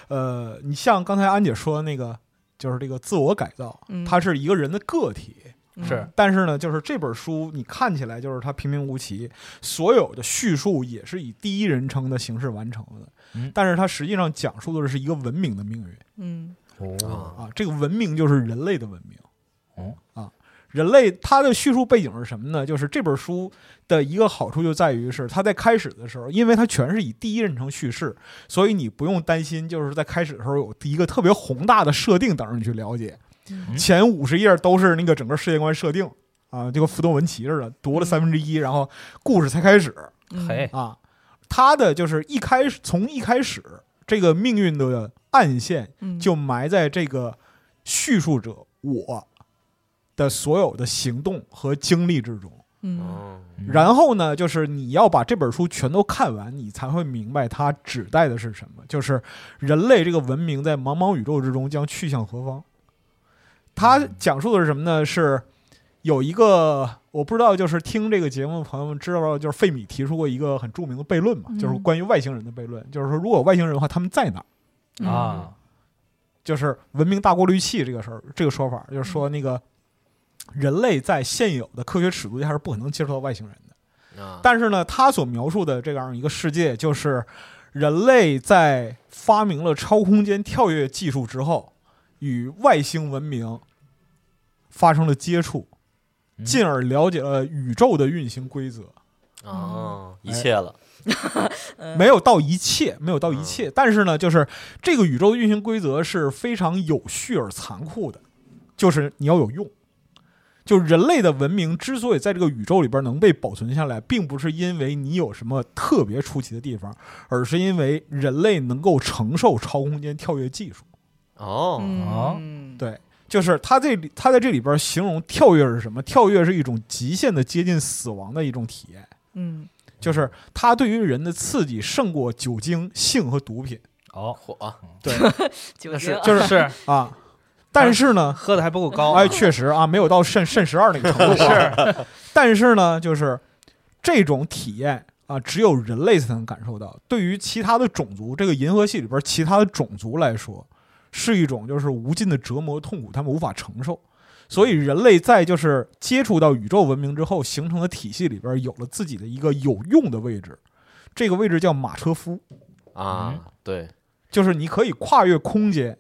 Speaker 3: 呃，你像刚才安姐说的那个，就是这个自我改造，
Speaker 2: 嗯
Speaker 3: 它是一个人的个体，
Speaker 2: 嗯
Speaker 5: 是
Speaker 3: 但是呢，就是这本书你看起来就是它平平无奇，所有的叙述也是以第一人称的形式完成的，
Speaker 5: 嗯
Speaker 3: 但是它实际上讲述的是一个文明的命运
Speaker 2: 嗯
Speaker 5: 哦，
Speaker 3: 啊，这个文明就是人类的文明。
Speaker 5: 哦
Speaker 3: 啊，人类它的叙述背景是什么呢？就是这本书的一个好处就在于是它在开始的时候，因为它全是以第一人称叙事，所以你不用担心，就是在开始的时候有一个特别宏大的设定等着你去了解。
Speaker 2: 嗯
Speaker 3: 前五十页都是那个整个世界观设定啊，就跟福多文奇似的，读了三分之一，然后故事才开始
Speaker 2: 嗯
Speaker 5: 嘿，
Speaker 3: 啊。他的就是一开始从一开始，这个命运的暗线
Speaker 2: 嗯
Speaker 3: 就埋在这个叙述者我的所有的行动和经历之中。
Speaker 2: 嗯
Speaker 4: 哦
Speaker 5: 嗯
Speaker 3: 然后呢，就是你要把这本书全都看完，你才会明白它指代的是什么，就是人类这个文明在茫茫宇宙之中将去向何方。它讲述的是什么呢？是有一个我不知道，就是听这个节目的朋友们知道吧，就是费米提出过一个很著名的悖论嘛，
Speaker 2: 嗯
Speaker 3: 就是关于外星人的悖论，就是说如果有外星人的话，他们在哪儿？
Speaker 2: 嗯
Speaker 5: 啊，
Speaker 3: 就是文明大过滤器这个事儿，这个说法，就是说那个人类在现有的科学尺度下是不可能接触到外星人的。
Speaker 4: 啊
Speaker 3: 但是呢，他所描述的这样一个世界，就是人类在发明了超空间跳跃技术之后，与外星文明发生了接触，
Speaker 5: 嗯
Speaker 3: 进而了解了宇宙的运行规则。
Speaker 4: 哦，一切了，
Speaker 3: 没有到一切，没有到一切，但是呢，就是这个宇宙的运行规则是非常有序而残酷的，就是你要有用。就人类的文明之所以在这个宇宙里边能被保存下来，并不是因为你有什么特别出奇的地方，而是因为人类能够承受超空间跳跃技术。
Speaker 4: 哦，
Speaker 2: 嗯
Speaker 3: 对就是他这里，他在这里边形容跳跃是什么？跳跃是一种极限的接近死亡的一种体验，
Speaker 2: 嗯
Speaker 3: 就是它对于人的刺激胜过酒精、性和毒品
Speaker 5: 哦，
Speaker 4: 火啊，
Speaker 2: 酒
Speaker 4: 那
Speaker 2: 精
Speaker 4: 是
Speaker 2: 啊
Speaker 3: 就是
Speaker 5: 是
Speaker 3: 啊。但是呢，
Speaker 5: 喝的还不够高，
Speaker 3: 哎，确实啊，没有到肾肾十二那个程度。是， 但是呢，就是这种体验啊，只有人类才能感受到。对于其他的种族，这个银河系里边其他的种族来说，是一种就是无尽的折磨痛苦，他们无法承受。所以，人类在就是接触到宇宙文明之后形成的体系里边，有了自己的一个有用的位置，这个位置叫马车夫。
Speaker 4: 啊，对，
Speaker 3: 就是你可以跨越空间，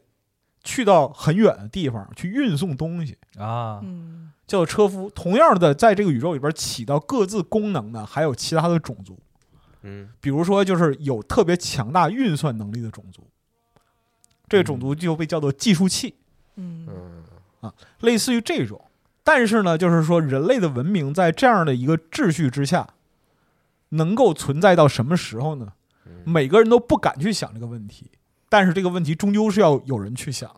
Speaker 3: 去到很远的地方去运送东西，
Speaker 5: 啊，
Speaker 2: 嗯
Speaker 3: 叫做车夫。同样的，在这个宇宙里边起到各自功能的还有其他的种族，
Speaker 4: 嗯，
Speaker 3: 比如说就是有特别强大运算能力的种族，这个种族就被叫做计数器，
Speaker 2: 嗯
Speaker 4: 嗯，
Speaker 3: 类似于这种。但是呢，就是说人类的文明在这样的一个秩序之下，能够存在到什么时候呢？
Speaker 4: 嗯
Speaker 3: 每个人都不敢去想这个问题，但是这个问题终究是要有人去想的。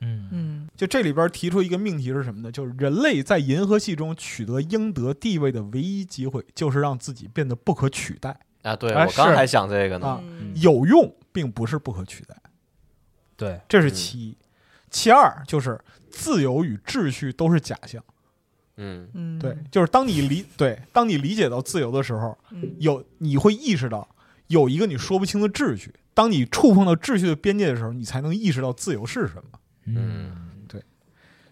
Speaker 5: 嗯
Speaker 2: 嗯
Speaker 3: 就这里边提出一个命题是什么呢？就是人类在银河系中取得应得地位的唯一机会，就是让自己变得不可取代。
Speaker 4: 啊，对
Speaker 5: 哎
Speaker 4: 我刚
Speaker 5: 是
Speaker 4: 还想这个呢，
Speaker 3: 啊
Speaker 2: 嗯
Speaker 3: 有用并不是不可取代，
Speaker 5: 对，
Speaker 3: 这是其一。其二就是自由与秩序都是假象。
Speaker 4: 嗯，
Speaker 2: 嗯
Speaker 3: 对，就是当你理对，当你理解到自由的时候，
Speaker 2: 嗯
Speaker 3: 有你会意识到有一个你说不清的秩序。当你触碰到秩序的边界的时候，你才能意识到自由是什么。
Speaker 4: 嗯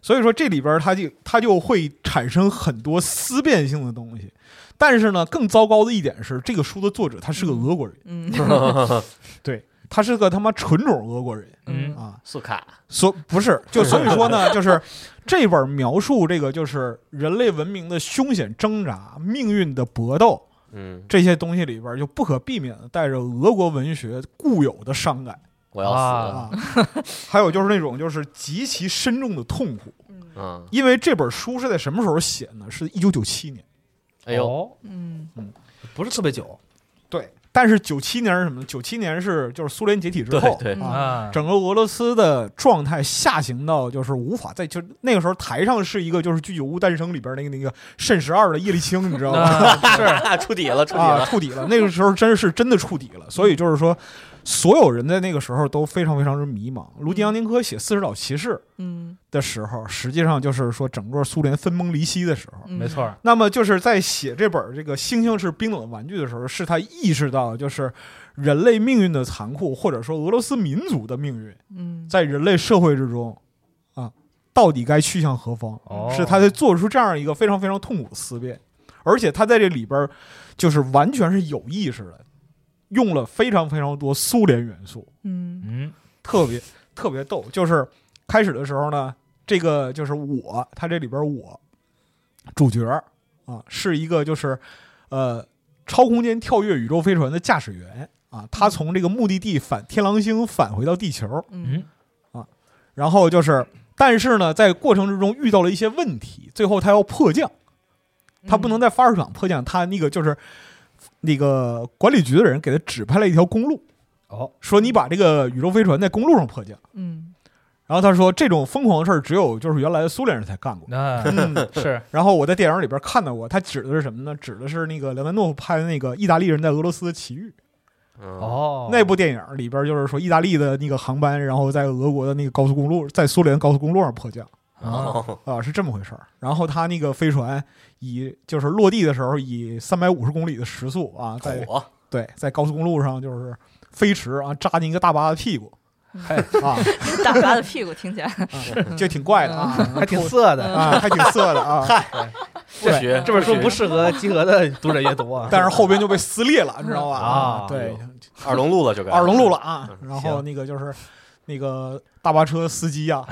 Speaker 3: 所以说这里边儿它就它就会产生很多思辨性的东西。但是呢，更糟糕的一点是，这个书的作者他是个俄国人，
Speaker 2: 嗯
Speaker 3: 他是个他妈纯种俄国人
Speaker 5: 嗯
Speaker 3: 啊！
Speaker 4: 速卡，
Speaker 3: 所不是就所以说呢， 就是这本描述这个就是人类文明的凶险挣扎、命运的搏斗
Speaker 4: 嗯，
Speaker 3: 这些东西里边儿，就不可避免的带着俄国文学固有的伤感
Speaker 4: 我要死了，
Speaker 3: 啊， 还有就是那种就是极其深重的痛苦。
Speaker 2: 嗯
Speaker 4: 嗯，
Speaker 3: 因为这本书是在什么时候写呢？是一九九七年。
Speaker 4: 哎呦，
Speaker 5: 哦，
Speaker 2: 嗯
Speaker 5: 不是特别久
Speaker 3: 对，但是九七年是什么呢？九七年是就是苏联解体之
Speaker 4: 对
Speaker 3: 后，
Speaker 4: 对
Speaker 2: 嗯
Speaker 3: 啊，
Speaker 5: 啊，
Speaker 3: 整个俄罗斯的状态下行到就是无法再就那个时候台上是一个就是《居酒屋诞生》里边那个那个肾十二的叶利钦，你知道吗？
Speaker 5: 那是
Speaker 4: 啊，触底了，触 底
Speaker 3: 啊，
Speaker 4: 了，
Speaker 3: 触底了，那个时候真是真的触底了，所以就是说。所有人在那个时候都非常非常之迷茫。卢迪
Speaker 2: 嗯
Speaker 3: 扬宁科写《四十岛骑士》
Speaker 2: 嗯，
Speaker 3: 的时候，实际上就是说整个苏联分崩离析的时候。
Speaker 2: 嗯
Speaker 5: 没错，儿，
Speaker 3: 那么就是在写这本这个《星星是冰冷的玩具》的时候，是他意识到就是人类命运的残酷，或者说俄罗斯民族的命运，
Speaker 2: 嗯，
Speaker 3: 在人类社会之中啊，到底该去向何方？
Speaker 5: 哦
Speaker 3: 是他在做出这样一个非常非常痛苦的思辨，而且他在这里边儿就是完全是有意识的，用了非常非常多苏联元素，
Speaker 2: 嗯
Speaker 5: 嗯
Speaker 3: 特别特别逗。就是开始的时候呢，这个就是我，他这里边儿我主角儿啊是一个就是呃超空间跳跃宇宙飞船的驾驶员啊，他从这个目的地返天狼星返回到地球，
Speaker 2: 嗯
Speaker 3: 然后就是，但是呢，在过程之中遇到了一些问题，最后他要迫降，他
Speaker 2: 嗯
Speaker 3: 不能在发射场迫降，他那个就是那个管理局的人给他指派了一条公路，
Speaker 5: 哦，
Speaker 3: 说你把这个宇宙飞船在公路上迫降。
Speaker 2: 嗯
Speaker 3: 然后他说，这种疯狂的事儿只有就是原来的苏联人才干 过。
Speaker 5: 那
Speaker 3: 嗯，
Speaker 5: 是
Speaker 3: 然后我在电影里边看到过，他指的是什么呢？指的是那个莱万诺夫拍的那个《意大利人在俄罗斯的奇遇》
Speaker 4: 哦，
Speaker 5: 哦，
Speaker 3: 那部电影里边，就是说意大利的那个航班，然后在俄国的那个高速公路，在苏联高速公路上迫降。
Speaker 5: 啊
Speaker 3: 啊，是这么回事儿。然后他那个飞船以就是落地的时候以三百五十公里的时速
Speaker 5: 哦
Speaker 3: 啊，在
Speaker 4: 火，
Speaker 3: 对在高速公路上就是飞驰啊，扎进一个大巴的屁股
Speaker 5: 嗨
Speaker 3: 啊，
Speaker 2: 嗯大巴的屁股听起来，
Speaker 3: 就挺怪的啊，
Speaker 5: 还挺色
Speaker 2: 嗯
Speaker 5: 的。
Speaker 3: 啊，还挺色的啊。
Speaker 4: 不
Speaker 5: 对
Speaker 4: 学
Speaker 5: 这本书不适合集合 的读者阅读啊。
Speaker 3: 但是后边就被撕裂了，你知道吧？
Speaker 5: 啊
Speaker 3: 对，
Speaker 4: 二龙路了就该
Speaker 3: 二龙路了啊。然后
Speaker 5: 嗯行
Speaker 3: 那个就是那个大巴车司机 呀、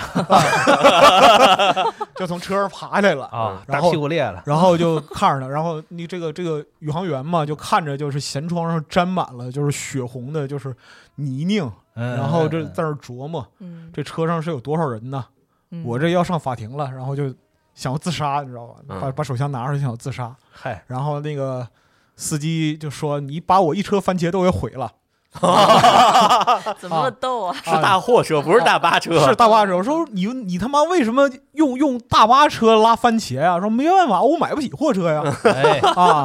Speaker 3: 就从车上爬下来了。
Speaker 5: 啊，大
Speaker 3: 然后
Speaker 5: 屁股裂了，
Speaker 3: 然后就看着他，然后你这个这个宇航员嘛，就看着就是舷窗上沾满了就是血红的，就是泥泞，
Speaker 5: 嗯
Speaker 3: 然后这
Speaker 5: 嗯
Speaker 3: 在那儿琢磨，
Speaker 2: 嗯，
Speaker 3: 这车上是有多少人呢？我这要上法庭了，然后就想要自杀，你知道吧？
Speaker 4: 嗯
Speaker 3: 把把手枪拿出去想要自杀，
Speaker 5: 嗨，
Speaker 3: 然后那个司机就说：“你把我一车番茄都给毁了。
Speaker 2: 怎么那么逗啊？
Speaker 4: 是大货车，不是大巴”车，
Speaker 3: 是大巴车，我说你你他妈为什么用用大巴车拉番茄啊？说没办法，我买不起货 车呀。
Speaker 5: 哎，
Speaker 3: 啊，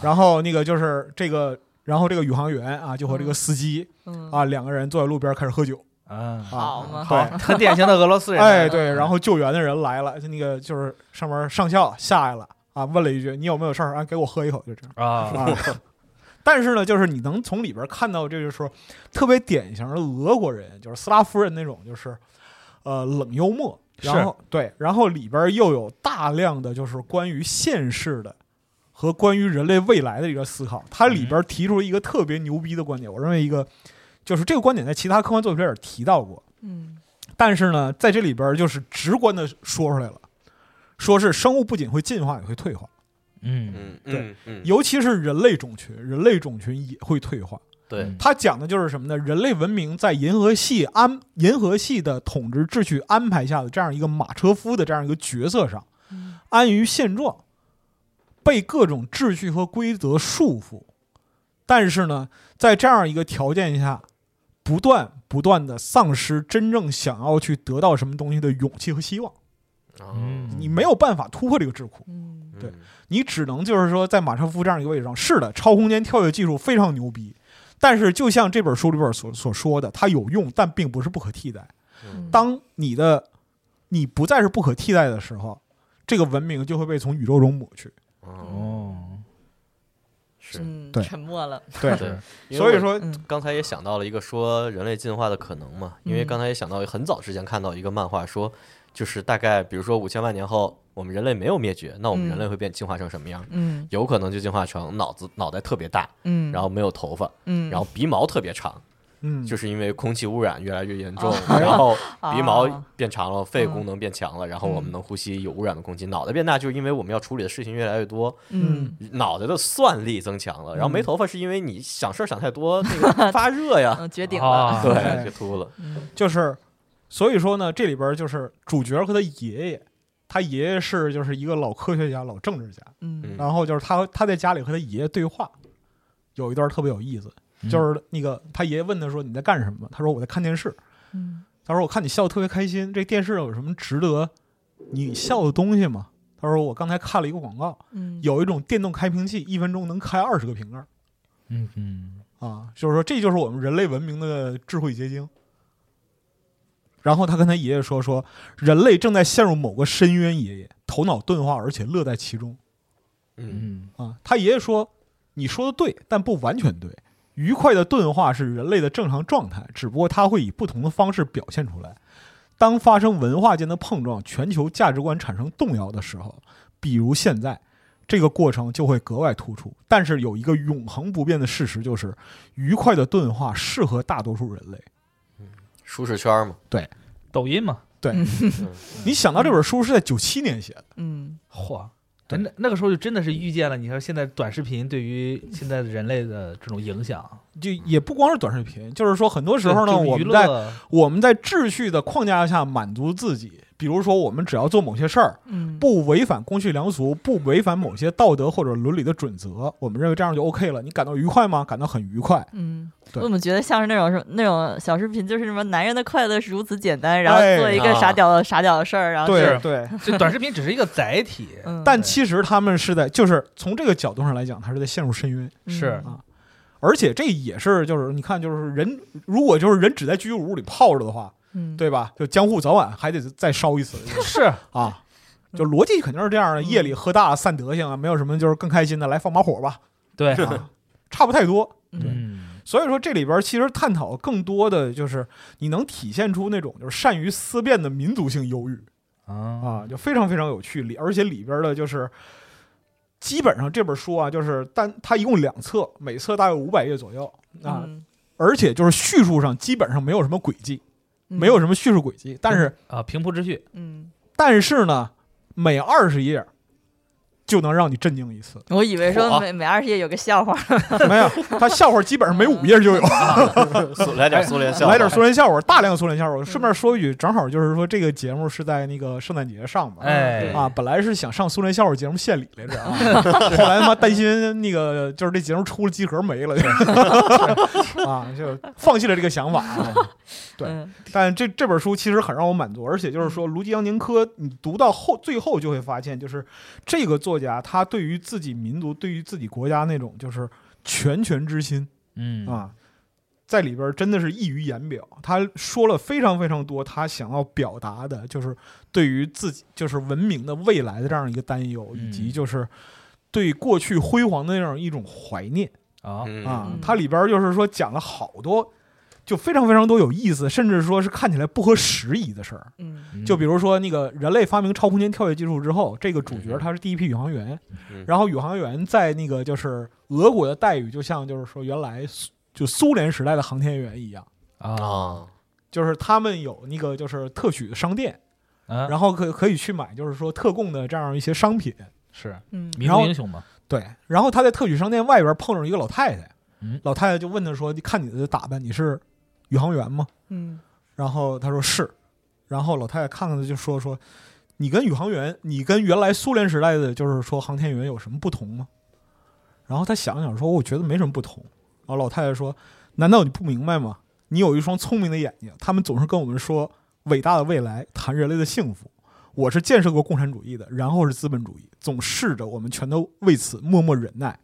Speaker 3: 然后那个就是这个，然后这个宇航员啊，就和这个司机
Speaker 2: 嗯，
Speaker 3: 啊两个人坐在路边开始喝酒
Speaker 5: 嗯，
Speaker 3: 啊，
Speaker 2: 好嘛
Speaker 3: 对，
Speaker 5: 很典型的俄罗斯人，
Speaker 3: 哎对，然后救援的人来了，就那个就是上面上校下来了啊，问了一句你有没有事儿啊，给我喝一口，就这样
Speaker 5: 啊，
Speaker 3: 啊。但是呢，就是你能从里边看到，这就是说特别典型的俄国人，就是斯拉夫人那种，就是呃冷幽默。然后对，然后里边又有大量的就是关于现世的和关于人类未来的一个思考。它里边提出了一个特别牛逼的观点，我认为一个就是这个观点在其他科幻作品里也提到过，
Speaker 2: 嗯
Speaker 3: 但是呢，在这里边就是直观的说出来了，说是生物不仅会进化，也会退化。
Speaker 5: 嗯，
Speaker 4: 嗯嗯嗯，
Speaker 3: 尤其是人类种群，人类种群也会退化。
Speaker 4: 对，
Speaker 3: 它讲的就是什么呢？人类文明在银河系安银河系的统治秩序安排下的这样一个马车夫的这样一个角色上，
Speaker 2: 嗯
Speaker 3: 安于现状，被各种秩序和规则束缚。但是呢，在这样一个条件下，不断不断的丧失真正想要去得到什么东西的勇气和希望。
Speaker 4: 嗯
Speaker 3: 你没有办法突破这个桎梏。
Speaker 2: 嗯
Speaker 3: 对，你只能就是说在马车夫这样一个位置上，是的，超空间跳跃技术非常牛逼，但是就像这本书里边所所说的，它有用，但并不是不可替代。
Speaker 2: 嗯
Speaker 3: 当你的你不再是不可替代的时候，这个文明就会被从宇宙中抹去。嗯
Speaker 4: 哦，
Speaker 5: 哦，
Speaker 4: 是，
Speaker 2: 嗯
Speaker 3: 对
Speaker 2: 沉默了，
Speaker 3: 对
Speaker 4: 对因为
Speaker 3: 所以
Speaker 4: 我
Speaker 3: 说，
Speaker 2: 嗯
Speaker 4: 刚才也想到了一个说人类进化的可能嘛，因为
Speaker 3: 嗯
Speaker 4: 刚才也想到很早之前看到一个漫画说，就是大概比如说五千万年后，我们人类没有灭绝，那我
Speaker 2: 嗯
Speaker 4: 们人类会变进化成什么样？
Speaker 2: 嗯
Speaker 4: 有可能就进化成脑子脑袋特别大，
Speaker 2: 嗯，
Speaker 4: 然后没有头发，
Speaker 2: 嗯，
Speaker 4: 然后鼻毛特别长，
Speaker 3: 嗯，
Speaker 4: 就是因为空气污染越来越严重，
Speaker 2: 哦
Speaker 4: 然后
Speaker 2: 啊
Speaker 4: 鼻毛变长了，
Speaker 3: 哦
Speaker 4: 肺功能变强了，然后我
Speaker 3: 嗯
Speaker 4: 们能呼吸有污染的空气。脑袋变大就是因为我们要处理的事情越来越多，
Speaker 2: 嗯
Speaker 4: 脑袋的算力增强了。然
Speaker 3: 嗯
Speaker 4: 后没头发是因为你想事儿想太多，那个发 热呀，
Speaker 2: 嗯绝顶了，
Speaker 5: 啊
Speaker 4: 对，就秃了。
Speaker 2: 嗯
Speaker 3: 就是，所以说呢，这里边就是主角和他爷爷，他爷爷是就是一个老科学家、老政治家，
Speaker 2: 嗯
Speaker 3: 然后就是他他在家里和他爷爷对话，有一段特别有意思，
Speaker 5: 嗯
Speaker 3: 就是那个他爷爷问他说你在干什么？他说我在看电视。
Speaker 2: 嗯
Speaker 3: 他说我看你笑得特别开心，这电视上有什么值得你笑的东西吗？他说我刚才看了一个广告，
Speaker 2: 嗯
Speaker 3: 有一种电动开瓶器，一分钟能开二十个瓶盖
Speaker 5: 嗯嗯，
Speaker 3: 啊，就是说这就是我们人类文明的智慧结晶。然后他跟他爷爷说说，人类正在陷入某个深渊，爷爷头脑钝化，而且乐在其中
Speaker 4: 嗯，
Speaker 5: 嗯，
Speaker 3: 啊。他爷爷说，你说的对，但不完全对。愉快的钝化是人类的正常状态，只不过它会以不同的方式表现出来。当发生文化间的碰撞，全球价值观产生动摇的时候，比如现在，这个过程就会格外突出。但是有一个永恒不变的事实就是，愉快的钝化适合大多数人类。
Speaker 4: 舒适圈嘛，
Speaker 5: 抖音嘛，
Speaker 3: 你想到这本书是在九七年写的，
Speaker 2: 嗯，
Speaker 5: 嚯！
Speaker 3: 对
Speaker 5: 哎那那个时候就真的是遇见了，你说现在短视频对于现在的人类的这种影响，
Speaker 3: 就也不光是短视频，就是说很多时候呢，
Speaker 5: 就是
Speaker 3: 我
Speaker 5: 娱
Speaker 3: 们在
Speaker 5: 乐，
Speaker 3: 我们在秩序的框架下满足自己，比如说我们只要做某些事儿，
Speaker 2: 嗯，
Speaker 3: 不违反公序良俗，不违反某些道德或者伦理的准则，我们认为这样就 OK 了。你感到愉快吗？感到很愉快。
Speaker 2: 嗯，
Speaker 3: 对
Speaker 2: 我怎么觉得像是那种什么那种小视频，就是什么男人的快乐是如此简单，然后
Speaker 3: 哎
Speaker 2: 做一个
Speaker 4: 啊
Speaker 2: 傻屌的傻屌的事儿，然后
Speaker 3: 对
Speaker 5: 是
Speaker 3: 对，
Speaker 5: 这短视频只是一个载 体，
Speaker 2: 嗯
Speaker 3: 但其实他们是在，就是从这个角度上来讲，他是在陷入深渊。
Speaker 5: 是
Speaker 2: 嗯
Speaker 3: 而且这也是，就是你看，就是人如果就是人只在居酒屋里泡着的话，
Speaker 2: 嗯，
Speaker 3: 对吧？就江户早晚还得再烧一次
Speaker 5: 是
Speaker 3: 啊！就逻辑肯定是这样的，
Speaker 2: 嗯
Speaker 3: 夜里喝大散德性啊，没有什么就是更开心的，来放把火吧，
Speaker 5: 对，
Speaker 3: 啊 差不太多。
Speaker 2: 嗯
Speaker 3: 所以说这里边其实探讨更多的就是你能体现出那种就是善于思辨的民族性忧郁
Speaker 5: 啊，
Speaker 3: 啊，就非常非常有趣里，而且里边的就是基本上这本书啊，就是但它一共两册，每册大约五百页左右啊，
Speaker 2: 嗯
Speaker 3: 而且就是叙述上基本上没有什么轨迹，没有什么叙述轨迹，但是
Speaker 5: 啊，平铺直叙，
Speaker 2: 嗯，，
Speaker 3: 但是呢，每二十页就能让你震惊一次
Speaker 2: 我以为说
Speaker 4: 火
Speaker 2: 每每二十页有个笑话，
Speaker 3: 没有，他笑话基本上每五页就有，
Speaker 4: 苏来点苏联笑
Speaker 3: 哎
Speaker 4: 话，
Speaker 3: 来点苏联笑话，大量苏联笑话。我顺便说一句，正好就是说这个节目是在那个圣诞节上嘛。
Speaker 5: 哎，
Speaker 3: 啊，本来是想上苏联笑话节目献礼来着啊，后来他妈担心那个就是这节目出了机盒没了，啊，就放弃了这个想法啊。对
Speaker 2: 嗯
Speaker 3: 但这这本书其实很让我满足，而且就是说，卢吉扬宁科，你读到后最后就会发现，就是这个作家他对于自己民族、对于自己国家那种就是拳拳之心
Speaker 5: 嗯，
Speaker 3: 啊，在里边真的是溢于言表。他说了非常非常多，他想要表达的就是对于自己就是文明的未来的这样一个担忧，
Speaker 5: 嗯
Speaker 3: 以及就是对过去辉煌的那样一种怀念。
Speaker 5: 啊，
Speaker 4: 嗯，
Speaker 3: 啊
Speaker 2: 嗯，
Speaker 3: 它里边儿就是说讲了好多，就非常非常多有意思，甚至说是看起来不合时宜的事儿。
Speaker 2: 嗯
Speaker 3: 就比如说那个人类发明超空间跳跃技术之后，这个主角他是第一批宇航员
Speaker 4: 嗯，
Speaker 3: 然后宇航员在那个就是俄国的待遇，就像就是说原来苏就苏联时代的航天员一样，
Speaker 5: 啊
Speaker 4: 啊，
Speaker 3: 就是他们有那个就是特许的商店，
Speaker 5: 啊，
Speaker 3: 然后可可以去买就是说特供的这样一些商品。
Speaker 5: 是
Speaker 2: 嗯
Speaker 5: 民
Speaker 3: 然
Speaker 5: 族
Speaker 3: 后
Speaker 5: 英雄嘛，
Speaker 3: 对，然后他在特许商店外边碰上一个老太太
Speaker 5: 嗯，
Speaker 3: 老太太就问他说：“你看你的打扮，你是宇航员吗？”
Speaker 2: 嗯
Speaker 3: 然后他说是，然后老太太看看他就说说，你跟宇航员，你跟原来苏联时代的就是说航天员有什么不同吗？然后他想想说，我觉得没什么不同。然后老太太说，难道你不明白吗？你有一双聪明的眼睛，他们总是跟我们说伟大的未来，谈人类的幸福。我是建设过共产主义的，然后是资本主义，总试着我们全都为此默默忍耐，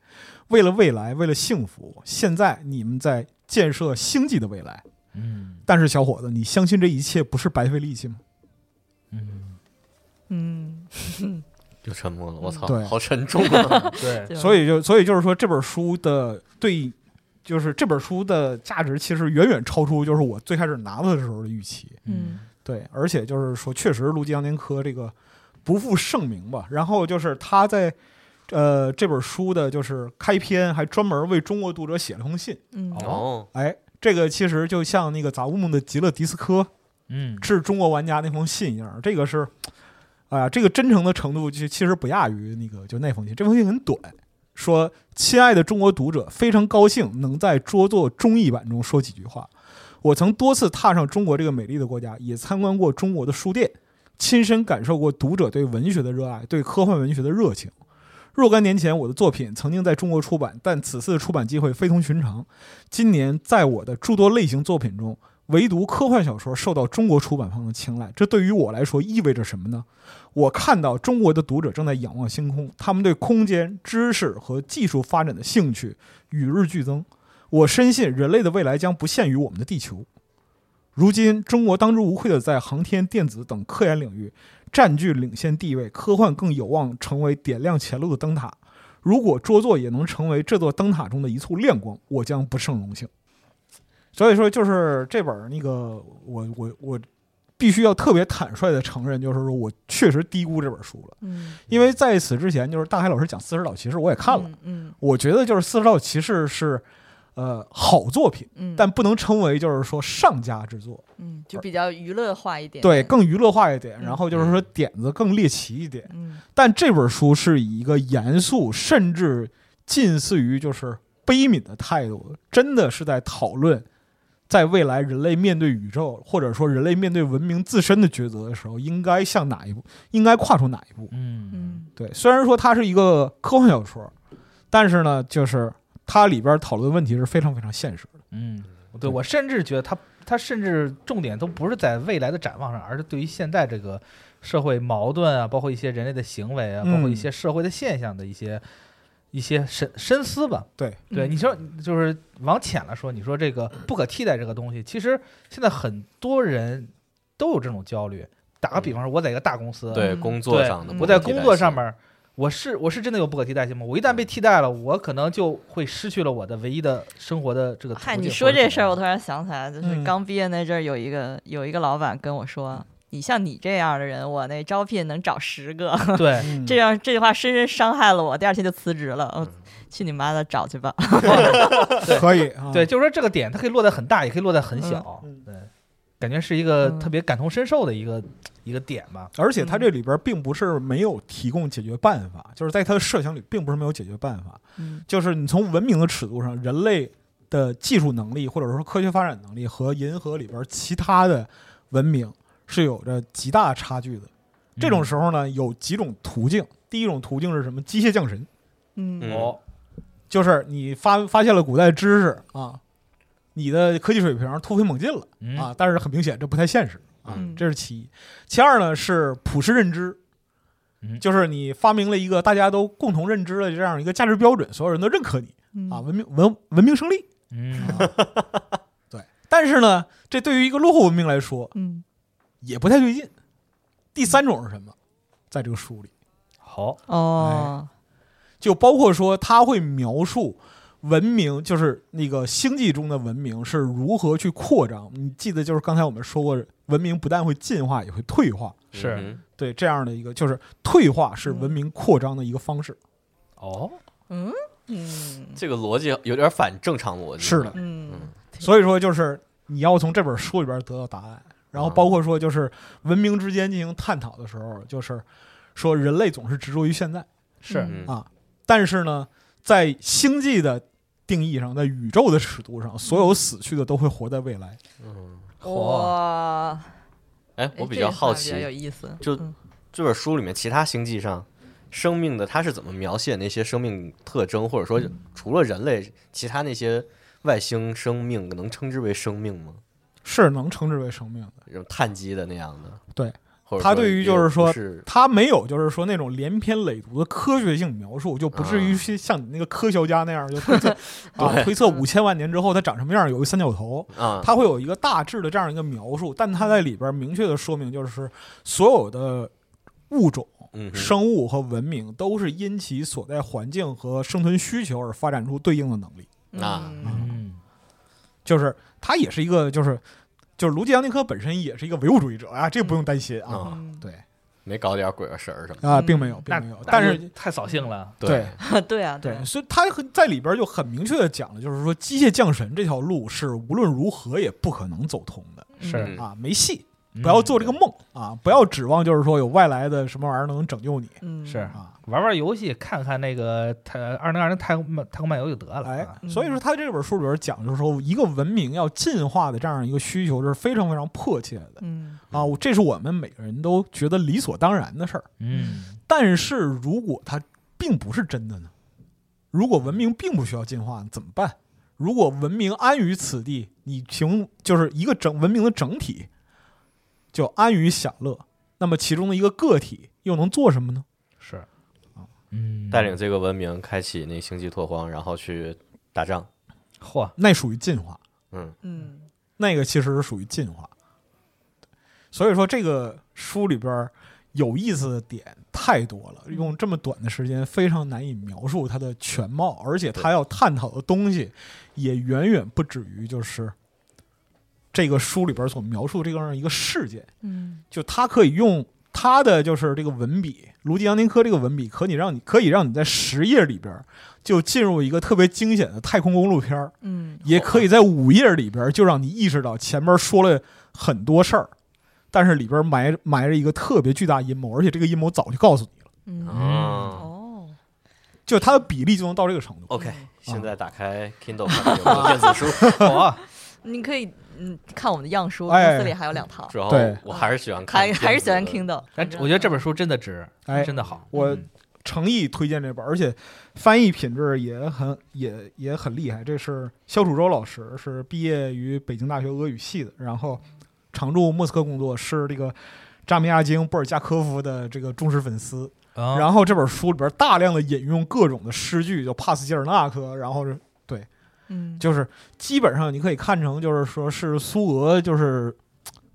Speaker 3: 为了未来，为了幸福。现在你们在建设星际的未来。
Speaker 5: 嗯
Speaker 3: 但是小伙子，你相信这一切不是白费力气吗？
Speaker 5: 嗯，
Speaker 2: 嗯，
Speaker 4: 又沉默了，我操
Speaker 3: 嗯对，
Speaker 4: 好沉重 啊，
Speaker 5: 嗯对，
Speaker 2: 对
Speaker 3: 所以就所以就是说，这本书的对，就是这本书的价值其实远远超出就是我最开始拿到的时候的预期。
Speaker 2: 嗯
Speaker 3: 对，而且就是说，确实陆基扬年科这个不负盛名吧。然后就是他在呃这本书的就是开篇还专门为中国读者写了封信。
Speaker 2: 嗯
Speaker 4: 哦，
Speaker 3: 哎，这个其实就像那个杂物梦的极乐迪斯科，
Speaker 5: 嗯，
Speaker 3: 致中国玩家那封信一样，这个是，哎、呀，这个真诚的程度其其实不亚于那个就那封信，这封信很短，说亲爱的中国读者，非常高兴能在桌作中译版中说几句话。我曾多次踏上中国这个美丽的国家，也参观过中国的书店，亲身感受过读者对文学的热爱，对科幻文学的热情。若干年前，我的作品曾经在中国出版，但此次出版机会非同寻常。今年，在我的诸多类型作品中，唯独科幻小说受到中国出版方的青睐，这对于我来说意味着什么呢？我看到中国的读者正在仰望星空，他们对空间、知识和技术发展的兴趣与日俱增。我深信人类的未来将不限于我们的地球。如今，中国当之无愧的在航天、电子等科研领域占据领先地位，科幻更有望成为点亮前路的灯塔。如果桌座也能成为这座灯塔中的一簇亮光，我将不胜荣幸。所以说，就是这本儿那个，我我我必须要特别坦率的承认，就是说我确实低估这本书了。
Speaker 2: 嗯，
Speaker 3: 因为在此之前，就是大海老师讲《四十岛骑士》，我也看了，
Speaker 2: 嗯，嗯
Speaker 3: 我觉得就是《四十岛骑士》是呃好作品，
Speaker 2: 嗯，
Speaker 3: 但不能称为就是说上佳之作，
Speaker 2: 嗯，就比较娱乐化一点，
Speaker 3: 对，更娱乐化一点，
Speaker 2: 嗯
Speaker 3: 然后就是说点子更猎奇一点。
Speaker 2: 嗯
Speaker 3: 但这本书是以一个严肃，甚至近似于就是悲悯的态度，真的是在讨论，在未来人类面对宇宙，或者说人类面对文明自身的抉择的时候，应该向哪一步，应该跨出哪一步。
Speaker 5: 嗯
Speaker 2: 嗯
Speaker 3: 对，虽然说它是一个科幻小说，但是呢，就是它里边讨论问题是非常非常现实的。
Speaker 5: 嗯，对我甚至觉得他他甚至重点都不是在未来的展望上，而是对于现在这个社会矛盾啊，包括一些人类的行为啊，包括一
Speaker 3: 嗯
Speaker 5: 些社会的现象的一些一些深深思吧。
Speaker 3: 对
Speaker 5: 对，
Speaker 2: 嗯
Speaker 5: 你说就是往浅了说，你说这个不可替代这个东西，其实现在很多人都有这种焦虑。打个比方说，我在一个大公司，
Speaker 4: 对
Speaker 2: 嗯
Speaker 4: 工作
Speaker 5: 对
Speaker 4: 上的不可替代性，嗯
Speaker 5: 我在工作上面，我是我是真的有不可替代性吗？我一旦被替代了，我可能就会失去了我的唯一的生活的
Speaker 3: 啊
Speaker 5: 这个途径。
Speaker 2: 嗨，你说这事儿，我
Speaker 5: 都
Speaker 2: 突然想起来，就
Speaker 3: 嗯
Speaker 2: 是刚毕业那阵儿，有一个有一个老板跟我说：“你像你这样的人，我那招聘能找十个。
Speaker 5: 对，
Speaker 3: 嗯”
Speaker 2: 这样这句话深深伤害了我，第二天就辞职了。我去你妈的，找去吧！
Speaker 3: 可 以
Speaker 4: 嗯
Speaker 3: 啊，
Speaker 5: 对，，就是说这个点，它可以落在很大，也可以落在很小，
Speaker 3: 嗯
Speaker 5: 对，感觉是一个
Speaker 2: 嗯
Speaker 5: 特别感同身受的一个、一个点吧。
Speaker 3: 而且它这里边并不是没有提供解决办法，就是在它的设想里并不是没有解决办法，
Speaker 2: 嗯
Speaker 3: 就是你从文明的尺度上，人类的技术能力或者说科学发展能力和银河里边其他的文明是有着极大差距的。
Speaker 5: 嗯
Speaker 3: 这种时候呢，有几种途径，第一种途径是什么？机械降神，
Speaker 2: 嗯
Speaker 4: 嗯
Speaker 5: 哦，
Speaker 3: 就是你发发现了古代知识啊，你的科技水平突飞猛进了
Speaker 5: 嗯
Speaker 3: 啊，但是很明显这不太现实。啊
Speaker 2: 嗯，
Speaker 3: 这是其一。其二呢是普世认知
Speaker 5: 嗯，
Speaker 3: 就是你发明了一个大家都共同认知的这样一个价值标准，所有人都认可你啊，
Speaker 2: 嗯
Speaker 3: 文明文文明胜利。
Speaker 5: 嗯
Speaker 3: 啊对，但是呢，这对于一个落后文明来说
Speaker 2: 嗯
Speaker 3: 也不太对劲。第三种是什么？在这个书里，
Speaker 5: 好，
Speaker 2: 哦，
Speaker 3: 就包括说他会描述文明，就是那个星际中的文明是如何去扩张。你记得，就是刚才我们说过，文明不但会进化，也会退化。
Speaker 5: 是
Speaker 4: 嗯
Speaker 3: 对这样的一个，就是退化是文明扩张的一个方式。
Speaker 5: 哦，
Speaker 2: 嗯嗯
Speaker 4: 这个逻辑有点反正常逻辑。
Speaker 3: 是的，
Speaker 2: 嗯
Speaker 3: 所以说就是你要从这本书里边得到答案，然后包括说就是文明之间进行探讨的时候，就是说人类总是执着于现在
Speaker 5: 是
Speaker 4: 嗯
Speaker 3: 啊，但是呢，在星际的定义上，在宇宙的尺度上，所有死去的都会活在未来。
Speaker 4: 嗯，
Speaker 2: 哇，
Speaker 4: 哎，我
Speaker 2: 哎
Speaker 4: 比
Speaker 2: 这
Speaker 4: 较
Speaker 2: 个
Speaker 4: 好
Speaker 2: 算比较有
Speaker 4: 奇，啊
Speaker 2: 意思，
Speaker 4: 就
Speaker 2: 嗯
Speaker 4: 这本书里面其他星际上生命的，它是怎么描写那些生命特征，或者说
Speaker 2: 嗯
Speaker 4: 除了人类，其他那些外星生命能称之为生命吗？
Speaker 3: 是能称之为生命的，
Speaker 4: 这种碳基的那样的？
Speaker 3: 对，
Speaker 4: 或者
Speaker 3: 它
Speaker 4: 说
Speaker 3: 对于
Speaker 4: 也
Speaker 3: 就是
Speaker 4: 不
Speaker 3: 说
Speaker 4: 是
Speaker 3: 它没有就是说那种连篇累牍的科学性描述，就不至于
Speaker 4: 啊
Speaker 3: 是像你那个科学家那样就推 测啊，推测五千万年之后它长什么样，有一三角头，
Speaker 4: 啊，
Speaker 3: 它会有一个大致的这样一个描述，但它在里边明确的说明，就是所有的物种、
Speaker 4: 嗯哼
Speaker 3: 生物和文明都是因其所在环境和生存需求而发展出对应的能力，
Speaker 4: 啊
Speaker 2: 嗯
Speaker 5: 嗯，
Speaker 3: 就是它也是一个就是就是卢吉扬尼科本身也是一个唯物主义者啊，这个不用担心啊，
Speaker 4: 啊，
Speaker 2: 嗯
Speaker 3: 对
Speaker 4: 没搞点鬼啊神儿什么的。
Speaker 3: 啊，
Speaker 2: 嗯
Speaker 3: 并没有，并
Speaker 5: 那
Speaker 3: 没有，
Speaker 5: 那
Speaker 3: 但是
Speaker 5: 就太扫兴了，
Speaker 3: 对。
Speaker 2: 对啊啊
Speaker 3: 对，所以他很在里边就很明确的讲了，就是说机械降神这条路是无论如何也不可能走通的
Speaker 5: 是
Speaker 4: 嗯
Speaker 3: 啊，没戏，
Speaker 5: 嗯
Speaker 3: 不要做这个梦啊，不要指望就是说有外来的什么玩意儿能拯救你
Speaker 2: 嗯
Speaker 5: 是
Speaker 3: 啊。
Speaker 5: 玩玩游戏，看看那个太二零二零太空漫太空漫游就得了。
Speaker 3: 哎
Speaker 5: 啊，
Speaker 2: 嗯
Speaker 3: 所以说他这本书里边讲，就是说一个文明要进化的这样一个需求是非常非常迫切的
Speaker 2: 嗯
Speaker 3: 啊，我这是我们每个人都觉得理所当然的事儿。
Speaker 5: 嗯
Speaker 3: 但是如果它并不是真的呢？如果文明并不需要进化，怎么办？如果文明安于此地，你凭就是一个整文明的整体就安于享乐，那么其中的一个个体又能做什么呢？
Speaker 5: 是，嗯，
Speaker 4: 带领这个文明开启那星际拓荒，然后去打仗，
Speaker 5: 嚯，
Speaker 3: 那属于进化，
Speaker 4: 嗯，
Speaker 2: 嗯，
Speaker 3: 那个其实是属于进化。所以说，这个书里边儿有意思的点太多了，用这么短的时间非常难以描述它的全貌，而且它要探讨的东西也远远不止于就是这个书里边儿所描述这样一个事件。
Speaker 2: 嗯，
Speaker 3: 就他可以用他的就是这个文笔，卢吉扬尼科这个文笔，可以让你可以让你在十页里边儿就进入一个特别惊险的太空公路片儿，
Speaker 2: 嗯，
Speaker 3: 也可以在五页里边儿就让你意识到前边说了很多事儿，但是里边埋埋着一个特别巨大阴谋，而且这个阴谋早就告诉你了，
Speaker 2: 嗯，
Speaker 4: 哦
Speaker 2: 哦
Speaker 3: 就它的比例就能到这个程度。
Speaker 4: ，OK，
Speaker 2: 嗯
Speaker 4: 现在打开 Kindle 看有没有电 子书，
Speaker 5: 好啊，
Speaker 2: 你可以嗯看我们的样书，
Speaker 3: 哎
Speaker 2: 公司里还有两套，
Speaker 4: 主要
Speaker 3: 对
Speaker 4: 我还是喜欢看
Speaker 2: 还
Speaker 4: 电子的，
Speaker 2: 还是喜欢 Kindle。
Speaker 5: 但我觉得这本书真的值，
Speaker 3: 哎
Speaker 5: 真的好。
Speaker 3: 我
Speaker 4: 嗯
Speaker 3: 诚意推荐这本，而且翻译品质也很也也很厉害。这是肖楚洲老师，是毕业于北京大学俄语系的，然后常驻莫斯科工作，是这个扎米亚京、布尔加科夫的这个忠实粉丝。
Speaker 5: 然
Speaker 3: 然后这本书里边大量的引用各种的诗句，叫帕斯捷尔纳克，然后是
Speaker 2: 嗯，
Speaker 3: 就是基本上你可以看成就是说是苏俄，就是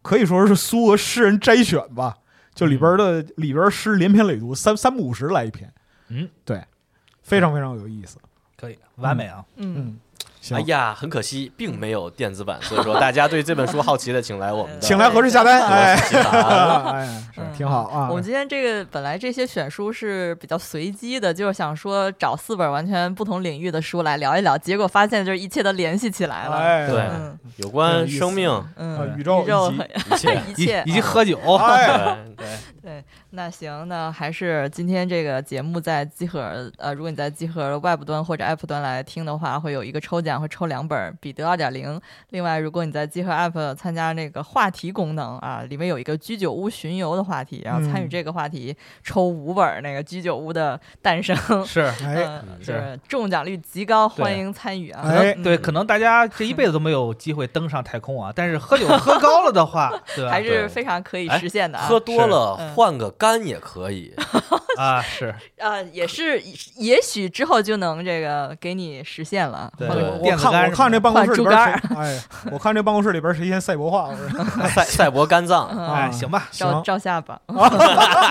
Speaker 3: 可以说是苏俄诗人摘选吧，就里边的、里边诗连篇累牍，三三不五十来一篇。
Speaker 5: 嗯，
Speaker 3: 对，非常非常有意思。
Speaker 5: 可以，完美啊！
Speaker 2: 嗯，
Speaker 3: 嗯，行
Speaker 4: 哎，呀，很可惜，并没有电子版，所以说大家对这本书好奇的，请来我们的
Speaker 3: 请来合适下单，哎，
Speaker 4: 集团。
Speaker 3: 哎，是挺好啊
Speaker 2: 我。们今天这个本来这些选书是比较随机的，就是想说找四本完全不同领域的书来聊一聊，结果发现就是一切都联系起来了。
Speaker 3: 哎，
Speaker 4: 对
Speaker 2: 嗯
Speaker 4: 有关生命
Speaker 3: 啊
Speaker 2: 嗯，
Speaker 3: 宇宙
Speaker 2: 宇宙，
Speaker 3: 以及
Speaker 4: 一
Speaker 2: 嗯
Speaker 4: 切
Speaker 2: 一
Speaker 5: 以
Speaker 2: 切
Speaker 5: 以及喝酒，
Speaker 3: 哎，
Speaker 4: 对
Speaker 2: 对，那行，那还是今天这个节目在集合，呃，如果你在集合 Web 端或者 App 端来听的话，会有一个抽奖，会抽两本《彼得二点零》。另外，如果你在集合 App 参加那个话题功能啊，里面有一个居酒屋巡游的话题，然后参与
Speaker 3: 嗯
Speaker 2: 这个话题，抽五本那个居酒屋的诞生。
Speaker 5: 是
Speaker 3: 哎，
Speaker 2: 嗯，
Speaker 4: 是
Speaker 2: 就是中奖率极高，
Speaker 5: 对
Speaker 2: 欢迎参与啊！
Speaker 3: 哎
Speaker 2: 嗯
Speaker 5: 对，可能大家这一辈子都没有机会登上太空啊，但是喝酒喝高了的话，对吧？
Speaker 2: 还是非常可以
Speaker 4: 哎
Speaker 2: 实现的啊！
Speaker 4: 喝多了
Speaker 2: 嗯
Speaker 4: 换个肝也 可以，
Speaker 5: 啊，是
Speaker 2: 啊，也是，也许之后就能这个给你实现了。
Speaker 5: 对
Speaker 2: 或者
Speaker 3: 我
Speaker 5: 电子
Speaker 3: 看
Speaker 5: 杆
Speaker 3: 我看这办公室里边
Speaker 2: 换
Speaker 3: 谁，哎，我看这办公室里边谁先赛博化，我说
Speaker 4: 赛赛博肝脏。
Speaker 2: 嗯
Speaker 3: 啊
Speaker 5: 哎，行吧，
Speaker 2: 照
Speaker 3: 行，
Speaker 2: 照下 吧。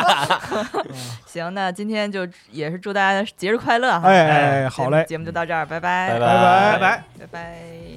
Speaker 2: 行，那今天就也是祝大家节日快乐哈！
Speaker 3: 嗯哎哎哎好嘞
Speaker 2: 节目就到这儿，拜拜，
Speaker 4: 拜
Speaker 3: 拜
Speaker 5: 拜拜。
Speaker 2: 拜拜。